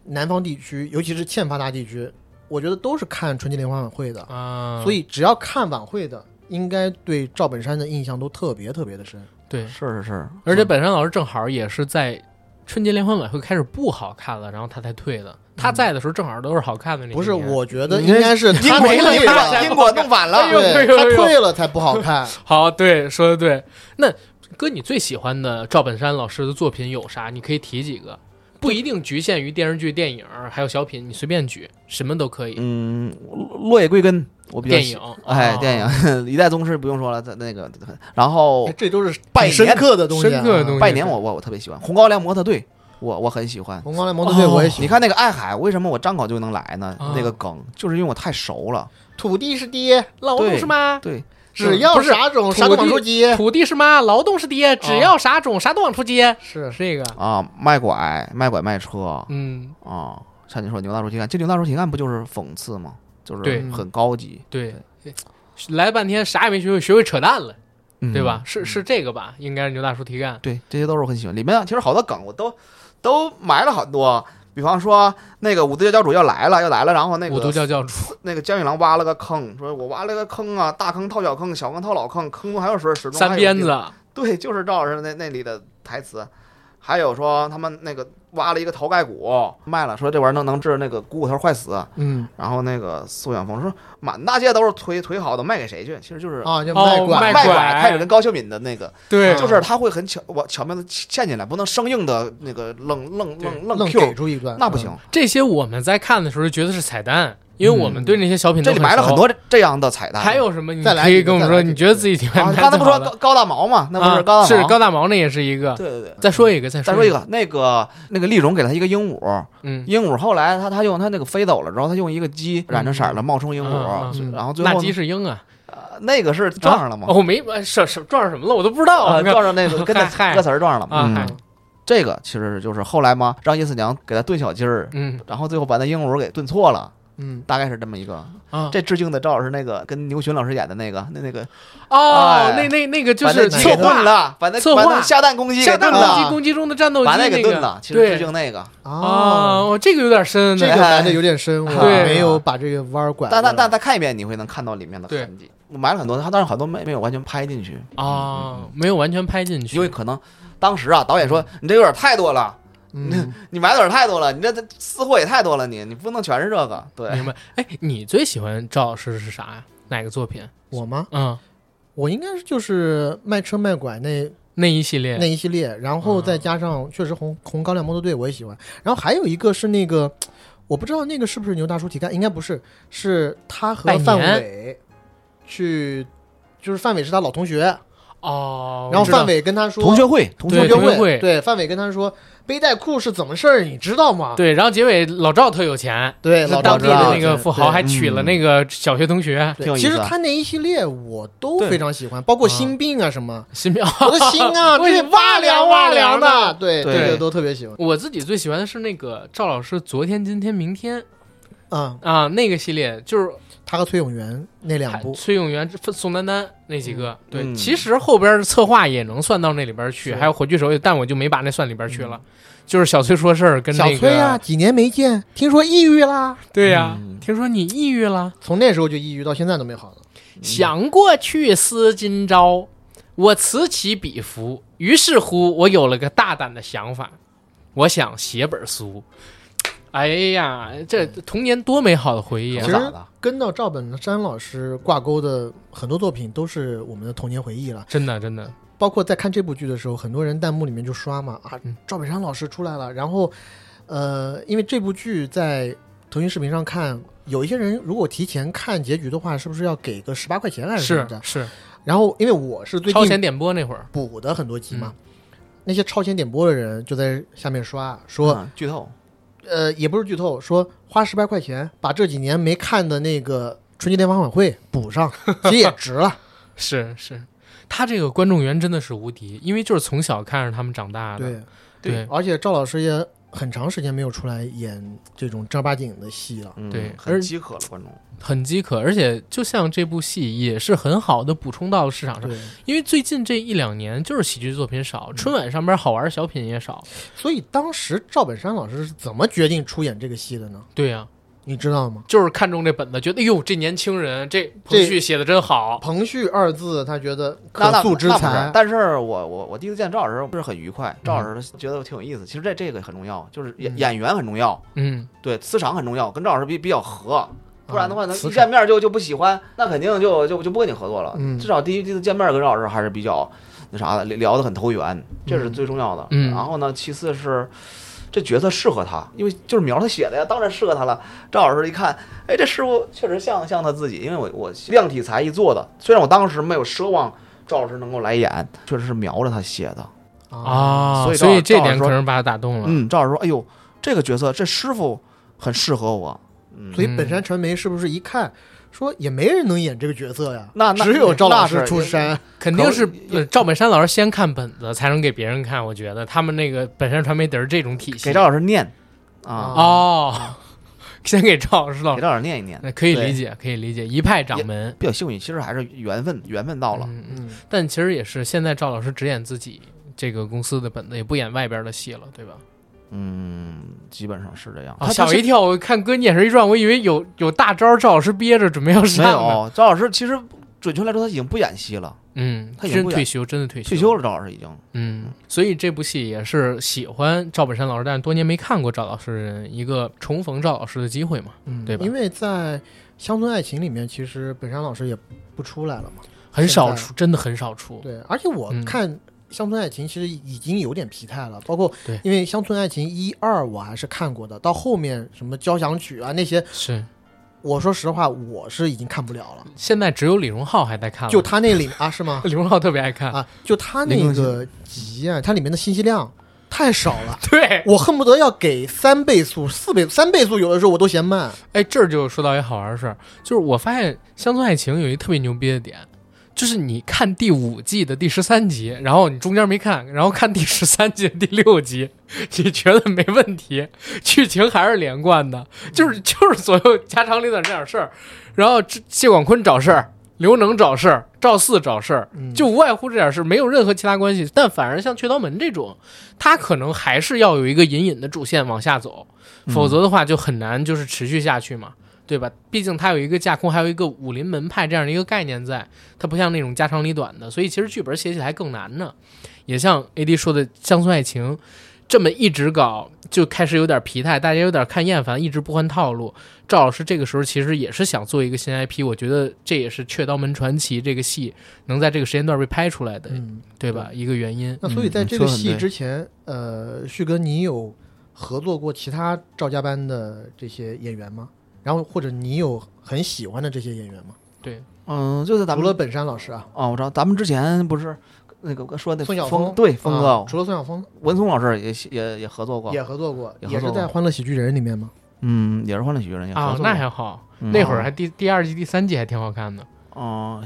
S2: 南方地区，尤其是欠发达地区，我觉得都是看春节联欢晚会的，
S1: 啊，
S2: 所以只要看晚会的，应该对赵本山的印象都特别特别的深。
S1: 对。
S3: 是是是，嗯
S1: 而且本山老师正好也是在春节联欢晚会开始不好看了，然后他才退的。他在的时候正好都嗯是好看的那
S2: 不
S1: 几
S2: 是，
S1: 年
S2: 我觉得应该是
S1: 他
S2: 他
S1: 没了
S2: 退
S1: 他 [LAUGHS]
S2: 了，
S3: 因果弄反了
S1: 哎呦哎
S2: 对
S1: 呦
S2: 他
S1: 哎呦
S2: 退了才不好
S1: [LAUGHS]
S2: 看。
S1: 好，对，说的对。那哥，你最喜欢的赵本山老师的作品有啥？你可以提几个，不一定局限于电视剧、电影，还有小品，你随便举，什么都可以。
S3: 嗯，落叶归根，我比较
S1: 电
S3: 喜
S1: 影，
S3: 哎，
S1: 哦
S3: 电影 [LAUGHS] 一代宗师不用说了，他那个，然后
S2: 这都是
S3: 拜
S2: 很深
S3: 年
S2: 刻的东西啊，
S1: 深刻的东西
S3: 拜年我我我特别喜欢红高粱模特队，我我很喜欢。
S2: 红光来蒙特队
S1: 哦
S2: 我也喜
S3: 你看那个爱海，为什么我张口就能来呢
S1: 啊？
S3: 那个梗就是因为我太熟了。
S2: 欢，土地是爹，
S1: 劳动是妈，
S3: 对，
S2: 只要
S1: 嗯不是
S2: 啥种啥都往出接，
S1: 土地是妈，劳动是爹，只要啥种啥都往出接，
S2: 是
S1: 是这个。
S3: 啊，卖拐卖拐卖车
S1: 嗯，
S3: 啊，像你说牛大叔提干，这牛大叔提干不就是讽刺吗？就是
S1: 对
S3: 很高级，
S1: 对，来半天啥也没学会，学会扯淡了，
S3: 嗯
S1: 对吧？？是是这个吧？应该是牛大叔提干。
S3: 对，这些都是我很喜欢。里面其实好多梗我都都埋了很多，比方说那个五毒教教主要来了，要来了，然后那
S1: 我都
S3: 个
S1: 叫教主，
S3: 那个江玉郎挖了个坑，说我挖了个坑啊，大坑套小坑，小坑套老坑，坑中还有水，水中还有
S1: 三鞭
S3: 钉。
S1: 子，
S3: 对，就是赵老师那那里的台词。还有说他们那个挖了一个头盖骨卖了，说这玩意儿能能治那个股骨头坏死。
S2: 嗯
S3: 然后那个苏远峰说满大街都是腿腿好的，卖给谁去？其实就是
S2: 啊，就
S1: 哦
S2: 卖拐
S1: 卖
S3: 卖拐，
S1: 拐
S3: 开始跟高秀敏的那个
S1: 对
S2: 啊
S3: 就是他会很巧我巧妙的嵌进来，不能生硬的那个愣愣
S1: 对
S3: 愣
S2: 愣给
S3: Q，
S2: 出一段，
S3: 那不行。
S1: 这些我们在看的时候觉得是彩蛋，因为我们对那些小品
S3: 这
S1: 都
S3: 里埋了
S1: 熟
S3: 很。多这样的彩蛋。
S1: 嗯还有什么？你
S2: 再来
S1: 可
S2: 几
S1: 以
S2: 个
S1: 跟我们
S2: 再
S1: 说，
S2: 来几
S1: 你
S2: 个
S1: 觉得自己挺
S3: 啊，
S1: 完
S3: 你
S1: 美
S3: 刚才不
S1: 最
S3: 说
S1: 好的
S3: 高高大毛吗？那不是高
S1: 啊
S3: 大毛？
S1: 是高大毛，那也是一个。
S3: 对对对。
S1: 再说一个，再
S3: 再
S1: 说
S3: 说一，个，那个那个丽蓉给了他一个鹦鹉，
S1: 嗯，
S3: 鹦鹉后来他他用他那个飞走了之后，他用一个鸡染成色儿了冒充鹦
S1: 嗯
S3: 鹉，
S2: 嗯
S3: 然后最
S1: 那
S3: 后
S1: 鸡是鹰啊，
S3: 呃那个是撞上了吗？
S1: 哦，没什什撞上什么了，我都不知道
S3: 啊
S1: 啊。
S3: 撞上那个跟那
S1: [LAUGHS] 嗨
S3: 歌词儿撞上了
S1: 啊，嗨
S3: 嘛。嗯这个其实就是后来嘛，让叶四娘给他炖小鸡儿，
S1: 嗯
S3: 然后最后把那鹦鹉给炖错了，
S2: 嗯，
S3: 大概是这么一个。
S1: 啊，
S3: 这致敬的赵老师那个跟牛群老师演的那个，那那个
S1: 哦，
S3: 哎
S1: 那那那个就
S3: 把那
S1: 是
S3: 鸡给炖了，把那
S1: 策
S3: 把
S1: 划
S3: 那下蛋公鸡
S1: 下
S3: 给
S1: 蛋
S3: 炖
S1: 攻击
S3: 了，
S1: 攻击中的战斗机
S3: 把那给炖
S1: 个
S3: 了，其实
S1: 对
S3: 致敬那个。
S1: 啊，
S2: 哦，
S1: 哦，这个有点深
S2: 这
S1: 呢。
S2: 个埋的有
S1: [LAUGHS]
S2: 点深，我
S1: 对
S2: 没有把这个弯儿拐过
S3: 但
S2: 来。
S3: 但但再看一遍，你会能看到里面的
S1: 对
S3: 痕迹。我买了很多，他但是很多没没有完全拍进去，
S1: 啊，没有完全拍进去，
S3: 因为可能当时啊，导演说你这有点太多了，
S2: 嗯，
S3: 你买的有点太多了，你这这私货也太多了，你你不能全是这个。对
S1: 明，白。哎，你最喜欢赵老师是啥呀？哪个作品？
S2: 我吗？
S1: 嗯，
S2: 我应该是就是卖车卖拐那
S1: 那一系列
S2: 那一系列，然后
S1: 嗯
S2: 再加上确实红红高粱摩托队我也喜欢，然后还有一个是那个。我不知道那个是不是牛大叔提干，应该不是，是他和
S1: 拜年
S2: 范伟去，就是范伟是他老同学，
S1: 哦，
S2: 然后
S1: 我知道
S2: 范伟跟他说
S3: 同学会，同
S1: 对
S3: 学
S2: 同学
S1: 同学会
S2: 会，对范伟跟他说背带裤是怎么事儿，你知道吗？
S1: 对，然后结尾老赵特有钱，
S2: 对，嗯
S1: 是
S2: 老
S1: 当
S2: 赵
S1: 地
S2: 知
S1: 的
S2: 道
S1: 那个富豪，还娶了那个小学同学 [LAUGHS]
S2: 对
S3: 挺有
S2: 对
S3: 意
S2: 其
S3: 思
S2: 实
S3: 啊
S2: 他那一系列我都
S3: 对
S2: 非常喜欢，包括
S1: 啊
S2: 心病啊
S1: [LAUGHS]
S2: 什么，
S1: 新庙。
S2: 我的心啊，
S1: [LAUGHS] 我也
S2: 这
S1: 哇
S2: 哇
S1: 凉哇
S2: 凉哇
S1: 凉
S2: 凉
S1: 的
S2: 的，对，
S3: 对
S2: 这个都特别喜欢。
S1: 我自己最喜欢的是那个赵老师，昨天、今天、明天
S2: 啊，
S1: 啊，那个系列就是
S2: 他和崔永元那两部，
S1: 崔永元、宋丹丹那几个。对、
S3: 嗯
S1: 其实后边的策划也能算到那里边去，
S2: 是
S1: 还有火炬手也，但我就没把那算里边去了。就是小崔说事儿跟那
S2: 嗯小
S1: 个
S2: 崔啊，几年没见，听说抑郁啦，
S1: 对呀、
S3: 嗯
S1: 听说你抑郁了，
S2: 从那时候就抑郁到现在都没好呢。
S1: 想过去思今朝，我此起彼伏，于是乎我有了个大胆的想法，我想写本书。哎呀，这童年多美好的回忆
S3: 我
S1: 啊
S2: 嗯其！实
S3: 咋的？
S2: 跟到赵本山老师挂钩的很多作品都是我们的童年回忆了，
S1: 真的，真的，
S2: 包括在看这部剧的时候，很多人弹幕里面就刷嘛啊
S1: 嗯，
S2: 赵本山老师出来了。然后，呃，因为这部剧在腾讯视频上看，有一些人如果提前看结局的话，是不是要给个十八块钱啊还是什么
S1: 是
S2: 的？
S1: 是，
S2: 然后，因为我是最
S1: 超前
S2: 近
S1: 点播那会儿，
S2: 补的很多集嘛，那些超前点播的人就在下面刷说，
S3: 嗯剧透，
S2: 呃，也不是剧透，说花十八块钱把这几年没看的那个春节联欢晚会补
S3: [LAUGHS]
S2: 上，其实也值了。
S1: 是是，他这个观众缘真的是无敌，因为就是从小看着他们长大的。
S2: 对，
S1: 对
S2: 而且赵老师也很长时间没有出来演这种正儿八经的戏了。
S3: 嗯
S1: 对而
S3: 很饥渴了观众。
S1: 很饥渴，而且就像这部戏也是很好的补充到了市
S3: 啊
S1: 场上，
S2: 对，
S1: 因为最近这一两年就是喜剧作品少，春晚上边好玩的小品也少。
S3: 嗯
S2: 所以当时赵本山老师是怎么决定出演这个戏的呢？
S1: 对呀、
S2: 你知道吗？
S1: 就是看中这本子，觉得哎呦这年轻人这彭旭写的真
S3: 啊
S1: 好，
S2: 彭旭二字，他觉得
S3: 那
S2: 可
S3: 那
S2: 塑之
S3: 那不是
S2: 才，
S3: 但是我我我第一次见赵老师不是很愉快，赵老师觉得我挺有意思。其实这这个很重要，就是演
S2: 嗯
S3: 演员很重要，
S1: 嗯，
S3: 对，磁场很重要，跟赵老师比比较合。不然的话，
S2: 啊
S3: 他
S2: 磁
S3: 一
S2: 场
S3: 见面就就不喜欢，那肯定就就就不跟你合作了。
S2: 嗯
S3: 至少第一第一次见面跟赵老师还是比较那啥的，聊聊得很投缘，这是最重要的。
S1: 嗯
S3: 然后呢，其次是这角色适合他，因为就是苗儿他写的呀，当然适合他了。赵老师一看，哎，这师傅确实像像他自己，因为我我量体裁一做的，虽然我当时没有奢望赵老师能够来演，确实是瞄着他写的。
S1: 啊，
S3: 所以
S1: 所
S3: 赵
S1: 以这
S3: 赵
S1: 点
S3: 老师
S1: 可能把他打动了。
S3: 嗯，赵老师说，哎呦，这个角色这师傅很适合我。嗯，
S2: 所以本山传媒是不是一看说也没人能演这个角色呀？
S3: 那啊那
S2: 只有赵老师
S3: 那是
S2: 出山，
S1: 肯定是
S3: 可
S1: 呃赵本山老师先看本子才能给别人看，我觉得他们那个本山传媒得是这种体系
S3: 给赵老师念啊，
S1: 哦，先给赵老师
S2: 哦
S1: 老
S3: 给赵老师念一念，
S1: 那可以
S3: 对
S1: 理解，可以理解，一派掌门
S3: 比较幸运，其实还是缘分，缘分到了。
S1: 嗯嗯，
S2: 嗯，
S1: 但其实也是，现在赵老师只演自己这个公司的本子，也不演外边的戏了，对吧？
S3: 嗯，基本上是这样。
S1: 啊，
S2: 哦
S3: 他
S1: 吓我一。跳！我看哥你眼神一转，我以为有有大招，赵老师憋着准备要
S3: 他是没
S1: 上呢。
S3: 有，赵老师其实准确来说他已经不演戏了，
S1: 嗯，
S3: 他已经
S1: 真
S3: 不演
S1: 退休，真的退休，
S3: 退休了。赵老师已经，
S1: 嗯，所以这部戏也是喜欢赵本山老师，但是多年没看过赵老师的人，一个重逢赵老师的机会嘛，
S2: 嗯
S1: 对吧
S2: 因为在《乡村爱情》里面，其实本山老师也不出来了嘛。
S1: 很少
S2: 现在
S1: 出，真的很少出。
S2: 对，而且我
S1: 嗯
S2: 看《乡村爱情》其实已经有点疲态了，包括
S1: 对
S2: 因为《乡村爱情》一二我还是看过的，到后面什么交响曲啊那些，
S1: 是，
S2: 我说实话我是已经看不了了。
S1: 现在只有李荣浩还在看了，？
S2: 就他那里啊是吗
S1: [LAUGHS] 李荣浩特别爱看。
S2: 啊，就他
S3: 林
S2: 那
S3: 更新
S2: 个集啊，它里面的信息量太少了。
S1: 对，
S2: 我恨不得要给三倍速、四倍、三倍速，有的时候我都嫌慢。
S1: 哎，这儿就说到一好玩的事儿，就是我发现《乡村爱情》有一特别牛逼的点，就是你看第五季的第十三集，然后你中间没看，然后看第十三季的第六集，你觉得没问题，剧情还是连贯的，就是就是左右家长里短这点事儿，然后这谢广坤找事儿。刘能找事儿，赵四找事儿，就无外乎这点事儿，没有任何其他关系。但反而像《雀刀门》这种，它可能还是要有一个隐隐的主线往下走，否则的话就很难就是持续下去嘛，对吧？毕竟它有一个架空，还有一个武林门派这样的一个概念在，它不像那种家长里短的，所以其实剧本写起来更难呢。也像 A D 说的《乡村爱情》，这么一直搞就开始有点疲态，大家有点看厌烦，一直不换套路。赵老师这个时候其实也是想做一个新 IP，我觉得这也是《雀刀门传奇》这个戏能在这个时间段被拍出来的，
S2: 嗯，
S1: 对吧？一个原因。
S2: 那所以在
S3: 嗯
S2: 这个
S3: 说得很
S2: 戏
S3: 对
S2: 之前，呃，旭哥，你有合作过其他赵家班的这些演员吗？然后或者你有很喜欢的这些演员吗？
S3: 嗯，就是咱
S2: 除
S3: 们
S2: 了本山老师啊，
S3: 哦，我知道咱们之前不是那个说那
S2: 宋晓
S3: 峰
S2: 峰
S3: 对峰哥、
S2: 啊除了宋晓峰
S3: 文松老师也也也合作过，
S2: 也合作过，
S3: 也
S2: 也
S3: 合作
S2: 是
S3: 过
S2: 在《欢乐喜剧人》里面吗？
S3: 嗯，也是欢乐喜剧人也合
S1: 啊，
S3: 作过。
S1: 那还好，
S3: 嗯
S1: 那会儿还第第二季、第三季还挺好看的。
S3: 嗯，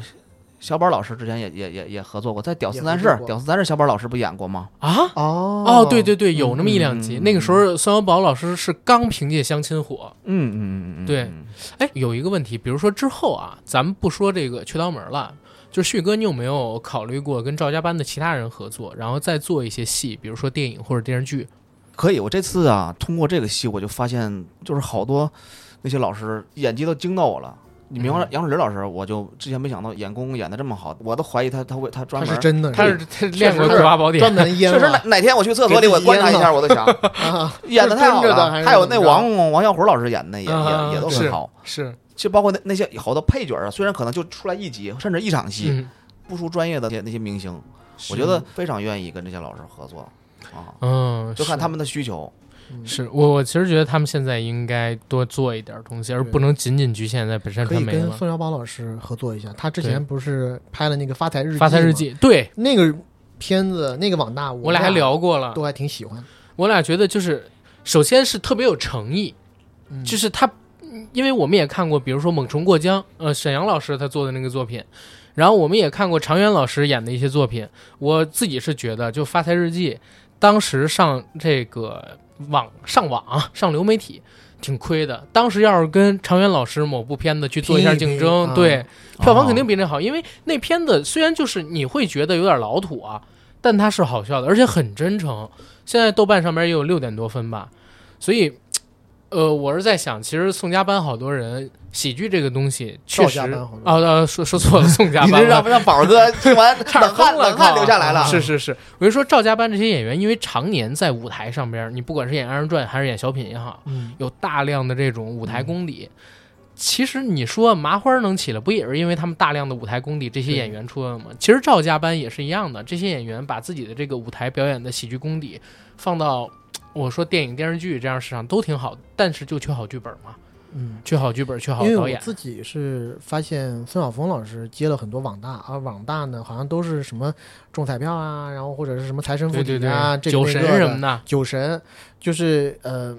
S3: 小宝老师之前也也也也合作过，在《屌丝
S2: 也
S3: 男
S2: 合
S3: 士
S2: 作》过
S3: 《屌丝男士》小宝老师不演过吗？
S1: 啊。
S2: 哦
S1: 哦，对对对，有那么一两集。
S3: 嗯
S1: 那个时候，孙小宝老师是刚凭借《相亲火》，
S3: 嗯嗯嗯嗯，
S1: 对哎，有一个问题，比如说之后啊，咱们不说这个缺刀门了，就是旭哥，你有没有考虑过跟赵家班的其他人合作，然后再做一些戏，比如说电影或者电视剧？
S3: 可以，我这次啊，通过这个戏，我就发现，就是好多那些老师演技都惊到我了。你明白
S1: 嗯，
S3: 杨树林老师，我就之前没想到演公公演的这么好，我都怀疑他他会他专
S2: 他
S3: 门
S2: 是真的，
S1: 他是他练
S2: 确
S1: 过
S2: 实
S1: 《葵
S2: 是
S1: 花宝典
S2: 专》，门腌
S3: 确实哪
S2: 了
S3: 哪天我去厕所里
S2: 给自
S3: 我
S2: 己
S3: 观察
S2: 腌
S3: 一下，我都
S1: [LAUGHS]
S3: 想
S2: 啊，
S3: [LAUGHS] 演的太好
S2: 是真着的
S3: 了
S2: 还。是
S3: 还有
S2: 怎
S3: 那
S2: 么着
S3: 王公王小虎老师演的也
S1: 啊
S3: 也也都
S1: 是
S3: 很好，
S1: 是，
S3: 就包括那那些好多配角啊，虽然可能就出来一集甚至一场戏，
S1: 嗯，
S3: 不输专业的那些那些明星，
S1: 是
S3: 我觉得，非常愿意跟这些老师合作啊，
S1: 嗯，
S3: 就看
S1: 是
S3: 他们的需求。
S2: 嗯
S1: 是我，我其实觉得他们现在应该多做一点东西，而
S2: 对
S1: 不能仅仅局限在本山
S2: 可
S1: 传
S2: 以
S1: 媒
S2: 跟
S1: 了。
S2: 宋小宝老师合作一下，他之
S1: 对
S2: 前不是拍了那个《发财日记》
S1: 发财日
S2: 吗
S1: 记，对
S2: 那个片子，那个网大，
S1: 我俩还聊过了，
S2: 都还挺喜欢，
S1: 我俩觉得就是，首先是特别有诚意，
S2: 嗯
S1: 就是他，嗯因为我们也看过，比如说《猛虫过江》，呃，沈阳老师他做的那个作品，然后我们也看过常远老师演的一些作品。我自己是觉得，就《发财日记》，当时上这个网上网啊上流媒体。挺亏的，当时要是跟常远老师某部片子去做一下
S2: 拼一
S1: 竞
S2: 拼
S1: 争，
S2: 啊
S1: 对，票房
S3: 哦
S1: 肯定比那好，因为那片子虽然就是你会觉得有点老土啊，但它是好笑的，而且很真诚。现在豆瓣上面也有六点多分吧，所以，呃，我是在想，其实宋家班好多人喜剧这个东西确实
S2: 赵家班
S1: 啊
S2: 好，多
S1: 呃说说错了，宋家
S2: [LAUGHS]
S3: 你
S1: 班
S3: 这让
S1: 了。
S3: 让宝儿哥听完
S1: [LAUGHS] 差点
S3: 冷汗
S1: 疯了
S3: 冷汗
S1: 靠
S3: 流下来了。
S1: 是是是，我就说赵家班这些演员，因为常年在舞台上边，你不管是演《二人转》还是演小品也好，
S2: 嗯，
S1: 有大量的这种舞台功底。其实你说麻花能起来，不也是因为他们大量的舞台功底，这些
S2: 对
S1: 演员出来了吗？其实赵家班也是一样的，这些演员把自己的这个舞台表演的喜剧功底放到我说电影、电视剧这样市场都挺好，但是就缺好剧本嘛，
S2: 嗯。
S1: 缺好剧本，缺好
S2: 因为
S1: 导
S2: 我
S1: 演。
S2: 自己是发现孙晓峰老师接了很多网大，而网大呢好像都是什么中彩票啊，然后或者是什么财神附
S1: 对对
S2: 体
S1: 对，
S2: 啊，这
S1: 酒
S2: 个那
S1: 神
S2: 个
S1: 什
S2: 的
S1: 么的，
S2: 酒神就是呃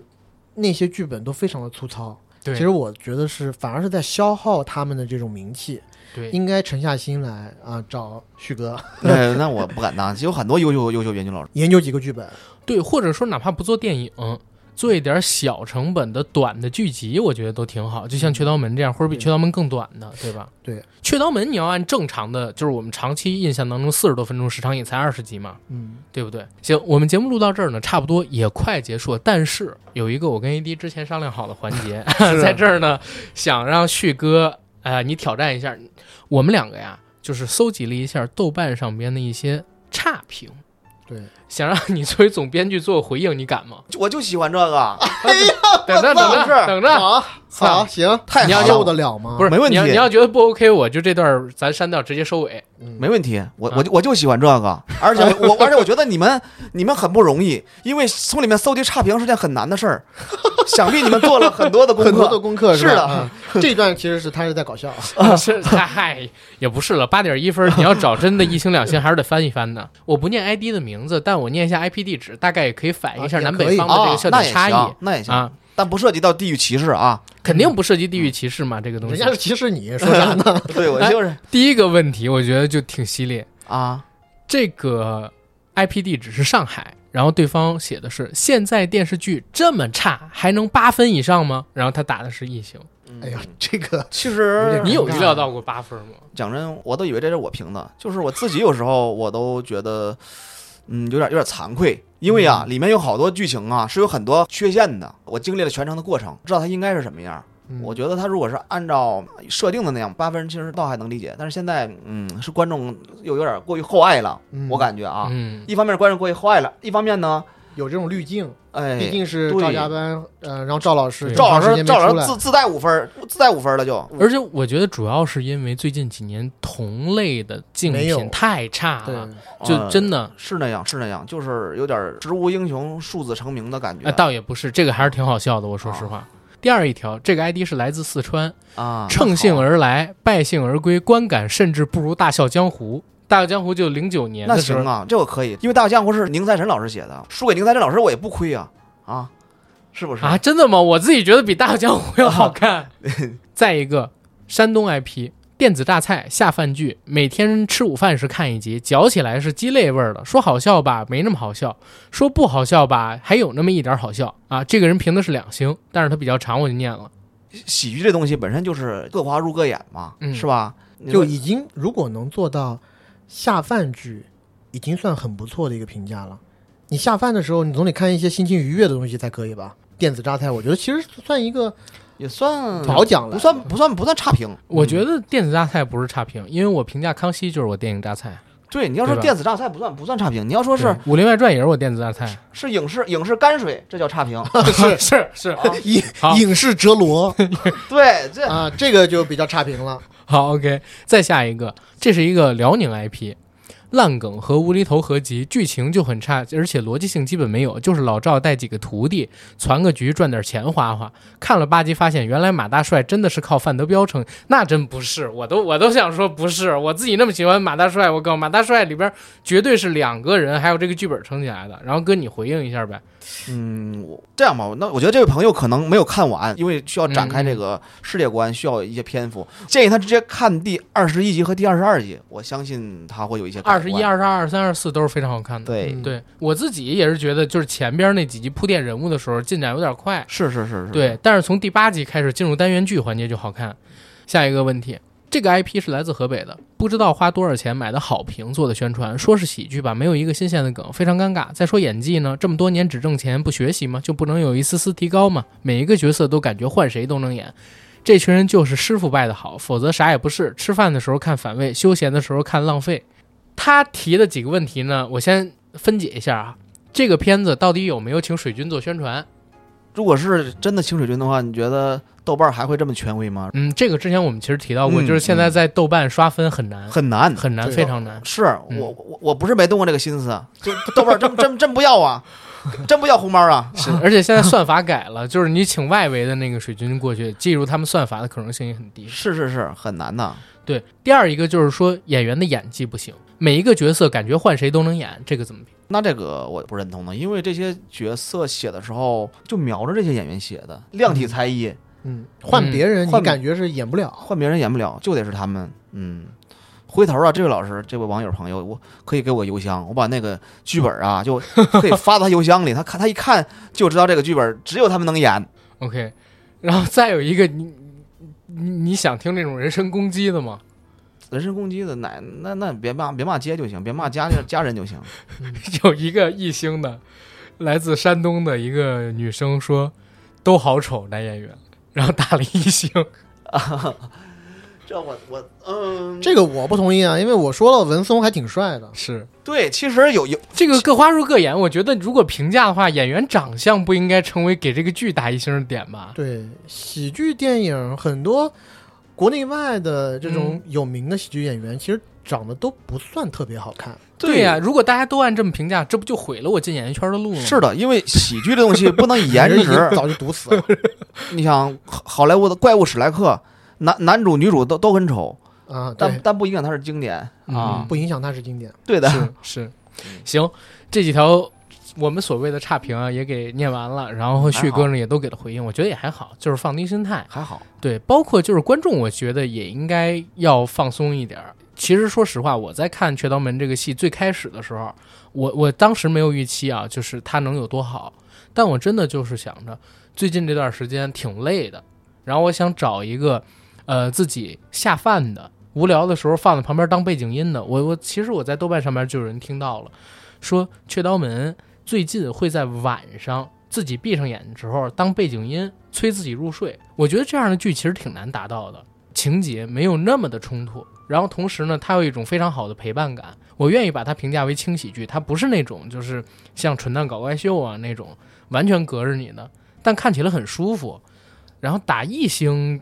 S2: 那些剧本都非常的粗糙。
S1: 对
S2: 其实我觉得是反而是在消耗他们的这种名气，
S1: 对，
S2: 应该沉下心来啊，找旭哥 [LAUGHS]
S3: 对，哎那我不敢当，有很多优秀优秀研究老师。
S2: 研究几个剧本。
S1: 对，或者说哪怕不做电影，做一点小成本的短的剧集，我觉得都挺好。就像《雀刀门》这样，或者比《雀刀门》更短的，对吧？
S2: 对
S1: 《雀刀门》你要按正常的，就是我们长期印象当中四十多分钟时长也才二十集嘛，
S2: 嗯，
S1: 对不对？行，我们节目录到这儿呢，差不多也快结束了。但是有一个我跟 AD 之前商量好的环节， [LAUGHS]
S2: 啊
S1: 在这儿呢，想让旭哥，呃，你挑战一下。我们两个呀，就是搜集了一下豆瓣上边的一些差评，
S2: 对，
S1: 想让你作为总编剧做回应，你敢吗？
S3: 我就喜欢这个，啊
S1: 等着等着等着，
S2: 好，
S1: 操
S2: 好，行，
S3: 太
S2: 你
S1: 要
S3: 好
S1: 是
S2: 受
S3: 了，
S2: 得了吗？
S1: 不是
S3: 没问题
S1: 你要你要觉得不 OK，我就这段儿咱删掉，直接收尾。
S2: 嗯，
S3: 没问题。我
S1: 啊
S3: 我就我就喜欢这个，而且我而且我觉得你们你们很不容易，因为从里面搜集差评是件很难的事儿，想必你们做了很多
S1: [LAUGHS]
S3: 的功
S2: 很多的
S3: 课。
S2: 功课
S3: 是
S2: 吧？嗯 [LAUGHS] 这段其实是他是在搞笑，
S3: 啊
S1: [LAUGHS] 是，嗨，也不是了，八点一分儿，你要找真的一星两星，还是得翻一翻的。我不念 ID 的名字，但我念一下 IP 地址，大概也可以反映一下
S2: 啊也
S1: 南
S2: 可
S1: 北
S2: 以
S1: 方的这
S3: 啊
S1: 个，笑
S3: 那
S1: 点
S3: 也
S1: 差
S3: 行
S1: 异，
S3: 那也行，
S1: 啊，
S3: 但不涉及到地域歧
S1: [LAUGHS]
S3: 视啊。
S1: 肯定不涉及地域歧视嘛，这个东
S2: 人
S1: 西
S2: 家。是歧视你说啥
S3: [LAUGHS]
S2: 呢？
S3: 对，我就是
S1: 第一个问题，我觉得就挺犀利，
S3: 啊，
S1: 这个 IP 地址是上海。然后对方写的是现在电视剧这么差，还能八分以上吗？然后他打的是异形，
S2: 哎呀，这个
S3: 其实
S1: 你有
S2: 尴尬
S1: 预料到过八分吗？
S3: 讲真，我都以为这是我评的，就是我自己有时候我都觉得，嗯，有点有点惭愧，因为
S2: 嗯
S3: 啊，里面有好多剧情啊是有很多缺陷的。我经历了全程的过程，知道它应该是什么样。
S2: 嗯
S3: 我觉得它如果是按照设定的那样，八分其实倒还能理解，但是现在，嗯，是观众又有点过于厚爱了，
S2: 嗯
S3: 我感觉啊，
S1: 嗯，
S3: 一方面观众过于厚爱了，一方面呢，
S2: 有这种滤镜，
S3: 哎，
S2: 毕竟是
S3: 对
S2: 赵家班，呃，让赵老师
S1: 对
S2: 这么
S3: 赵老
S2: 长时
S3: 师
S2: 间
S3: 赵
S2: 没出
S3: 老
S2: 来
S3: 师自自带五分儿，自带五分儿了就，
S1: 而且我觉得主要是因为最近几年同类的竞
S2: 没有
S1: 品太差
S3: 啊
S1: 了，
S2: 对，
S1: 就真的。
S3: 嗯是那样，是那样，就是有点儿植物英雄数字成名的感觉
S1: 啊，倒也不是，这个还是挺好笑的。我说实话，第二一条，这个 ID 是来自四川，
S3: 啊，
S1: 乘兴
S3: 那好
S1: 而来，败兴而归，观感甚至不如《大笑江湖》。《大笑江湖》就零九年
S3: 那
S1: 的时
S3: 行
S1: 候，
S3: 啊，这我可以，因为《大江湖》是宁财神老师写的，输给宁财神老师我也不亏啊，啊，是不是？
S1: 啊，真的吗？我自己觉得比《大笑江湖》要好看。再一个，山东 IP。电子榨菜下饭剧，每天吃午饭时看一集，嚼起来是鸡肋味儿的。说好笑吧，没那么好笑；说不好笑吧，还有那么一点好笑啊。这个人评的是两星，但是他比较长，我就念了。
S3: 喜剧这东西本身就是各花入各眼嘛，
S1: 嗯
S3: 是吧？你
S2: 就
S3: 说
S2: 已经如果能做到下饭剧，已经算很不错的一个评价了。你下饭的时候，你总得看一些心情愉悦的东西才可以吧？电子榨菜，我觉得其实算一个
S3: 也算
S2: 褒奖了，
S3: 嗯不算不算不算差评。
S1: 我觉得电子榨菜不是差评，因为我评价康熙就是我电影榨菜，
S3: 对你要说
S1: 对吧
S3: 电子榨菜不算不算差评，你要说
S1: 不
S3: 是
S1: 《武林外传》也是我电子榨菜，
S3: 是影视影视泔水，这叫差 [LAUGHS] 评。
S1: 是 [LAUGHS] 是是，
S2: 影
S1: 好
S2: 影视折
S3: [LAUGHS]
S2: 罗
S3: 对，这
S2: 啊，这个就比较差评了。
S1: [LAUGHS] 好，OK，再下一个，这是一个辽宁 IP，烂梗和无厘头合集，剧情就很差，而且逻辑性基本没有，就是老赵带几个徒弟攒个局赚点钱花花。看了八集，发现原来马大帅真的是靠范德彪成，那真不是，我都我都想说不是，我自己那么喜欢马大帅，我告诉马大帅里边绝对是两个人，还有这个剧本撑起来的。然后哥，你回应一下呗。
S3: 嗯，我这样吧，那我觉得这位朋友可能没有看完，因为需要展开
S1: 嗯
S3: 这个世界观，需要一些篇幅。建议他直接看第二十一集和第二十二集，我相信他会有一些改观
S1: 二十嗯一、二十二、二三、二四都是非常好看的。
S3: 对，
S1: 对我自己也是觉得，就是前边那几集铺垫人物的时候进展有点快，
S3: 是是是是，，
S1: 对，但是从第八集开始进入单元剧环节就好看。下一个问题，这个 IP 是来自河北的，不知道花多少钱买的好评做的宣传，说是喜剧吧，没有一个新鲜的梗，非常尴尬。再说演技呢，这么多年只挣钱不学习吗？就不能有一丝丝提高吗？每一个角色都感觉换谁都能演。这群人就是师傅拜的好，否则啥也不是。吃饭的时候看反胃，休闲的时候看浪费。他提的几个问题呢，我先分解一下啊。这个片子到底有没有请水军做宣传？
S3: 如果是真的清水君的话，你觉得豆瓣还会这么权威吗？
S1: 嗯，这个之前我们其实提到过，
S3: 嗯
S1: 就是现在在豆瓣刷分很难，
S3: 很难，
S1: 很难，
S2: 对
S1: 非常难。
S3: 是
S1: 嗯
S3: 我我我不是没动过这个心思，啊就豆瓣真真真不要啊，真不要红包啊，
S1: 是，而且现在算法改了，就是你请外围的那个水军过去进入他们算法的可能性也很低。
S3: [LAUGHS] 是是是，很难的。
S1: 对，第二一个就是说演员的演技不行，每一个角色感觉换谁都能演，这个怎么评？
S3: 那这个我不认同的，因为这些角色写的时候就瞄着这些演员写的，量体裁衣，
S2: 嗯，换别人你
S3: 换
S2: 感觉是演不了，
S3: 换别人演不了，就得是他们。嗯，回头啊，这位老师，这位网友朋友，我可以给我个邮箱，我把那个剧本啊，就可以发到他邮箱里，他看他一看就知道这个剧本只有他们能演。
S1: OK，然后再有一个，你你你想听这种人身攻击的吗？ [LAUGHS]
S3: 人身攻击的，那那那别骂别骂街就行，别骂家家人就行。
S1: 有一个一星的，来自山东的一个女生说，都好丑男演员，然后打了一 [LAUGHS] 星。
S3: [LAUGHS] 这我我嗯，
S2: 这个我不同意啊，因为我说了文松还挺帅的，
S1: 是，
S3: 对，其实有有
S1: 这个各花入各眼，我觉得如果评价的话，演员长相不应该成为给这个剧打一星的点吧？
S2: 对，喜剧电影很多国内外的这种
S1: 嗯
S2: 有名的喜剧演员，其实长得都不算特别好看。
S1: 对呀、如果大家都按这么评价，这不就毁了我进演艺圈的路吗？
S3: 是的，因为喜剧这东
S2: [LAUGHS]
S3: 西不能以颜
S2: 嗯人已经
S3: 值。
S2: 早就毒死了
S3: 你想好好莱坞的怪物史莱克，男男主女主都都很丑，
S2: 啊，
S3: [LAUGHS] 但
S2: 对，
S3: 但不影响它是经典啊
S1: 嗯。
S2: 不影响它是经典。
S3: 对的，
S1: 是是，行，这几条我们所谓的差评啊也给念完了，然后旭哥呢也都给了回应，我觉得也还好，就是放低心态。
S3: 还好。
S1: 对，包括就是观众，我觉得也应该要放松一点儿。其实说实话，我在看《雀刀门》这个戏最开始的时候，我我当时没有预期啊，就是它能有多好，但我真的就是想着最近这段时间挺累的，然后我想找一个呃自己下饭的，无聊的时候放在旁边当背景音的。我我其实我在豆瓣上面就有人听到了，说《雀刀门》最近会在晚上自己闭上眼的时候当背景音催自己入睡。我觉得这样的剧其实挺难达到的，情节没有那么的冲突，然后同时呢，它有一种非常好的陪伴感。我愿意把它评价为轻喜剧，它不是那种就是像《蠢蛋搞怪秀啊》那种完全隔着你的，但看起来很舒服。然后打一星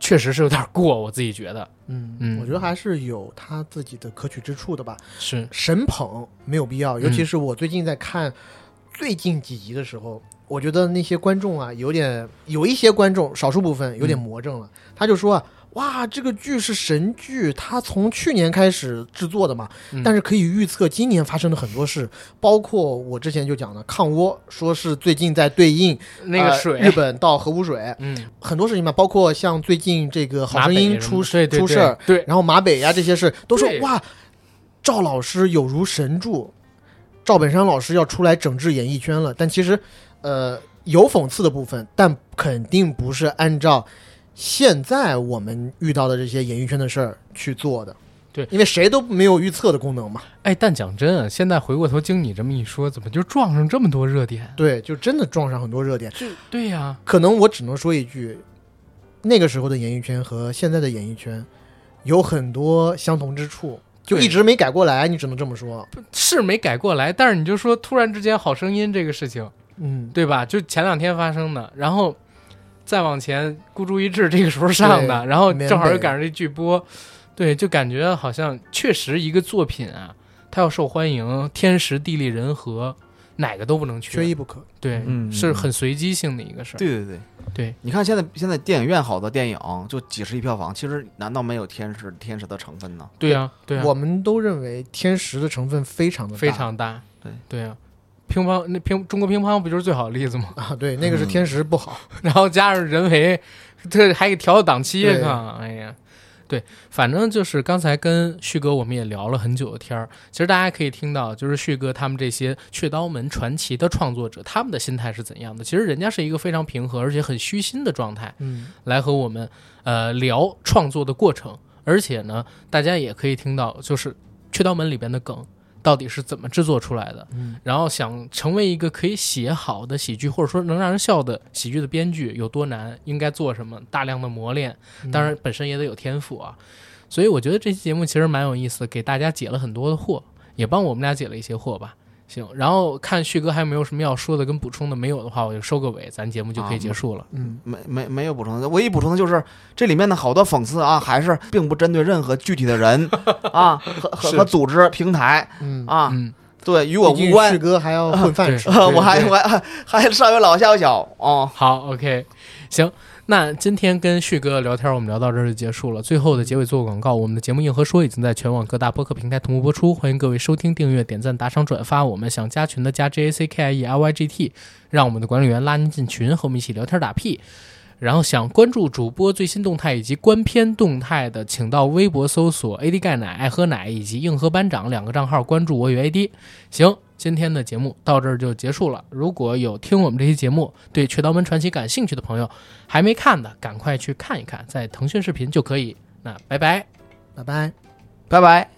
S1: 确实是有点过，我自己觉得
S2: 嗯
S1: 嗯
S2: 我觉得还是有他自己的可取之处的吧。
S1: 是
S2: 神捧没有必
S1: 嗯
S2: 要，尤其是我最近在看最近几集的时候，我
S1: 嗯
S2: 觉得那些观众啊，有点有一些观众，少数部分有点魔怔了。他就说啊，哇，这个剧是神剧，它从去年开始制作的嘛，
S1: 嗯
S2: 但是可以预测今年发生的很多事，包括我之前就讲的抗倭，说是最近在对应
S1: 那个
S2: 呃
S1: 水，
S2: 日本到核污水
S1: 嗯，
S2: 很多事情嘛，包括像最近这个好
S1: 马
S2: 声
S1: 北
S2: 音
S1: 人
S2: 出
S1: 对对
S2: 出
S1: 对
S2: 事儿，
S1: 对，
S2: 然后马北呀这些事都说
S1: 对
S2: 哇，赵老师有如神助，赵本山老师要出来整治演艺圈了。但其实，呃，有讽刺的部分，但肯定不是按照现在我们遇到的这些演艺圈的事儿去做的。
S1: 对
S2: 因为谁都没有预测的功能嘛。
S1: 哎，但讲真啊，现在回过头经你这么一说，怎么就撞上这么多热点？
S2: 对，就真的撞上很多热点。
S1: 这对呀、
S2: 可能我只能说一句，那个时候的演艺圈和现在的演艺圈有很多相同之处，就
S1: 对
S2: 一直没改过来，你只能这么说。
S1: 是没改过来，但是你就说突然之间《好声音》这个事情，
S2: 嗯，
S1: 对吧？就前两天发生的，然后再往前，《孤注一掷》这个时候上的，
S2: 对
S1: 然后
S2: 缅
S1: 正好又
S2: 北
S1: 赶上这剧播，对，就感觉好像确实一个作品啊，它要受欢迎，天时地利人和，哪个都不能缺，
S2: 缺一不可。
S1: 对，
S3: 嗯
S1: 是很随机性的一个事儿。
S3: 对对对
S1: 对，
S3: 你看现在现在电影院好的电影就几十亿票房，其实难道没有天使天使的成分呢？
S1: 对呀，对呀，
S2: 我们都认为天时的成分非常的大
S1: 非常大，
S3: 对
S1: 对呀。乒乓那乒中国乒乓不就是最好的例子吗？
S2: 啊，对，那
S1: 嗯
S2: 个是天时不好，
S1: 然后加上人为，这还给调到档期
S2: 对
S1: 呢。哎呀，对，反正就是刚才跟旭哥我们也聊了很久的天儿。其实大家可以听到，就是旭哥他们这些《雀刀门传奇》的创作者，他们的心态是怎样的？其实人家是一个非常平和而且很虚心的状态，
S2: 嗯，
S1: 来和我们呃聊创作的过程。而且呢，大家也可以听到，就是《雀刀门》里边的梗到底是怎么制作出来的。
S2: 嗯
S1: 然后想成为一个可以写好的喜剧，或者说能让人笑的喜剧的编剧有多难，应该做什么，大量的磨练，
S2: 嗯
S1: 当然本身也得有天赋啊。所以我觉得这期节目其实蛮有意思的，给大家解了很多的惑，也帮我们俩解了一些惑吧。行，然后看旭哥还有没有什么要说的跟补充的，没有的话我就收个尾，咱节目就可以结束了。
S2: 嗯，
S3: 没没没有补充的，唯一补充的就是这里面的好多讽刺啊，还是并不针对任何具体的人啊和和
S1: 是
S3: 和组织平台
S2: 嗯嗯，
S3: 啊，
S1: 嗯，
S3: 对，与我
S2: 毕竟
S3: 无关
S2: 旭。哥还要混
S1: [LAUGHS]
S2: 饭吃，
S3: [LAUGHS] 我还
S2: 对
S3: 我还还上有老下有小哦，
S1: 好，OK，行，那今天跟旭哥聊天，我们聊到这儿就结束了。最后的结尾做个广告，我们的节目《硬核说》已经在全网各大播客平台同步播出，欢迎各位收听、订阅、点赞、打赏、转发。我们想加群的加 J A C K I E R Y G T，让我们的管理员拉您进群，和我们一起聊天打屁。然后想关注主播最新动态以及观片动态的，请到微博搜索 AD 钙奶爱喝奶以及硬核班长两个账号关注我与 AD。行，今天的节目到这儿就结束了。如果有听我们这期节目对《雀刀门传奇》感兴趣的朋友，还没看的，赶快去看一看，在腾讯视频就可以。那拜拜。
S2: 拜拜。
S3: 拜拜。